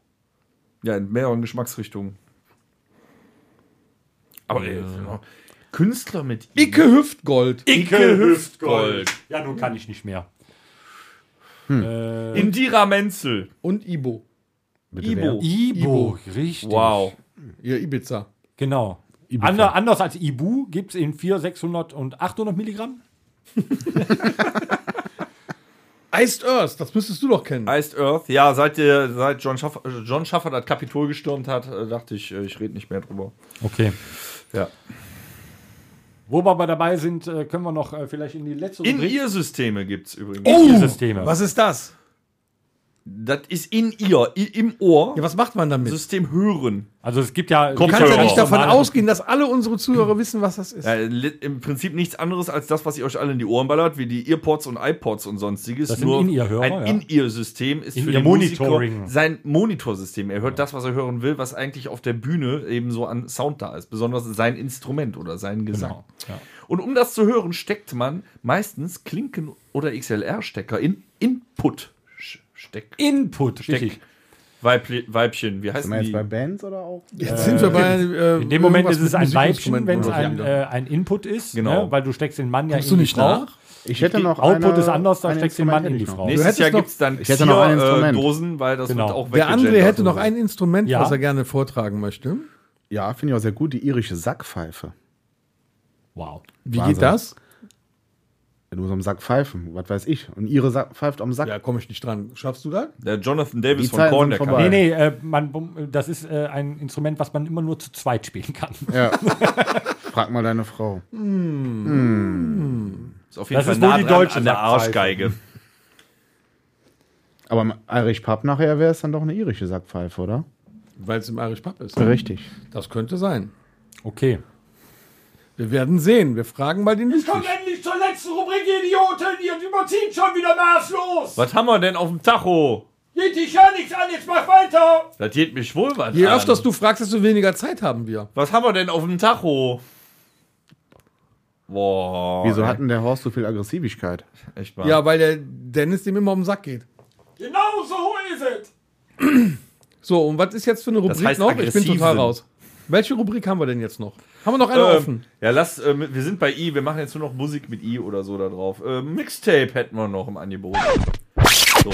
[SPEAKER 3] Ja, in mehreren Geschmacksrichtungen. Aber äh, Künstler mit I.
[SPEAKER 4] Icke Hüftgold.
[SPEAKER 3] Icke Hüftgold.
[SPEAKER 2] Ja, nun kann ich nicht mehr.
[SPEAKER 3] Indira Menzel.
[SPEAKER 4] Und Ibo.
[SPEAKER 5] Bitte
[SPEAKER 3] Ibo.
[SPEAKER 2] Ibo, richtig.
[SPEAKER 3] Wow.
[SPEAKER 4] Ja, Ibiza.
[SPEAKER 2] Genau. Ander, anders als Ibu gibt es in 4, 600 und 800 Milligramm.
[SPEAKER 4] Iced Earth, das müsstest du doch kennen.
[SPEAKER 3] Iced Earth. Ja, seit, der, seit John, Schaffer, äh, John Schaffer das Kapitol gestürmt hat, äh, dachte ich, äh, ich rede nicht mehr drüber.
[SPEAKER 2] Okay.
[SPEAKER 3] Ja.
[SPEAKER 2] Wo wir aber dabei sind, äh, können wir noch äh, vielleicht in die letzte
[SPEAKER 3] In
[SPEAKER 2] Rubrik-
[SPEAKER 3] ihr Systeme gibt's übrigens.
[SPEAKER 2] Oh! Systeme.
[SPEAKER 4] Oh! Was ist das?
[SPEAKER 3] Das ist in ihr, i- im Ohr.
[SPEAKER 4] Ja, was macht man damit?
[SPEAKER 3] System hören.
[SPEAKER 2] Also es gibt ja.
[SPEAKER 3] Komm,
[SPEAKER 4] Du
[SPEAKER 2] gibt
[SPEAKER 4] kannst ja
[SPEAKER 3] Kopfhörer.
[SPEAKER 4] nicht davon
[SPEAKER 2] normale-
[SPEAKER 4] ausgehen, dass alle unsere Zuhörer wissen, was das ist.
[SPEAKER 3] Äh, li- Im Prinzip nichts anderes als das, was ihr euch alle in die Ohren ballert, wie die Earpods und iPods und sonstiges.
[SPEAKER 2] Das sind In-Ear-Hörer,
[SPEAKER 3] ein
[SPEAKER 2] ja.
[SPEAKER 3] In-Ear-System ist für
[SPEAKER 2] In-Ear
[SPEAKER 3] den Monitoring.
[SPEAKER 2] Monitoring.
[SPEAKER 3] Musiker sein Monitorsystem. Er hört das, was er hören will, was eigentlich auf der Bühne eben so an Sound da ist. Besonders sein Instrument oder sein Gesang.
[SPEAKER 2] Genau, ja.
[SPEAKER 3] Und um das zu hören, steckt man meistens Klinken- oder XLR-Stecker in Input-Steck.
[SPEAKER 2] Input.
[SPEAKER 3] Steck. Weibli Weibchen, wie heißt
[SPEAKER 5] Sind wir jetzt bei
[SPEAKER 3] die?
[SPEAKER 5] Bands oder auch?
[SPEAKER 4] Jetzt sind wir bei. äh,
[SPEAKER 2] In dem Moment
[SPEAKER 4] irgendwas
[SPEAKER 2] ist es
[SPEAKER 4] mit
[SPEAKER 2] ein Weibchen,
[SPEAKER 4] Musikinstrumenten
[SPEAKER 2] wenn es
[SPEAKER 4] oder so.
[SPEAKER 2] ein, äh, ein Input ist,
[SPEAKER 3] Genau.
[SPEAKER 2] ne? weil du steckst den Mann ja
[SPEAKER 4] Kommst
[SPEAKER 2] in
[SPEAKER 4] du
[SPEAKER 2] die
[SPEAKER 4] nicht
[SPEAKER 2] Frau.
[SPEAKER 4] nach?
[SPEAKER 5] Ich hätte noch
[SPEAKER 2] Output
[SPEAKER 5] eine-
[SPEAKER 2] ist anders, da
[SPEAKER 5] ein
[SPEAKER 2] steckst du den Mann in
[SPEAKER 5] Instrument
[SPEAKER 2] die
[SPEAKER 5] hätte ich
[SPEAKER 2] Frau.
[SPEAKER 5] noch.
[SPEAKER 3] Nächstes
[SPEAKER 4] hättest
[SPEAKER 3] Jahr
[SPEAKER 4] noch-
[SPEAKER 3] gibt es dann
[SPEAKER 5] Ich hätte noch ein
[SPEAKER 3] Xier, äh,
[SPEAKER 5] Instrument.
[SPEAKER 3] Dosen, weil das
[SPEAKER 2] Genau.
[SPEAKER 3] wird auch
[SPEAKER 4] Der
[SPEAKER 3] weggegendert
[SPEAKER 4] andere hätte
[SPEAKER 3] und
[SPEAKER 4] noch
[SPEAKER 3] so.
[SPEAKER 4] ein Instrument,
[SPEAKER 2] Ja.
[SPEAKER 4] was er gerne vortragen möchte.
[SPEAKER 5] ja, finde ich auch sehr gut, die irische Sackpfeife.
[SPEAKER 2] Wow.
[SPEAKER 4] Wie
[SPEAKER 5] Wahnsinn.
[SPEAKER 4] geht das?
[SPEAKER 5] Du musst am Sack pfeifen, was weiß ich. Und ihre Sa pfeift am Sack.
[SPEAKER 4] Ja, komme ich nicht dran. Schaffst du das?
[SPEAKER 3] Der Jonathan Davis
[SPEAKER 5] Die
[SPEAKER 3] von
[SPEAKER 5] Zeiten
[SPEAKER 3] Korn,
[SPEAKER 5] sind
[SPEAKER 3] der
[SPEAKER 5] vorbei.
[SPEAKER 2] Nee,
[SPEAKER 5] Weil-
[SPEAKER 2] nee, äh, man, das ist äh, ein Instrument, was man immer nur zu zweit spielen kann.
[SPEAKER 5] Ja. Frag mal deine Frau.
[SPEAKER 3] Ist auf jeden
[SPEAKER 2] Das
[SPEAKER 3] Fall
[SPEAKER 2] ist wohl
[SPEAKER 3] nah
[SPEAKER 2] die
[SPEAKER 3] dran
[SPEAKER 2] deutsche
[SPEAKER 3] an der
[SPEAKER 2] Sackpfeife.
[SPEAKER 3] Arschgeige.
[SPEAKER 5] Aber im Irish Pub nachher wäre es dann doch eine irische Sackpfeife, oder?
[SPEAKER 4] Weil es im Irish Pub ist.
[SPEAKER 5] Richtig.
[SPEAKER 4] Das könnte sein.
[SPEAKER 2] Okay.
[SPEAKER 4] Wir werden sehen. Wir fragen mal den Ludwig.
[SPEAKER 2] endlich zur letzten Rubrik, Idioten! Ihr überzieht schon wieder maßlos!
[SPEAKER 3] Was haben wir denn auf dem Tacho?
[SPEAKER 2] Geht dich ja nichts an, jetzt mach weiter!
[SPEAKER 3] Das geht mich wohl was
[SPEAKER 4] Je
[SPEAKER 3] an.
[SPEAKER 4] öfters du fragst, desto weniger Zeit haben wir.
[SPEAKER 3] Was haben wir denn auf dem Tacho? Boah.
[SPEAKER 2] Oh,
[SPEAKER 5] Wieso hat denn der Horst so viel Aggressivigkeit?
[SPEAKER 3] Echt mal.
[SPEAKER 4] Ja, weil der Dennis dem immer um den Sack geht.
[SPEAKER 2] Genau so ist es!
[SPEAKER 4] So, und was ist jetzt für eine Rubrik
[SPEAKER 3] heißt
[SPEAKER 4] noch? Ich bin
[SPEAKER 3] aggressiv
[SPEAKER 4] total
[SPEAKER 3] sind.
[SPEAKER 4] raus. Welche Rubrik haben wir denn jetzt noch? Haben wir noch eine
[SPEAKER 3] ähm,
[SPEAKER 4] offen?
[SPEAKER 3] ja, lass, äh, mit- wir sind bei I, wir machen jetzt nur noch Musik mit I oder so da drauf. Äh, Mixtape hätten wir noch im Angebot. So.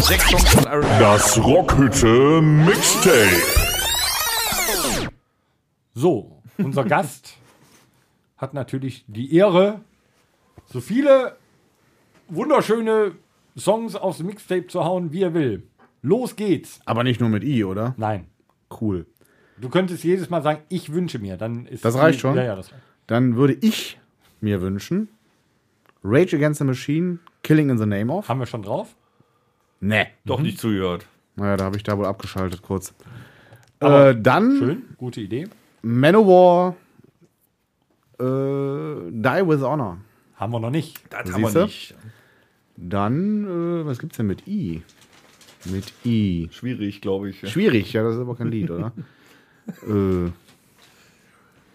[SPEAKER 3] Sechs Songs von Iron Man.
[SPEAKER 1] Das Rockhütte Mixtape.
[SPEAKER 2] So, unser Gast hat natürlich die Ehre, so viele wunderschöne Songs aufs Mixtape zu hauen, wie er will. Los geht's!
[SPEAKER 5] Aber nicht nur mit I, oder?
[SPEAKER 2] Nein.
[SPEAKER 5] Cool.
[SPEAKER 2] Du könntest jedes Mal sagen, ich wünsche mir, dann ist
[SPEAKER 5] Das reicht schon?
[SPEAKER 2] Ja, ja, das reicht.
[SPEAKER 5] Dann würde ich mir wünschen: Rage Against the Machine, Killing in the Name of.
[SPEAKER 2] Haben wir schon drauf?
[SPEAKER 5] Nee.
[SPEAKER 3] Doch nicht zugehört.
[SPEAKER 5] Naja, da habe ich da wohl abgeschaltet kurz. Äh, dann
[SPEAKER 2] Schön, gute Idee.
[SPEAKER 5] Manowar, äh, Die with Honor.
[SPEAKER 2] Haben wir noch nicht.
[SPEAKER 3] Das
[SPEAKER 5] Siehst du? Dann, äh, was gibt's denn mit I? Mit I.
[SPEAKER 3] Schwierig, glaube ich.
[SPEAKER 5] Schwierig, ja, das ist aber kein Lied, oder? äh,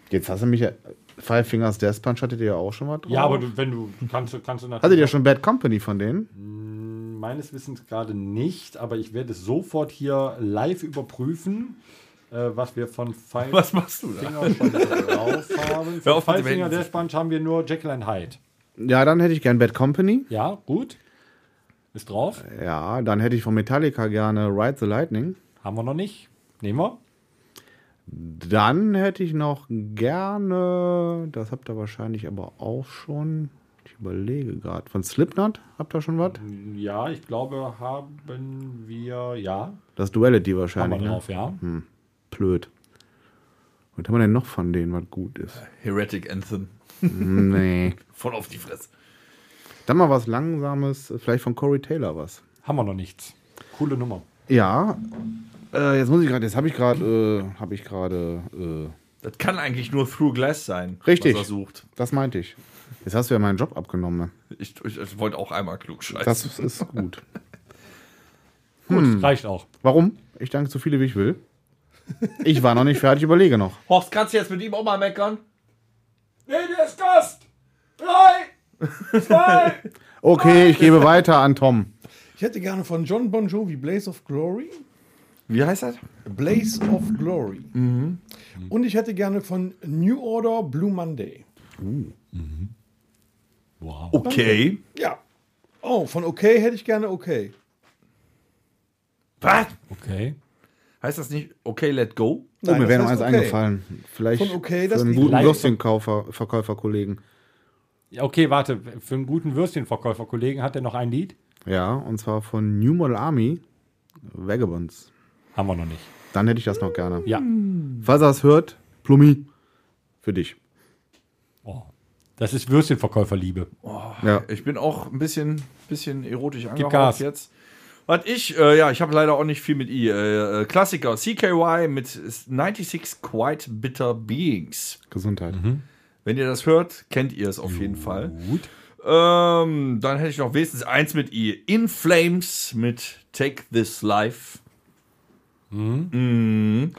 [SPEAKER 5] jetzt hast du mich ja. Five Fingers Death Punch hattet ihr ja auch schon mal drauf.
[SPEAKER 2] Ja, aber du, wenn du kannst, du- kannst du natürlich.
[SPEAKER 5] Hattet ihr schon Bad Company von denen?
[SPEAKER 2] Meines Wissens gerade nicht, aber ich werde es sofort hier live überprüfen, äh, was wir von Five
[SPEAKER 3] Was machst du da?
[SPEAKER 2] Finger schon drauf haben.
[SPEAKER 3] Hör
[SPEAKER 2] Von
[SPEAKER 3] auf mit dem
[SPEAKER 2] Five Finger
[SPEAKER 3] Händen.
[SPEAKER 2] Death Punch haben wir nur Jekyll and Hyde.
[SPEAKER 5] Ja, dann hätte ich gern Bad Company.
[SPEAKER 2] Ja, gut. Ist drauf.
[SPEAKER 5] Ja, dann hätte ich von Metallica gerne Ride the Lightning.
[SPEAKER 2] Haben wir noch nicht. Nehmen wir.
[SPEAKER 5] Dann hätte ich noch gerne, das habt ihr wahrscheinlich aber auch schon, ich überlege gerade, von Slipknot habt ihr schon was?
[SPEAKER 2] Ja, ich glaube, haben wir. Ja,
[SPEAKER 5] Das Duality
[SPEAKER 2] haben wir
[SPEAKER 5] wahrscheinlich, ne?
[SPEAKER 2] drauf, ja.
[SPEAKER 5] Blöd. Was haben wir denn noch von denen, was gut ist?
[SPEAKER 3] Heretic Anthem.
[SPEAKER 5] Nee.
[SPEAKER 3] Voll auf die Fresse.
[SPEAKER 5] Dann mal was Langsames, vielleicht von Corey Taylor was.
[SPEAKER 2] Haben wir noch nichts. Coole Nummer.
[SPEAKER 5] Ja, äh, jetzt muss ich gerade, jetzt habe ich gerade, äh, habe ich gerade, äh,
[SPEAKER 3] Das kann eigentlich nur Through Glass sein.
[SPEAKER 5] Richtig.
[SPEAKER 3] Was er sucht.
[SPEAKER 5] das meinte ich. Jetzt hast du ja meinen Job abgenommen. ne?
[SPEAKER 3] Ich, ich, ich wollte auch einmal klug scheißen.
[SPEAKER 5] Das ist- ist gut.
[SPEAKER 2] Gut, reicht auch.
[SPEAKER 5] Warum? Ich danke so viele, wie ich will. Ich war noch nicht fertig, überlege noch.
[SPEAKER 3] Horst, kannst du jetzt mit ihm auch mal meckern?
[SPEAKER 2] Nee, der ist Gast! Drei! Zwei!
[SPEAKER 5] Okay, ich gebe weiter an Tom.
[SPEAKER 4] Ich hätte gerne von John Bon Jovi Blaze of Glory.
[SPEAKER 3] Wie heißt das?
[SPEAKER 4] Blaze of Glory. Und ich hätte gerne von New Order Blue Monday.
[SPEAKER 2] wow.
[SPEAKER 3] Okay.
[SPEAKER 4] Ja. Oh, von okay hätte ich gerne okay.
[SPEAKER 3] Was?
[SPEAKER 2] Okay.
[SPEAKER 3] Heißt das nicht Okay, let go?
[SPEAKER 5] oh, mir
[SPEAKER 4] das
[SPEAKER 5] wäre noch
[SPEAKER 4] heißt
[SPEAKER 5] eins
[SPEAKER 4] okay.
[SPEAKER 5] eingefallen. Vielleicht
[SPEAKER 4] Von okay,
[SPEAKER 5] für
[SPEAKER 4] das
[SPEAKER 5] einen
[SPEAKER 4] Lied.
[SPEAKER 5] guten
[SPEAKER 2] Leid-
[SPEAKER 5] Würstchenverkäuferkollegen.
[SPEAKER 2] Ja, Okay, warte. Für einen guten Würstchenverkäufer-Kollegen hat er noch ein Lied?
[SPEAKER 5] Ja, und zwar von New Model Army, Vagabonds.
[SPEAKER 2] Haben wir noch nicht.
[SPEAKER 5] Dann hätte ich das noch gerne.
[SPEAKER 2] Ja.
[SPEAKER 5] Falls er es hört, Plummi, für dich.
[SPEAKER 2] Oh. Das ist Würstchenverkäuferliebe.
[SPEAKER 5] Ja.
[SPEAKER 3] Ich bin auch ein bisschen, bisschen erotisch
[SPEAKER 2] Gas.
[SPEAKER 3] angehaucht jetzt. Was ich, äh, ja, ich habe leider auch nicht viel mit I. Äh, äh, Klassiker CKY mit 96 Quite Bitter Beings.
[SPEAKER 2] Mhm.
[SPEAKER 5] Gesundheit.
[SPEAKER 3] Wenn ihr das hört, kennt ihr es auf jeden Fall. Gut. Ähm, dann hätte ich noch wenigstens eins mit I. In Flames mit Take This Life. Mhm.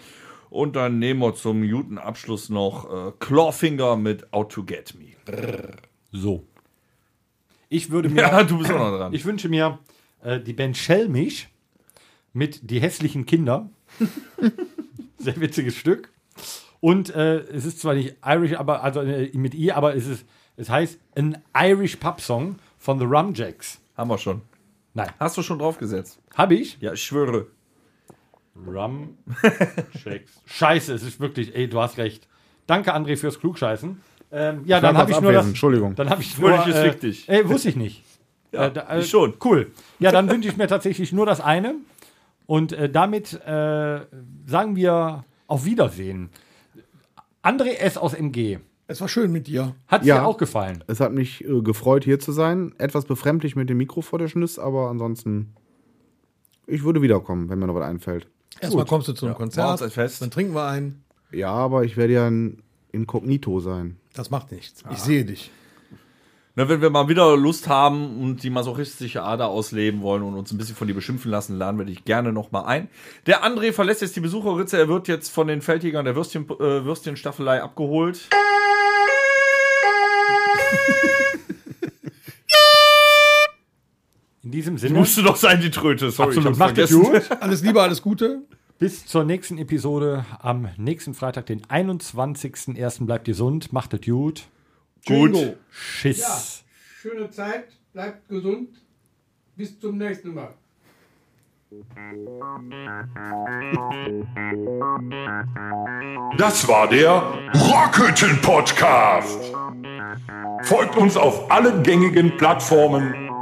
[SPEAKER 3] Und dann nehmen wir zum guten Abschluss noch äh, Clawfinger mit Out to Get Me.
[SPEAKER 2] So. Ich würde mir.
[SPEAKER 3] Ja, du bist auch noch dran.
[SPEAKER 2] Ich wünsche mir äh, die Band Schelmisch mit Die hässlichen Kinder. Sehr witziges Stück. Und äh, es ist zwar nicht Irish, aber also äh, mit I, aber es ist, es heißt ein Irish Pub Song von The Rumjacks.
[SPEAKER 3] Haben wir schon.
[SPEAKER 2] Nein.
[SPEAKER 3] Hast du schon draufgesetzt?
[SPEAKER 2] Habe ich?
[SPEAKER 3] Ja, ich schwöre.
[SPEAKER 2] Rum Shakes. Scheiße, es ist wirklich, ey, du hast recht. Danke, André, fürs Klugscheißen. Ähm, ja, dann
[SPEAKER 5] war
[SPEAKER 2] habe
[SPEAKER 5] es
[SPEAKER 2] ich nur
[SPEAKER 5] abwesend,
[SPEAKER 2] das.
[SPEAKER 5] Entschuldigung.
[SPEAKER 2] Dann habe ich nur.
[SPEAKER 3] Fröhliches Fick dich.
[SPEAKER 2] Äh, wusste ich nicht.
[SPEAKER 3] Ja,
[SPEAKER 2] Äh, da- äh,
[SPEAKER 3] ich schon.
[SPEAKER 2] Cool. Ja, dann wünsche ich mir tatsächlich nur das eine. Und äh, damit äh, sagen wir auf Wiedersehen. André S. aus MG.
[SPEAKER 4] Es war schön mit dir.
[SPEAKER 2] Hat es
[SPEAKER 5] Ja.
[SPEAKER 2] dir auch gefallen?
[SPEAKER 5] Es hat mich äh, gefreut, hier zu sein. Etwas befremdlich mit dem Mikro vor der Schnüss, aber ansonsten, ich würde wiederkommen, wenn mir noch was einfällt.
[SPEAKER 4] Erstmal kommst du zu einem
[SPEAKER 3] machen wir uns
[SPEAKER 4] Konzert,
[SPEAKER 3] ein Fest.
[SPEAKER 4] dann trinken wir einen.
[SPEAKER 5] Ja, aber ich werde ja ein Inkognito sein.
[SPEAKER 4] Das macht nichts. Ich sehe dich.
[SPEAKER 3] Ne, wenn wir mal wieder Lust haben und die masochistische Ader ausleben wollen und uns ein bisschen von dir beschimpfen lassen, laden wir dich gerne nochmal ein. Der André verlässt jetzt die Besucherritze. Er wird jetzt von den Feldjägern der Würstchen, äh, Würstchenstaffelei abgeholt.
[SPEAKER 2] In diesem
[SPEAKER 3] Die
[SPEAKER 2] Sinne,
[SPEAKER 3] musste doch sein, die Tröte. Sorry, ich hab's
[SPEAKER 2] macht es
[SPEAKER 3] vergessen.
[SPEAKER 2] gut.
[SPEAKER 4] Alles Liebe, alles Gute.
[SPEAKER 2] Bis zur nächsten Episode am nächsten Freitag, den 21.01. Bleibt gesund, macht es gut.
[SPEAKER 3] Gut.
[SPEAKER 2] Schiss.
[SPEAKER 10] Schöne Zeit, bleibt gesund. Bis zum nächsten Mal.
[SPEAKER 1] Das war der Rockhütten Podcast. Folgt uns auf allen gängigen Plattformen